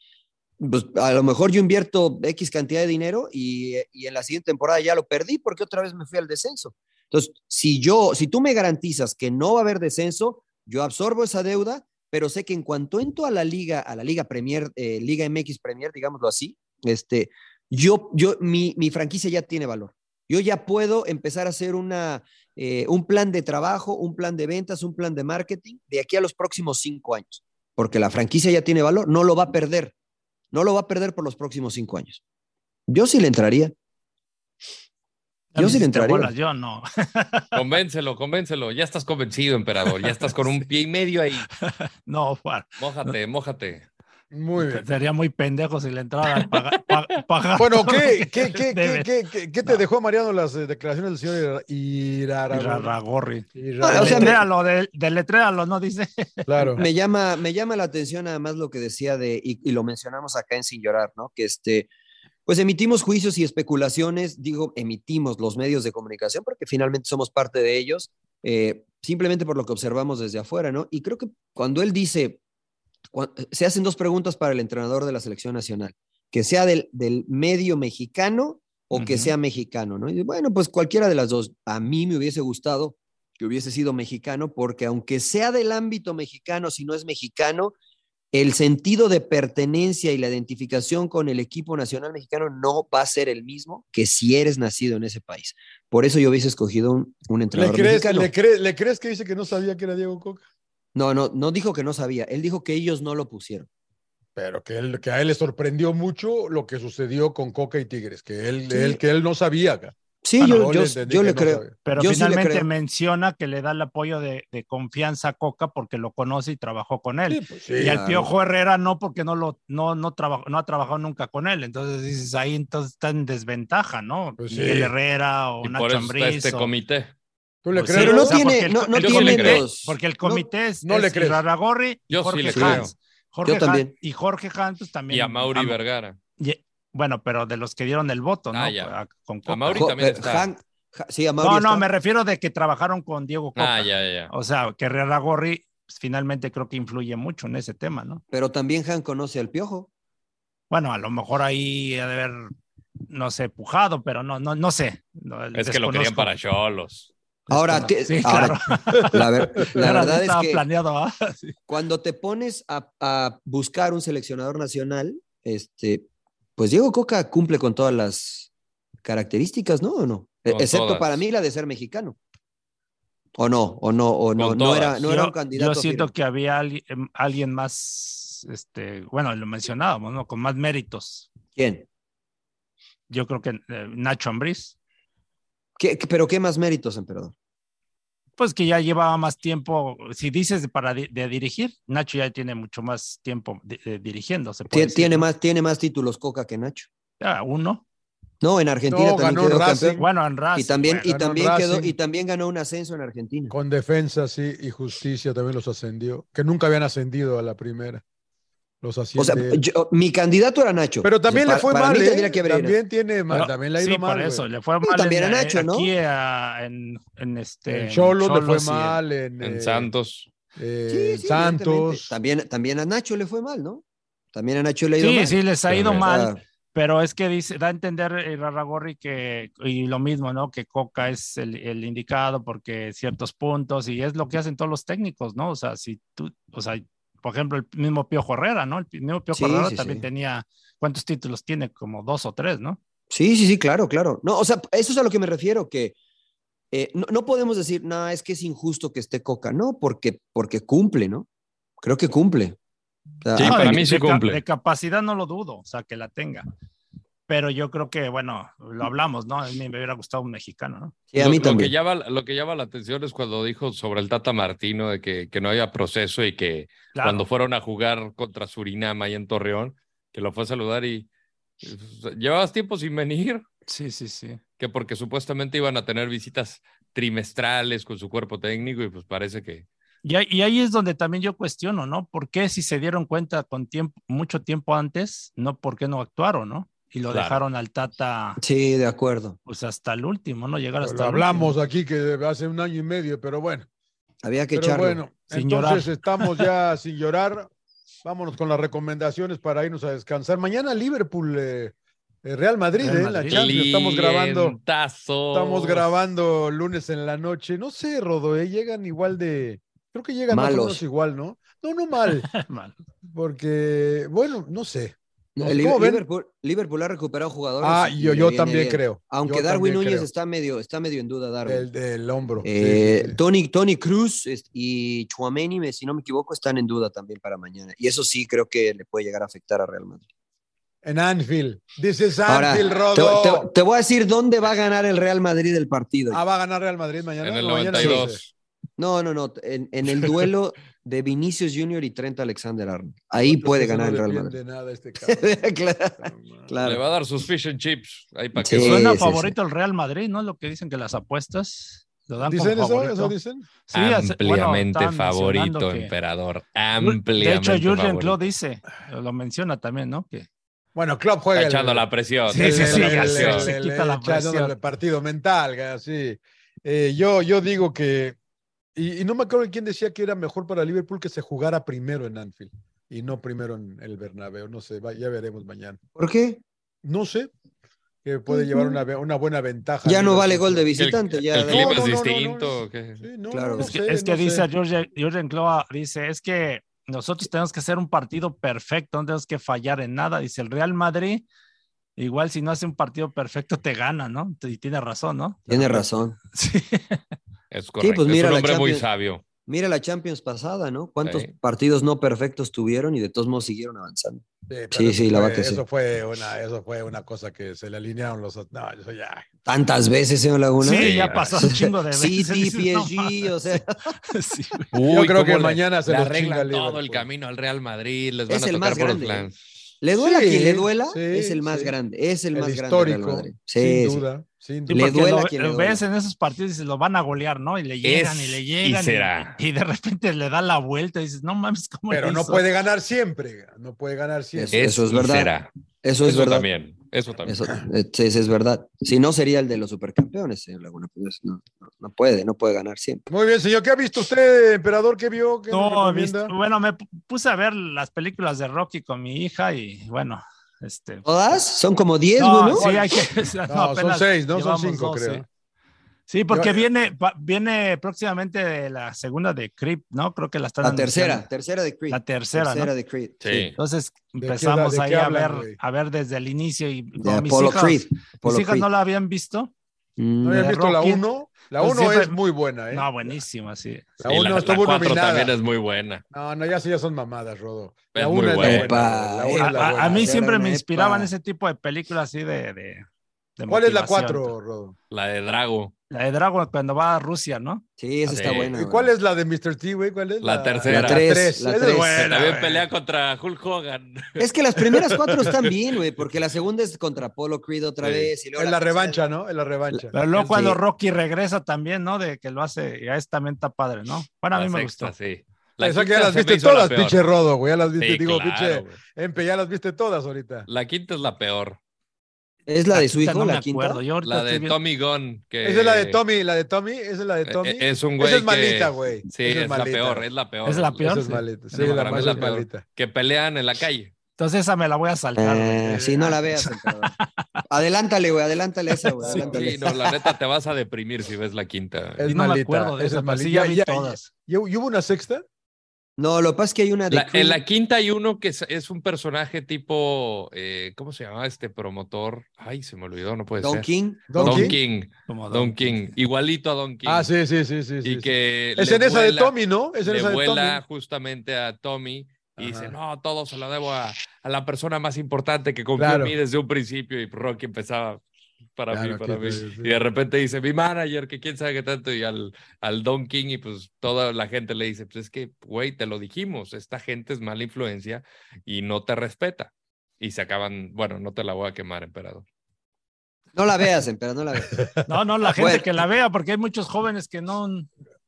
S4: pues, a lo mejor yo invierto X cantidad de dinero y, eh, y en la siguiente temporada ya lo perdí porque otra vez me fui al descenso. Entonces, si yo, si tú me garantizas que no va a haber descenso, yo absorbo esa deuda, pero sé que en cuanto entro a la liga, a la liga Premier, eh, Liga MX Premier, digámoslo así, este, yo, yo, mi, mi franquicia ya tiene valor. Yo ya puedo empezar a hacer una, eh, un plan de trabajo, un plan de ventas, un plan de marketing de aquí a los próximos cinco años, porque la franquicia ya tiene valor, no lo va a perder, no lo va a perder por los próximos cinco años. Yo sí le entraría.
S3: A mí
S4: Yo sí
S3: te
S4: le entraría.
S3: bolas, yo no.
S2: Convéncelo, convéncelo. Ya estás convencido, emperador. Ya estás con un pie y medio ahí.
S3: No, Juan,
S2: Mójate, mójate.
S1: Muy bien.
S3: Sería muy pendejo si le entraba pagar.
S1: Bueno, ¿qué, qué, qué,
S3: Debe.
S1: qué, qué- qué- qué te
S3: No.
S1: dejó Mariano las eh, declaraciones del señor Iraragorri?
S3: Rarragorri.
S1: Iraragorri,
S4: O sea, me-
S3: Deletréalo, de- deletréalo, ¿no? Dice.
S1: Claro.
S4: Me llama, me llama la atención además lo que decía de, y, y lo mencionamos acá en Sin Llorar, ¿no? Que este, pues emitimos juicios y especulaciones, digo, emitimos los medios de comunicación porque finalmente somos parte de ellos, eh, simplemente por lo que observamos desde afuera, ¿no? Y creo que cuando él dice, cua- eh, se hacen dos preguntas para el entrenador de la selección nacional, que sea del, del medio mexicano o que
S3: Ujú.
S4: sea mexicano, ¿no? Y bueno, pues cualquiera de las dos, a mí me hubiese gustado que hubiese sido mexicano, porque aunque sea del ámbito mexicano, si no es mexicano, el sentido de pertenencia y la identificación con el equipo nacional mexicano no va a ser el mismo que si eres nacido en ese país. Por eso yo hubiese escogido un, un
S1: ¿Le
S4: entrenador
S1: crees,
S4: mexicano.
S1: le crees- le crees que dice que no sabía que era Diego Coca?
S4: No, no, no dijo que no sabía. Él dijo que ellos no lo pusieron.
S1: Ah, Pero que, él, que a él le sorprendió mucho lo que sucedió con Coca y Tigres, que él,
S4: Sí.
S1: él- que él no sabía. acá.
S4: Sí,
S1: Ah, no,
S4: yo, yo, yo,
S1: entendí que
S4: le
S1: no
S4: creo.
S1: sabía.
S3: Pero
S4: Yo sí le
S3: finalmente
S4: creo.
S3: menciona que le da el apoyo de, de confianza a Coca porque lo conoce y trabajó con él.
S1: Sí, pues sí.
S3: y al
S4: claro.
S3: Piojo Herrera no, porque no, lo, no, no, trabajó, no ha trabajado nunca con él. Entonces dices, ahí entonces está en desventaja, ¿no?
S1: Pues
S3: Miguel
S1: sí.
S3: Herrera o
S2: Y
S3: Nacho
S2: por eso está
S3: Ambriz.
S2: este
S3: o-
S2: comité.
S1: ¿Tú le
S3: Pues sí,
S1: crees?
S4: Pero
S1: Raúl?
S4: no
S3: o sea,
S4: tiene-
S3: porque el
S4: no-
S3: co-
S4: no
S3: el
S2: tiene
S3: comité-
S4: los-
S3: Porque el
S4: no-
S3: comité es,
S1: no le
S3: es
S1: crees.
S3: Irarragorri,
S2: Yo sí
S3: Jorge
S2: le
S3: Hans.
S2: creo.
S3: Jorge
S4: Yo
S3: Hans-
S4: también.
S3: y Jorge Hans pues, también.
S2: Y a Mauri
S3: am-
S2: Vergara.
S3: y- bueno, pero de los que dieron el voto, ¿no?
S2: Ah, ya.
S3: A- con
S2: A
S3: Coca.
S2: Mauri
S4: Jo-
S2: también
S4: pero
S2: está.
S4: Han- Ja- sí, a Mauri
S3: No, no,
S4: está.
S3: me refiero de que trabajaron con Diego Coca.
S2: Ah, ya, ya, ya.
S3: O sea, que Irarragorri pues, finalmente creo que influye mucho en ese tema, ¿no?
S4: Pero también Han conoce al piojo.
S3: Bueno, a lo mejor ahí ha de haber, no sé, pujado, pero no, no, no sé. No,
S2: Es que lo querían
S3: desconozco.
S2: para Cholos.
S4: Ahora,
S3: Desconozco.
S4: te-
S3: Sí,
S4: Ah,
S3: claro.
S4: ahora, La, ver- la
S3: Ahora sí
S4: verdad es
S3: estaba
S4: que
S3: planeado, ¿ah? Sí.
S4: cuando te pones a, a buscar un seleccionador nacional, este, pues Diego Coca cumple con todas las características, ¿no? ¿O no? E-
S2: Con
S4: Excepto
S2: todas.
S4: para mí la de ser mexicano. O no, o no, o no.
S2: Con
S4: No era,
S2: todas.
S4: no era
S3: Yo-
S4: un candidato.
S3: Yo siento
S4: firme.
S3: que había ali- em, alguien más, este, bueno, lo mencionábamos, ¿no? Con más méritos.
S4: ¿Quién?
S3: Yo creo que eh, Nacho Ambriz,
S4: ¿Qué- qué- pero qué más méritos, emperador.
S3: pues que ya llevaba más tiempo. Si dices de- para di- de dirigir, Nacho ya tiene mucho más tiempo di- eh, dirigiendo. Se puede
S4: Tie-
S3: decir,
S4: tiene,
S3: ¿no?
S4: más, tiene más títulos Coca que Nacho.
S3: Ah, uno.
S4: No, en Argentina
S1: No,
S4: también
S1: ganó
S4: quedó
S1: Racing.
S4: campeón.
S3: Bueno, en Racing,
S4: Y también,
S3: bueno.
S4: y,
S1: ganó
S4: también quedó,
S1: Racing.
S4: y también ganó un ascenso en Argentina.
S1: Con defensa, sí, y justicia también los ascendió, que nunca habían ascendido a la primera. Los
S4: O
S1: asciende.
S4: sea,
S1: él.
S4: yo- mi candidato era Nacho.
S1: pero también
S4: Para-
S1: le fue
S4: para
S1: mal,
S4: mí
S1: ¿eh?
S4: tendría que haber ido.
S1: También tiene mal,
S3: Pero-
S1: también le ha
S3: sí,
S1: ido
S3: por
S1: mal.
S3: eso,
S1: güey.
S3: le fue
S4: Sí,
S3: mal
S4: también
S3: en, eh,
S4: a Nacho, ¿no?
S3: aquí a- en, en este
S1: En Cholos le fue
S3: y en-
S1: mal, en,
S2: En
S1: eh,
S2: Santos.
S1: eh,
S4: Sí, sí,
S1: en
S4: evidentemente.
S1: Santos.
S4: También, también a Nacho le fue mal, ¿no? También a Nacho le ha ido
S3: Sí,
S4: mal.
S3: sí, les ha ido
S2: También.
S3: mal.
S4: O sea,
S3: Pero es que dice, da a entender eh, Rarragorri que, y lo mismo, ¿no? Que Coca es el, el indicado porque ciertos puntos, y es lo que hacen todos los técnicos, ¿no? O sea, si tú, o sea, por ejemplo, el mismo Piojo Herrera, ¿no? El mismo Piojo
S4: Sí,
S3: Herrera
S4: sí,
S3: también
S4: sí.
S3: tenía, ¿cuántos títulos tiene? Como dos o tres, ¿no?
S4: sí, sí, sí, claro, claro. No, o sea, eso es a lo que me refiero, que eh, no, no podemos decir, no, es que es injusto que esté Coca. No, porque, porque cumple, ¿no? Creo que cumple. O sea,
S2: Sí,
S4: ah,
S3: No,
S2: para
S3: de-
S2: mí sí
S3: de ca-
S2: cumple.
S3: de capacidad no lo dudo, o sea, que la tenga. Pero yo creo que, bueno, lo hablamos, ¿no? A mí me hubiera gustado un mexicano, ¿no?
S4: sí, a
S2: Lo-
S4: mí
S2: lo,
S4: también.
S2: que llama, lo que llama la atención es cuando dijo sobre el Tata Martino de que, que no había proceso y que
S3: Claro.
S2: cuando fueron a jugar contra Surinam ahí en Torreón, que lo fue a saludar y eh, llevabas tiempo sin venir,
S3: Sí, sí, sí.
S2: que porque supuestamente iban a tener visitas trimestrales con su cuerpo técnico y pues parece que
S3: Y ahí, y ahí es donde también yo cuestiono, ¿no? ¿Por qué si se dieron cuenta con tiempo, mucho tiempo antes, no, por qué no actuaron, ¿no? Y lo
S2: Claro.
S3: dejaron al Tata,
S4: Sí, de acuerdo.
S3: pues hasta el último, ¿no? Llegar
S1: Pero lo
S3: hasta el
S1: hablamos
S3: último.
S1: aquí que hace un año y medio, pero bueno.
S4: Había que
S1: Pero
S4: echarlo.
S1: bueno,
S3: Sin
S1: entonces estamos ya sin llorar. Vámonos con las recomendaciones para irnos a descansar. Mañana Liverpool, eh, eh, Real Madrid,
S3: Real
S1: eh, en la
S3: Madrid.
S1: Champions. Estamos grabando.
S2: Clientazos.
S1: Estamos grabando lunes en la noche. No sé, Rodo, eh, llegan igual de. Creo que llegan más o
S4: Malos.
S1: menos igual, ¿no? No, no mal,
S3: Mal.
S1: porque, bueno, no sé.
S4: El
S1: ¿Cómo
S4: Liber-
S1: ven?
S4: Liverpool, Liverpool ha recuperado jugadores.
S1: Ah,
S4: y- y
S1: yo,
S4: le
S1: yo
S4: viene
S1: también
S4: bien.
S1: creo.
S4: Aunque
S1: Yo
S4: Darwin
S1: también
S4: Núñez
S1: creo.
S4: está medio, está medio en duda, Darwin.
S1: Del, del hombro. sí,
S4: Eh,
S1: sí, sí.
S4: Tony, Tony Cruz es- y Chuameni, me- si no me equivoco, están en duda también para mañana. Y eso sí creo que le puede llegar a afectar a Real Madrid.
S1: En Anfield. This is
S4: Ahora,
S1: Anfield,
S4: te,
S1: Rodo.
S4: te- te voy a decir dónde va a ganar el Real Madrid el partido.
S1: Ah, va a ganar Real Madrid mañana.
S2: en el
S1: Mañana,
S2: 92.
S4: No, no, no. En, en el duelo de Vinicius Junior y Trent Alexander Arnold. Ahí puede ganar el Real Madrid.
S1: De nada este cabrón.
S4: claro,
S2: Le
S4: claro.
S2: va a dar sus fish and chips. Ahí para
S4: Sí,
S2: que
S3: Suena
S4: sí, sí.
S3: favorito el Real Madrid, ¿no? Lo que dicen que las apuestas lo dan como
S1: ¿Dicen eso?
S3: favorito.
S1: ¿Eso dicen?
S3: Sí, hace- bueno,
S2: ampliamente
S3: estaban mencionando
S2: favorito,
S3: que-
S2: emperador.
S3: De
S2: Ampliamente
S3: hecho, Jurgen
S2: favorito.
S3: Klopp dice, lo menciona también, ¿no? Que
S1: Bueno, Klopp juega.
S2: Está
S1: el-
S2: echando la presión.
S3: Sí, sí,
S1: el-
S3: sí,
S1: el-
S3: ya sé,
S1: el-
S3: se
S1: el-
S3: quita la
S1: echando
S3: presión.
S1: del partido mental, ga- sí. Eh, yo, yo digo que. Y, y no me acuerdo quién decía que era mejor para Liverpool que se jugara primero en Anfield y no primero en el Bernabéu. No sé, va- ya veremos mañana.
S4: ¿Por qué?
S1: No sé, que puede llevar una, ve- una buena ventaja.
S4: Ya no
S1: Liverpool.
S4: vale gol de
S2: El,
S4: visitante.
S2: el
S4: ya da-
S1: No,
S2: clima
S1: no, no,
S2: es
S1: no, no,
S2: distinto.
S1: es-
S2: ¿qué?
S1: Sí, no,
S4: Claro.
S1: no
S4: Es
S3: que-
S1: sé,
S3: es que
S1: no sé.
S3: dice Jurgen, Jurgen Klopp, dice, es que nosotros tenemos que hacer un partido perfecto, no tenemos que fallar en nada. Dice, el Real Madrid, igual si no hace un partido perfecto, te gana, ¿no? Y tiene razón, ¿no?
S4: Tiene razón.
S3: Sí.
S2: Es correcto.
S4: pues
S2: es
S4: mira,
S2: un
S4: la
S2: hombre muy
S4: Champions-
S2: sabio.
S4: Mira la Champions pasada, ¿no? ¿Cuántos
S2: Sí.
S4: partidos no perfectos tuvieron y de todos modos siguieron avanzando?
S1: pero
S4: Sí,
S1: eso
S4: sí, la
S1: fue-
S4: verdad que sí.
S1: Eso fue, una, eso fue una cosa que se le alinearon los. No, eso ya.
S4: Tantas veces, señor Laguna.
S3: Sí,
S2: Sí,
S3: ya pasó un chingo de veces.
S4: City,
S3: dices, "No
S4: PSG, o
S3: mames".
S4: sea,
S3: Sí, güey.
S1: Yo
S2: Uy,
S1: creo que
S2: cómo le-
S1: mañana se
S2: le
S1: los
S2: arreglan
S1: chinga
S2: todo el
S1: Liverpool.
S2: camino al Real Madrid. Les van
S4: Es
S2: a
S4: el
S2: tocar
S4: más
S2: por
S4: grande.
S2: los flanes.
S4: le duela a quien le
S1: Sí,
S4: duela,
S1: sí,
S4: es el más
S1: sí.
S4: grande, es el,
S1: El
S4: más grande. del Real
S1: histórico,
S4: Madrid. Sí,
S1: sin
S4: sí.
S1: duda, sin duda.
S3: Sí,
S4: Le
S3: porque
S4: duela
S3: lo-
S4: a quien le
S3: lo
S4: duela.
S3: ves en esos partidos y se lo van a golear, ¿no? Y le llegan y
S2: Es
S3: le
S2: y
S3: llegan.
S2: será.
S3: Y, de repente le da la vuelta y dices, no mames, ¿cómo
S1: Pero
S3: le
S1: no
S3: hizo?".
S1: puede ganar siempre, no puede ganar siempre.
S4: Es- Eso
S2: y
S4: verdad.
S2: será.
S4: Eso es
S2: Eso
S4: verdad.
S2: también. Eso también.
S4: Eso, eh, sí, sí, es verdad. Si no, sería el de los supercampeones, señor Laguna. Pues, no, no- no puede, no puede ganar siempre.
S1: Muy bien, señor. ¿Qué ha visto usted, emperador? ¿Qué vio? ¿Qué nos
S3: No,
S1: recomienda?
S3: viste- bueno, me pu- puse a ver las películas de Rocky con mi hija y bueno, este.
S4: ¿Todas? Son como 10,
S3: no,
S4: güey, ¿no?
S3: sí, hay que- o sea, no,
S1: No, son
S3: apenas
S1: seis, no son
S3: llevamos
S1: cinco,
S3: 12.
S1: creo.
S3: Sí, porque
S1: Yo- eh,
S3: viene, va- viene próximamente la segunda de Creep, ¿no? Creo que la están
S4: La tercera,
S3: anunciando.
S4: tercera de Creed.
S3: La tercera, ¿no?
S4: de Creed.
S2: Sí.
S3: Entonces
S1: qué-
S3: empezamos
S1: de qué
S3: ahí a
S1: hablan,
S3: ver,
S1: güey?
S3: a ver desde el inicio y
S4: De
S3: con mis
S4: Apollo
S3: hijas.
S4: Creed.
S3: Mis
S4: Apollo
S3: hijas
S4: Creed.
S3: no la habían visto.
S4: Mm,
S1: ¿No habían
S3: de
S1: visto la
S3: Rocky.
S1: 1? La
S3: Pues
S1: 1
S3: sí,
S1: es
S3: pero-
S1: muy buena, ¿eh?
S3: No, buenísima, sí.
S1: La
S2: Y
S1: 1
S2: la, la
S1: estuvo
S2: cuatro
S1: nominada.
S2: también es muy buena.
S1: No, no, ya sí, ya son mamadas, Rodo.
S2: Es
S1: La
S2: muy
S1: 1 es la
S2: buena.
S1: buena. güey, la una
S4: Epa,
S3: A,
S1: es la
S3: a- a
S1: buena.
S3: mí
S4: Era
S3: siempre
S4: una
S3: me inspiraban
S4: epa.
S3: ese tipo de películas así de... de- de
S1: ¿Cuál es la
S3: motivación.
S1: 4, Rodo?
S2: La de Drago.
S3: La de Dragon cuando va a Rusia, ¿no?
S4: Sí, esa
S2: Sí.
S4: está buena.
S1: ¿Y
S4: güey.
S1: cuál es la de Mr. T, güey? ¿Cuál es?
S2: La tercera.
S1: La
S2: La
S1: 3.
S4: tres, la
S1: Esa es
S4: tres.
S2: Que
S1: buena.
S2: también
S1: güey.
S2: pelea contra Hulk Hogan.
S4: Es que las primeras cuatro están bien, güey, porque la segunda es contra Apollo Creed otra
S2: Sí.
S4: vez. Y luego
S1: Es la
S4: tercera-
S1: revancha, ¿no? Es la revancha.
S3: Pero luego
S4: Sí.
S3: cuando Rocky regresa también, ¿no? De que lo hace, ya es, también está padre, ¿no? Bueno, a mí
S2: La
S3: me
S2: sexta,
S3: gustó.
S2: sí. La
S1: Eso que ya
S2: quinta
S1: las
S2: se me
S1: viste
S2: hizo la
S1: todas,
S2: peor.
S1: pinche Rodo, güey. Ya las viste,
S2: Sí,
S1: digo,
S2: claro,
S1: pinche
S2: güey.
S1: Empe, ya las viste todas ahorita.
S2: La quinta es la peor.
S4: Es la de su
S3: Ahorita
S4: hijo,
S3: Ah, no me
S4: la quinta.
S3: acuerdo, yo ahorita
S2: La de
S3: estoy viendo-
S2: Tommy Gunn. Que...
S1: Esa es la de Tommy, la de Tommy, esa es la de
S2: Eh,
S1: Tommy.
S2: eh, Es un
S1: Esa
S2: güey.
S1: es malita,
S2: que-
S1: güey.
S2: Sí,
S1: Esa es
S2: es, la
S1: malita.
S2: peor, es la peor.
S3: Es la
S1: Esa
S3: peor.
S1: es
S3: sí.
S1: malita. Sí,
S2: Para
S1: la
S2: mí
S1: más
S2: es la
S1: es
S2: peor.
S1: malita.
S2: Que pelean en la calle.
S3: Entonces esa me la voy a saltar.
S4: Eh, sí, no la veas. emperador. Adelántale, güey, adelántale esa, güey.
S3: Sí,
S4: adelántale.
S2: Sí, no, la neta te vas a deprimir si ves la quinta.
S1: Pues Es
S3: y no me
S1: malita,
S3: acuerdo de
S1: esa
S3: esa,
S1: es
S3: pero sí
S1: malita.
S3: ya vi
S1: Ya- ya-
S3: todas.
S1: ¿Y, y hubo una sexta?
S4: No, lo que pasa es que hay una de
S2: La-
S4: Creed.
S2: en la quinta hay uno que es, es un personaje tipo, eh, ¿cómo se llamaba este promotor? Ay, se me olvidó, no puede
S4: Don
S2: ser.
S4: King.
S1: Don
S2: pues,
S1: King.
S2: Don King.
S3: Como
S2: Don King, igualito a Don King.
S1: Ah, sí, sí, sí, sí.
S2: Y
S1: sí, sí.
S2: que
S1: Es
S2: le
S1: en esa de
S2: vuela-
S1: Tommy, ¿no? Es en
S2: le
S1: esa de Tommy.
S2: vuela justamente a Tommy y dice,
S1: Ajá.
S2: no, todo se lo debo a, a la persona más importante que confió
S1: Claro.
S2: en mí desde un principio y Rocky empezaba para
S1: Claro,
S2: mí, para
S1: que-
S2: mí.
S1: sí, sí.
S2: Y de repente dice, mi manager, que quién sabe qué tanto, y al, al Don King y pues toda la gente le dice, pues es que, güey, te lo dijimos, esta gente es mala influencia y no te respeta. Y se acaban, bueno, no te la voy a quemar, emperador.
S4: No la veas, emperador, no la veas.
S3: No, no, la gente
S4: Bueno.
S3: que la vea, porque hay muchos jóvenes que no.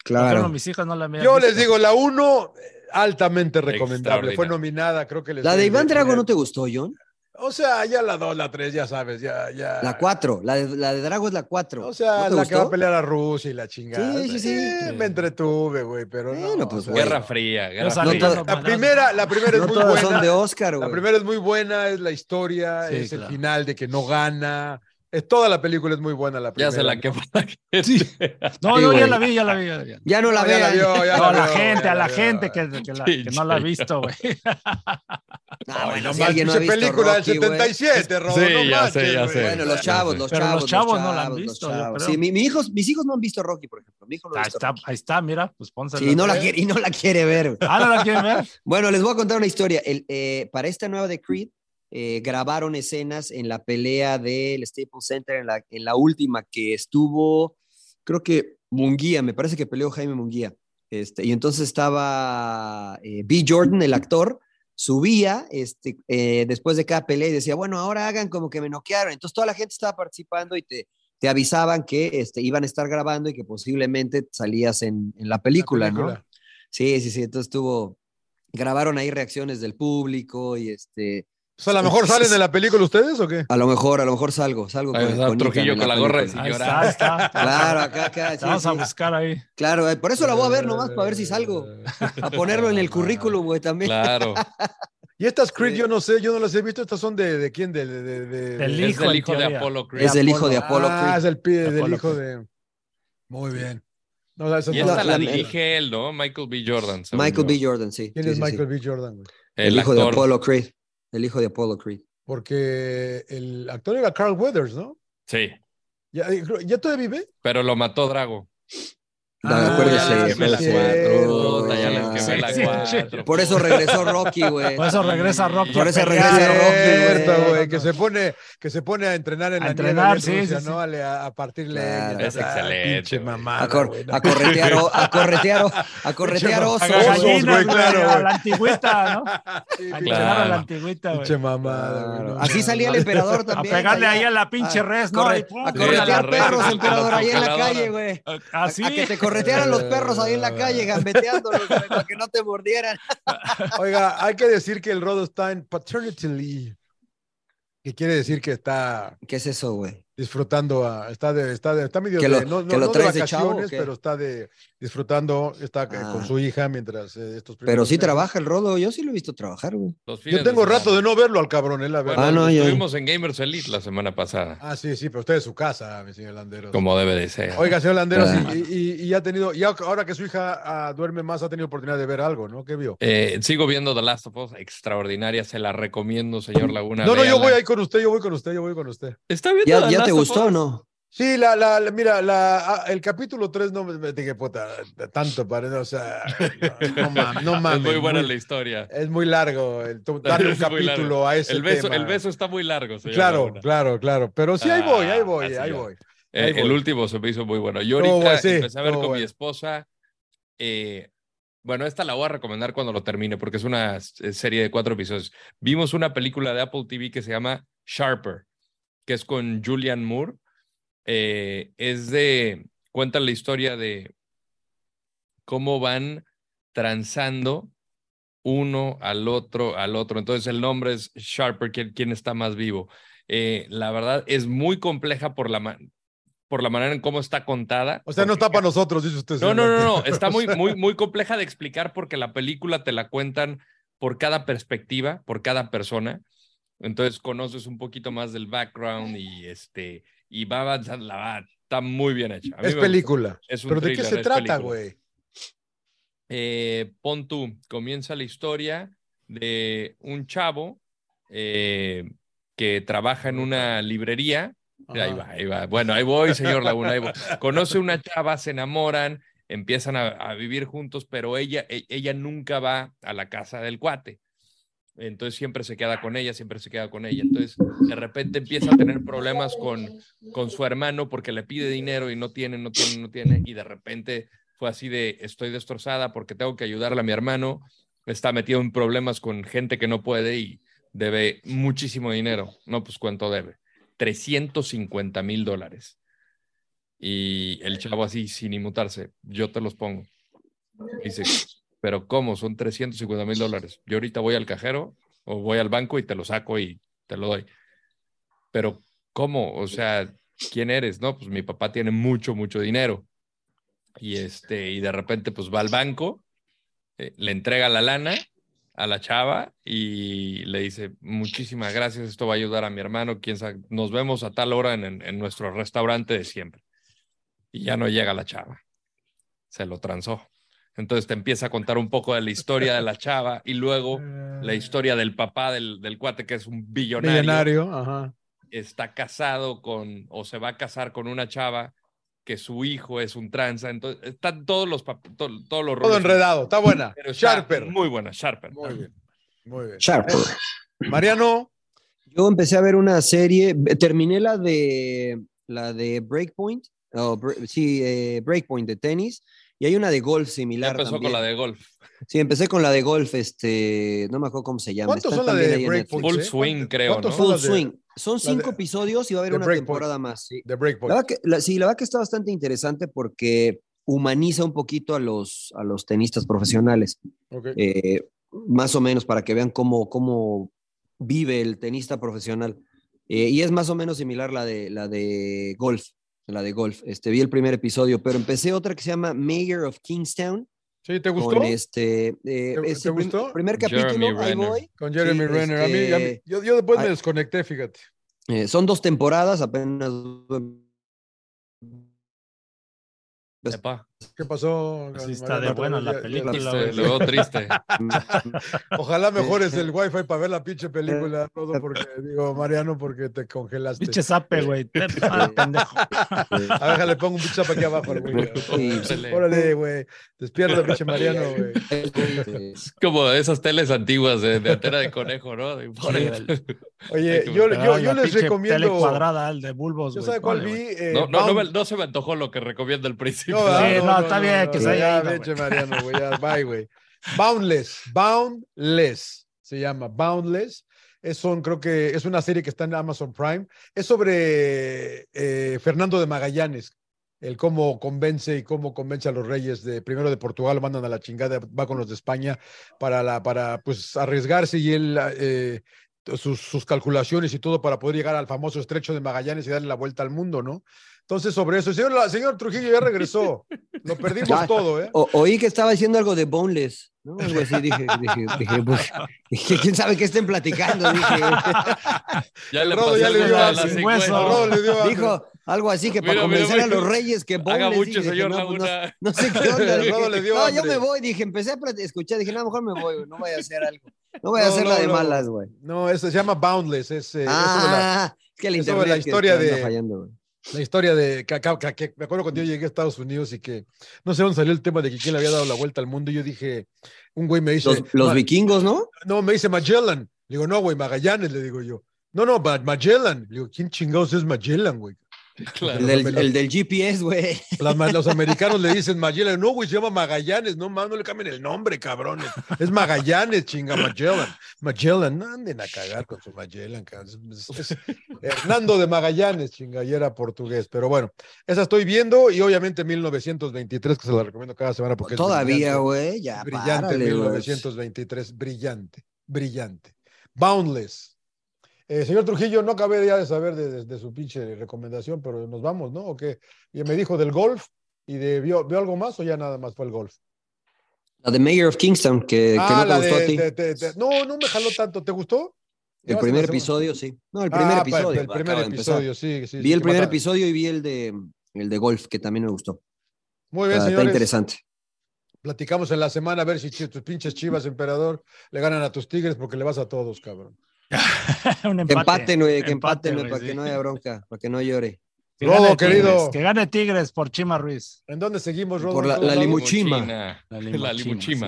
S3: por ejemplo, mis hijas no la vean.
S1: Yo les digo, la 1 altamente recomendable. Fue
S2: Extraordinario.
S1: nominada, creo que les
S4: La de Iván Drago no
S1: te
S4: te gustó, John.
S1: O sea, ya la 2, la 3, ya sabes, ya ya.
S4: La 4, la de, la de Drago es la 4.
S1: O sea,
S4: ¿No te
S1: la que va a
S4: gustó?
S1: pelear a Rusia y la chingada.
S4: Sí, sí, sí.
S1: Eh, me entretuve, güey, pero no.
S4: Bueno, pues,
S1: o sea,
S4: güey.
S2: Guerra fría, guerra
S3: salí
S2: fría.
S4: No
S3: con
S4: todo-
S3: los
S1: La
S3: madrazos.
S1: primera, la primera es
S4: no
S1: muy
S4: todas son de
S1: buena.
S4: Oscar,
S1: La
S4: güey.
S1: primera es muy buena, es la historia,
S3: Sí,
S1: es el
S3: claro.
S1: final de que no gana. Es, toda la película es muy buena la
S2: Ya
S1: primera.
S2: se la quemó la gente.
S3: No,
S4: Sí,
S3: no, ya
S4: güey.
S3: la vi, ya la vi. ya la vi.
S4: Ya no la
S1: No, ya la
S4: vean.
S1: vio, ya
S3: No, a la
S1: vio,
S3: gente,
S1: ya
S3: a la
S1: vio.
S3: gente que, que la- que no la ha visto, güey.
S4: Ah, bueno,
S1: Nomás
S4: si alguien no ha
S1: pinche
S4: visto
S1: película
S4: Rocky,
S1: del
S4: güey.
S1: 77, Rodo,
S2: Sí,
S1: no
S2: ya
S1: manches,
S2: sé, ya
S1: güey.
S2: sé.
S4: Bueno, los
S2: Ya
S4: chavos,
S2: sé.
S4: los
S3: Pero los
S4: chavos.
S3: chavos no la han
S4: chavos, los
S3: visto, yo
S4: chavos.
S3: creo.
S4: Sí, mi, mi hijos, mis hijos no han visto Rocky, por ejemplo. Mi hijo no ha
S3: Ahí
S4: visto
S3: está,
S4: Rocky.
S3: ahí está, mira, pues pónsela.
S4: Sí, no la quiere, y no la quiere ver. güey.
S3: Ah, ¿no la quieren ver?
S4: Bueno, les voy a contar una historia. El, eh, para esta nueva de Creed, eh, grabaron escenas en la pelea del Staples Center, en la, en la última que estuvo, creo que Munguía, me parece que peleó Jaime Munguía. Este, y entonces estaba eh, B. Jordan, el actor, subía este, eh, después de cada pelea y decía, bueno, ahora hagan como que me noquearon. Entonces toda la gente estaba participando y te, te avisaban que este, iban a estar grabando y que posiblemente salías en, en la, película, ¿no?
S1: película.
S4: Sí, sí, sí. Entonces tuvo, grabaron ahí reacciones del público y este,
S1: O sea, a lo mejor salen de la película ustedes o qué?
S4: a lo mejor, a lo mejor salgo, salgo
S2: Ahí está
S4: Ican
S2: Trujillo
S4: en
S2: con la gorra de
S4: película.
S3: Ahí
S2: llorar.
S3: está, ahí está.
S4: Claro, acá, acá,
S3: Te
S4: sí,
S3: vamos a
S4: sí.
S3: buscar ahí.
S4: Claro, eh, por eso la voy a ver nomás, para ver si salgo. A ponerlo en el currículum, güey, también.
S2: Claro.
S1: Y estas Creed,
S4: Sí.
S1: yo no sé, yo no las he visto. Estas son de, de quién? De, de, de- de-
S3: Del
S1: de-
S2: es
S3: hijo,
S2: del
S3: en
S2: hijo de
S3: teoría.
S2: Apolo Creed.
S4: Es el hijo de Apolo
S1: Ah, es
S4: Creed.
S1: el pibe del
S3: Apolo
S1: hijo
S3: Creed.
S1: de. Muy bien. No, la- esas
S2: Y
S1: no
S2: esta
S1: las-
S2: la,
S4: la-
S2: dirige él, ¿no? Michael B. Jordan. según
S4: Michael B.
S2: yo.
S4: Jordan, sí.
S1: ¿Quién
S4: sí,
S1: es
S4: sí, sí.
S1: Michael B. Jordan? güey?
S4: El, hijo de
S2: actor.
S4: Apollo Creed. El hijo de Apollo Creed.
S1: Porque el actor era Carl Weathers, ¿no?
S2: Sí,
S1: ¿Ya, eh, ya todavía vive?
S2: pero lo mató Drago.
S4: No,
S1: Ah,
S4: acuérdese,
S2: ya les quemé la
S1: sí,
S2: cuatro.
S1: cierto.
S2: puta, ya les quemé
S3: Sí, sí,
S2: la
S3: sí.
S2: cuatro.
S4: Por eso regresó Rocky, güey.
S3: Por eso regresa Rocky. eh,
S4: Por
S3: a
S4: eso
S3: pelear.
S4: regresa Rocky,
S1: Cierto,
S4: güey.
S1: güey, que se pone, que se pone a entrenar en
S3: A
S1: la nieve
S3: entrenar,
S1: en
S3: sí,
S1: Rusia,
S3: sí,
S1: ¿no? A, le- a partirle.
S4: Claro.
S1: leña.
S2: Es
S1: Ah,
S2: excelente,
S1: Pinche
S2: güey.
S1: mamá.
S4: A, cor- a corretear, o- a corretear, o- a corretear
S1: Pinche
S3: A
S4: osos.
S1: Osos,
S3: gallinas,
S1: güey,
S3: güey,
S1: claro,
S3: a
S1: güey.
S3: la antigüita, ¿no? A entrenar a
S2: Claro.
S3: la antigüita, güey.
S1: Pinche mamada, güey.
S4: Claro.
S1: no
S4: Así
S1: mames.
S4: salía el emperador
S3: A
S4: también.
S3: pegarle
S4: allá.
S3: ahí a la pinche
S4: a-
S3: res, ¿no?
S4: Corre-
S3: Ahí, pum,
S4: a
S2: Sí,
S4: corretear
S2: a la res,
S4: perros,
S2: a la
S4: emperador, ahí en la Ah,
S2: congeladora.
S4: calle, güey. A,
S3: Así.
S4: a que te corretearan los perros ahí en la calle, gambeteándolos, güey, para que no te mordieran.
S1: Oiga, hay que decir que el Rodo está en paternity leave, que quiere decir que está
S4: ¿Qué es eso, güey?
S1: disfrutando, a- está de, está de, está medio
S4: ¿Que lo-
S1: de, no, no-
S4: que lo
S1: no
S4: traes
S1: de
S4: de chavo o
S1: vacaciones,
S4: qué?
S1: pero está de disfrutando, está eh,
S4: Ah.
S1: con su hija mientras eh, estos
S4: Pero
S1: primeros
S4: sí
S1: meses.
S4: trabaja el rodo, yo sí lo he visto trabajar, güey.
S2: Los fines
S1: Yo tengo
S2: semana.
S1: rato de no verlo al cabrón, eh, la verdad.
S2: Bueno,
S4: Ah, no, yo-
S2: estuvimos en Gamers Elite la semana pasada,
S1: Ah, sí, sí, pero usted es su casa, mi señor Landeros.
S2: como debe de ser.
S1: Oiga, señor Landeros,
S4: Ah.
S1: y, y- y ha tenido, y ahora que su hija ah, duerme más, ha tenido oportunidad de ver algo, ¿no? ¿Qué vio?
S2: Eh, sigo viendo The Last of Us, extraordinaria, se la recomiendo, señor Laguna.
S1: no, no, yo
S2: véala.
S1: voy ahí con usted, yo voy con usted, yo voy con usted.
S2: ¿Está viendo
S4: ¿Ya,
S2: The
S4: ya te
S2: Last of
S4: gustó o
S2: Us?
S4: no?
S1: Sí, la, la, la- mira, la, ah, el capítulo 3 no me, me dije, puta, tanto parece, o sea, no, no mames, no mames.
S2: es muy buena
S1: muy-
S2: la historia.
S1: es muy largo el, to- darle un
S2: Es muy largo.
S1: capítulo a ese
S2: El beso,
S1: tema.
S2: el beso está muy largo, señor
S1: Claro,
S2: Laguna.
S1: claro, claro, pero sí, ahí voy, ahí
S2: Ah,
S1: voy,
S2: así
S1: ahí
S2: ya.
S1: voy.
S2: Eh,
S1: Ahí voy.
S2: el último se me hizo muy bueno. Yo
S1: Estuvo
S2: ahorita
S1: bueno, sí,
S2: empecé a ver
S1: estuvo
S2: con mi
S1: bueno.
S2: esposa. eh, bueno, esta la voy a recomendar cuando lo termine porque es una s- eh, serie de cuatro episodios. Vimos una película de Apple TV que se llama Sharper, que es con Julian Moore. Eh, es de, cuenta la historia de cómo van transando uno al otro, al otro. Entonces el nombre es Sharper, quién, quién está más vivo. Eh, la verdad es muy compleja por la, ma- por la manera en cómo está contada.
S1: O sea, no
S2: porque
S1: está para nosotros, dice usted.
S2: no,
S1: señor
S2: no, no,
S1: Landeros.
S2: no. Está muy, muy, muy compleja de explicar porque la película te la cuentan por cada perspectiva, por cada persona. Entonces conoces un poquito más del background y este y va avanzando. La va, está muy bien hecha. A mí
S1: Es
S2: me gustó.
S1: película.
S2: Es un
S1: ¿Pero de qué
S2: thriller,
S1: se
S2: es
S1: trata,
S2: película.
S1: güey?
S2: Eh, pon tú, comienza la historia de un chavo eh, que trabaja en una librería. Ahí
S1: Ajá.
S2: va, ahí va. Bueno, ahí voy, señor Laguna. Ahí voy. Conoce una chava, se enamoran, empiezan a, a vivir juntos, pero ella, e- ella nunca va a la casa del cuate. Entonces siempre se queda con ella, siempre se queda con ella. Entonces de repente empieza a tener problemas con, con su hermano porque le pide dinero y no tiene, no tiene, no tiene. Y de repente fue así de estoy destrozada porque tengo que ayudarle a mi hermano. Está metido en problemas con gente que no puede y debe muchísimo dinero. No, pues cuánto debe. 350 mil dólares. Y el chavo así, sin inmutarse, yo te los pongo. Dice, pero ¿cómo? Son 350 mil dólares. Yo ahorita voy al cajero o voy al banco y te lo saco y te lo doy. Pero ¿cómo? O sea, ¿quién eres? No, pues mi papá tiene mucho, mucho dinero. Y, este, y de repente pues va al banco, eh, le entrega la lana a la chava y le dice, muchísimas gracias, esto va a ayudar a mi hermano, quién sabe, nos vemos a tal hora en, en- en nuestro restaurante de siempre. Y ya no llega la chava, se lo transó. Entonces te empieza a contar un poco de la historia de la chava y luego
S3: Eh,
S2: la historia del papá del, del cuate que es un billonario
S1: Millonario, ajá.
S2: está casado con o se va a casar con una chava que su hijo es un tranza. Entonces, están todos los pap- to- todos
S1: Todo
S2: los roles.
S1: enredado, está buena.
S2: Pero está
S1: Sharper.
S2: Muy buena, Sharper.
S1: Muy bien. Muy bien.
S4: Sharp.
S1: Mariano,
S4: Yo empecé a ver una serie, eh, terminé la de la de Breakpoint, o Bre- sí, eh, Breakpoint de tenis, Y hay una de golf
S2: Ya
S4: similar.
S2: empezó
S4: también.
S2: con la de golf.
S4: Sí, empecé con la de golf, este, no me acuerdo cómo se llama.
S1: ¿Cuántos
S4: Está
S1: son la
S4: también ahí
S1: de
S4: en
S1: Breakpoint?
S4: Netflix.
S2: Full
S1: eh?
S2: Swing,
S1: ¿Cuántos-
S2: creo,
S1: ¿Cuántos
S2: ¿no?
S1: son
S4: Full
S1: las de-
S4: Swing. Son
S1: de-
S4: cinco episodios y va a haber
S1: de
S4: una
S1: Breakpoint.
S4: temporada más. sí.
S1: de
S4: La
S1: Breakpoint?
S4: verdad que, la- sí, la verdad que está bastante interesante porque humaniza un poquito a los, a los tenistas profesionales.
S1: Ok.
S4: eh, más o menos para que vean cómo, cómo vive el tenista profesional. Eh, y es más o menos similar la de, la de golf, la de golf. Este, vi el primer episodio, pero empecé otra que se llama Mayor of Kingstown.
S1: ¿Sí? ¿Te gustó?
S4: Con este, eh, es
S1: te
S4: el prim-
S1: gustó?
S4: primer
S2: Jeremy
S4: capítulo, ahí
S2: Renner.
S4: voy.
S1: Con Jeremy
S4: Sí,
S1: Renner. A mí- a mí,
S4: este,
S1: yo, yo después me
S4: ay.
S1: desconecté, fíjate.
S4: Eh, son dos temporadas, apenas... Pues-
S2: Epa,
S1: ¿Qué pasó?
S3: Así Pues está
S1: María
S3: de
S1: Marta?
S3: buena la
S1: Ya- ya
S3: película.
S2: triste,
S3: güey.
S2: lo veo triste.
S1: Ojalá mejores el wifi para ver la pinche
S3: Eh,
S1: película, Rodo, porque digo, Mariano, porque te congelaste.
S3: Pinche zape, güey. Te- ah, pendejo.
S1: A ver, déjale, pongo un pinche zapa aquí abajo al güey.
S4: Sí.
S2: Órale.
S1: Órale, güey. Despierta, pinche Mariano, güey.
S4: Este,
S2: Es como esas teles antiguas de, de antena de conejo, ¿no? De- Hay
S1: Oye,
S2: que
S1: yo,
S3: Ah,
S1: yo, yo
S3: la
S1: les
S3: pinche Tele
S1: recomiendo.
S3: cuadrada, el de bulbos,
S1: Yo
S3: güey.
S1: sabe cuál
S3: Vale,
S1: vi.
S3: güey.
S1: Eh,
S2: No, no, no, me-
S1: Bound-
S2: no se me antojó lo que recomienda el principio.
S1: No, ¿verdad?
S3: Sí, no, está bien, que se haya
S1: ya,
S3: ido, güey.
S1: pinche Mariano, güey. Ya, bye, güey. Boundless. Boundless se llama. Boundless. Es un, creo que es una serie que está en Amazon Prime. Es sobre eh, Fernando de Magallanes, el cómo convence y cómo convence a los reyes de primero de Portugal, lo mandan a la chingada, va con los de España para, la, para pues, arriesgarse y él eh, sus, sus calculaciones y todo para poder llegar al famoso estrecho de Magallanes y darle la vuelta al mundo, ¿no? Entonces, sobre eso, señor, la- señor Trujillo ya regresó. Lo perdimos
S4: Ya.
S1: todo, ¿eh?
S4: o- oí que estaba diciendo algo de boneless, ¿no? Algo así, dije, dije, dije, pues, dije, quién sabe qué estén platicando, dije.
S2: Ya le
S1: Rodo
S2: pasé
S1: ya le dio
S2: el dedo a
S1: la
S2: la
S1: sin
S2: cincuenta.
S3: hueso.
S1: No, le dio hambre.
S4: Dijo algo así que para
S2: Mira, mira,
S4: convencer a
S2: güey,
S4: los reyes que boneless.
S2: Haga
S4: dije,
S2: mucho, señor
S4: no, pues, no,
S2: Laguna.
S4: no sé qué onda.
S1: El
S4: dije,
S1: Rodo le dio
S4: no, yo
S1: hambre".
S4: me voy, dije, empecé a plat- escuchar, dije, no, a lo mejor me voy, güey, no voy a hacer algo. No voy a
S1: No,
S4: hacer la
S1: no,
S4: de
S1: no.
S4: malas, güey.
S1: No, eso se llama Boundless. Es, eh, es sobre la,
S4: Ah, es que el
S1: es sobre
S4: internet
S1: la
S4: que
S1: historia
S4: anda
S1: de-
S4: fallando, güey.
S1: la historia de. Que, acá- que- que me acuerdo cuando yo llegué a Estados Unidos y que no sé dónde salió el tema de que quién le había dado la vuelta al mundo. Y yo dije, un güey me dice.
S4: Los, los
S1: "Ma-
S4: vikingos, ¿no?
S1: No, me dice Magellan. Le digo, no, güey, Magallanes, le digo yo. No, no, Ma- Magellan. Le digo, ¿quién chingados es Magellan, güey?
S2: Claro.
S4: El del, el del GPS, güey.
S1: Las ma- los americanos le dicen Magellan, no, güey, se llama Magallanes, no mames, no le cambien el nombre, cabrones. Es Magallanes, chinga, Magellan. Magellan, no anden a cagar con su Magellan, cabrón. Es- es- es Hernando de Magallanes, chinga, y era portugués. Pero bueno, esa estoy viendo y obviamente 1923, que se la recomiendo cada semana porque es
S4: Todavía,
S1: brillante.
S4: güey, ya.
S1: Brillante
S4: párale, güey.
S1: 1923, brillante, brillante. Boundless. Eh, señor Trujillo, no acabé ya de saber de, de- de su pinche recomendación, pero nos vamos, ¿no? ¿O qué? Y me dijo del golf y de ¿vio, vio algo más o ya nada más fue el golf.
S4: La de Mayor of Kingston, que, que no te
S1: Ah, la
S4: gustó
S1: de-
S4: a ti.
S1: de- de- de- no, no me jaló tanto. ¿Te gustó?
S4: el
S1: no,
S4: primer
S1: se me hace-
S4: episodio, sí. No, el primer
S1: Ah, pa-
S4: episodio.
S1: El
S4: acaba
S1: primer
S4: de empezar.
S1: episodio, sí, sí.
S4: Vi
S1: sí,
S4: el
S1: que
S4: primer
S1: mata-
S4: episodio y vi el de, el de golf, que también me gustó.
S1: Muy bien,
S4: Ah, Está, está
S1: señores.
S4: interesante.
S1: Platicamos en la semana a ver si chi- tus pinches chivas, emperador, le ganan a tus tigres porque le vas a todos, cabrón.
S3: Un
S4: Que
S3: empate.
S4: empaten, güey, que
S3: Empate,
S4: empaten, güey,
S3: güey,
S4: para
S3: sí.
S4: que no haya bronca, para que no llore.
S3: Que gane
S1: Rodo,
S3: Tigres,
S1: querido.
S3: Que gane Tigres por Chima Ruiz.
S1: ¿En dónde seguimos, Rodo?
S4: Por la-
S1: ¿En todos
S4: la
S1: lados?
S4: limu- Limuchima.
S2: La limuchima.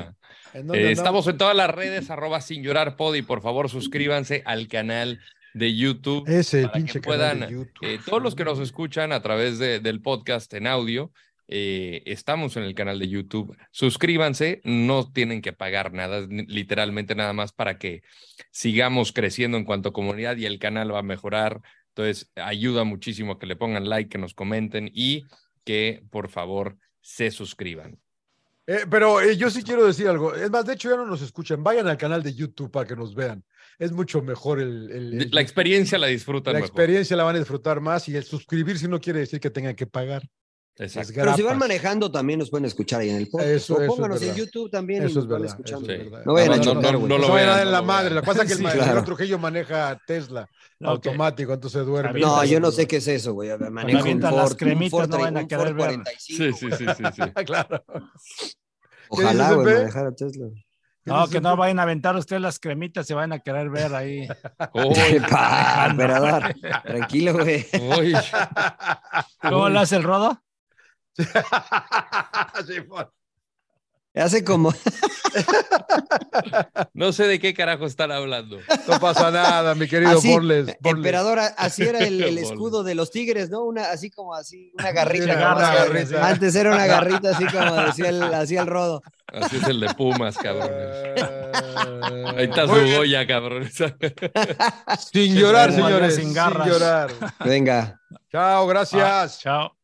S1: ¿En
S2: Eh,
S1: dónde andamos?
S2: estamos en todas las redes, arroba sin llorar pod, y por favor suscríbanse al canal de YouTube.
S4: Eh.
S1: Ese
S2: para que
S1: pinche
S2: puedan,
S1: canal de YouTube.
S2: Eh, todos los que nos escuchan a través de- del podcast en audio, eh, estamos en el canal de YouTube. Suscríbanse, no tienen que pagar nada, es ni- literalmente nada más para que sigamos creciendo en cuanto a comunidad y el canal va a mejorar. Entonces, ayuda muchísimo que le pongan like, que nos comenten y que por favor se suscriban.
S1: Eh, pero eh, yo sí quiero decir algo. Es más, de hecho ya no nos escuchan. Vayan al canal de YouTube para que nos vean. Es mucho mejor el... el- el-
S2: La experiencia la disfrutan
S1: la
S2: mejor.
S1: experiencia la van a disfrutar más y el suscribirse no quiere decir que tengan que pagar.
S2: Exacto.
S1: Es
S4: Pero si
S1: gratis.
S4: van manejando también nos pueden escuchar ahí en el podcast.
S1: Eso-
S4: O
S1: eso es
S4: pónganos en
S1: verdad.
S4: YouTube también y
S1: Eso es
S4: nos van
S1: verdad. eso
S4: escuchando.
S1: es
S2: Sí.
S1: verdad.
S4: No vayan
S1: No,
S4: a
S1: no,
S4: chocar,
S1: no,
S4: güey.
S1: no
S2: lo
S1: se vayan a
S2: vean,
S1: dar en
S2: no
S1: la
S2: lo
S1: madre.
S2: vean.
S1: La cosa es que el
S3: Sí,
S1: maestro
S4: claro.
S1: Trujillo maneja Tesla
S3: Ok.
S1: automático, entonces duerme.
S3: Avienta-
S4: No, yo no sé qué es eso, güey. Manejo un
S1: avientan
S3: las
S4: Ford, un
S3: cremitas,
S4: Ford,
S3: no van a
S4: un
S3: querer
S4: Ford
S3: ver.
S4: 45.
S2: Sí, sí, sí, sí, sí.
S1: claro.
S4: Ojalá,
S1: dices,
S4: güey,
S1: Pepe?
S4: manejar a Tesla.
S3: No, que no vayan a aventar ustedes las cremitas, se van a querer ver ahí.
S2: Uy,
S4: Pa, emperador, tranquilo, güey.
S2: uy.
S3: ¿Cómo lo hace el rodo?
S1: pues, Sí, por-
S4: Hace como,
S2: No sé de qué carajo están hablando.
S1: No pasa nada, mi querido
S4: Así, eh,
S1: Borles. Borles.
S4: emperador, a- así era el, el
S2: Bolas.
S4: escudo de los tigres, ¿no? Una, así como así, una
S1: Una
S4: garrita. como
S1: garra,
S4: hacía-
S1: garrita.
S4: Antes era una garrita, así como decía el, hacía el rodo.
S2: Así es el de Pumas, cabrones.
S1: Ah,
S2: Ahí está su
S1: muy bien.
S2: Goya, cabrón.
S1: Sin llorar,
S3: Sin
S1: señores.
S3: sin
S1: Sin
S3: garras.
S1: llorar.
S4: Venga.
S1: Chao, gracias.
S3: Chao.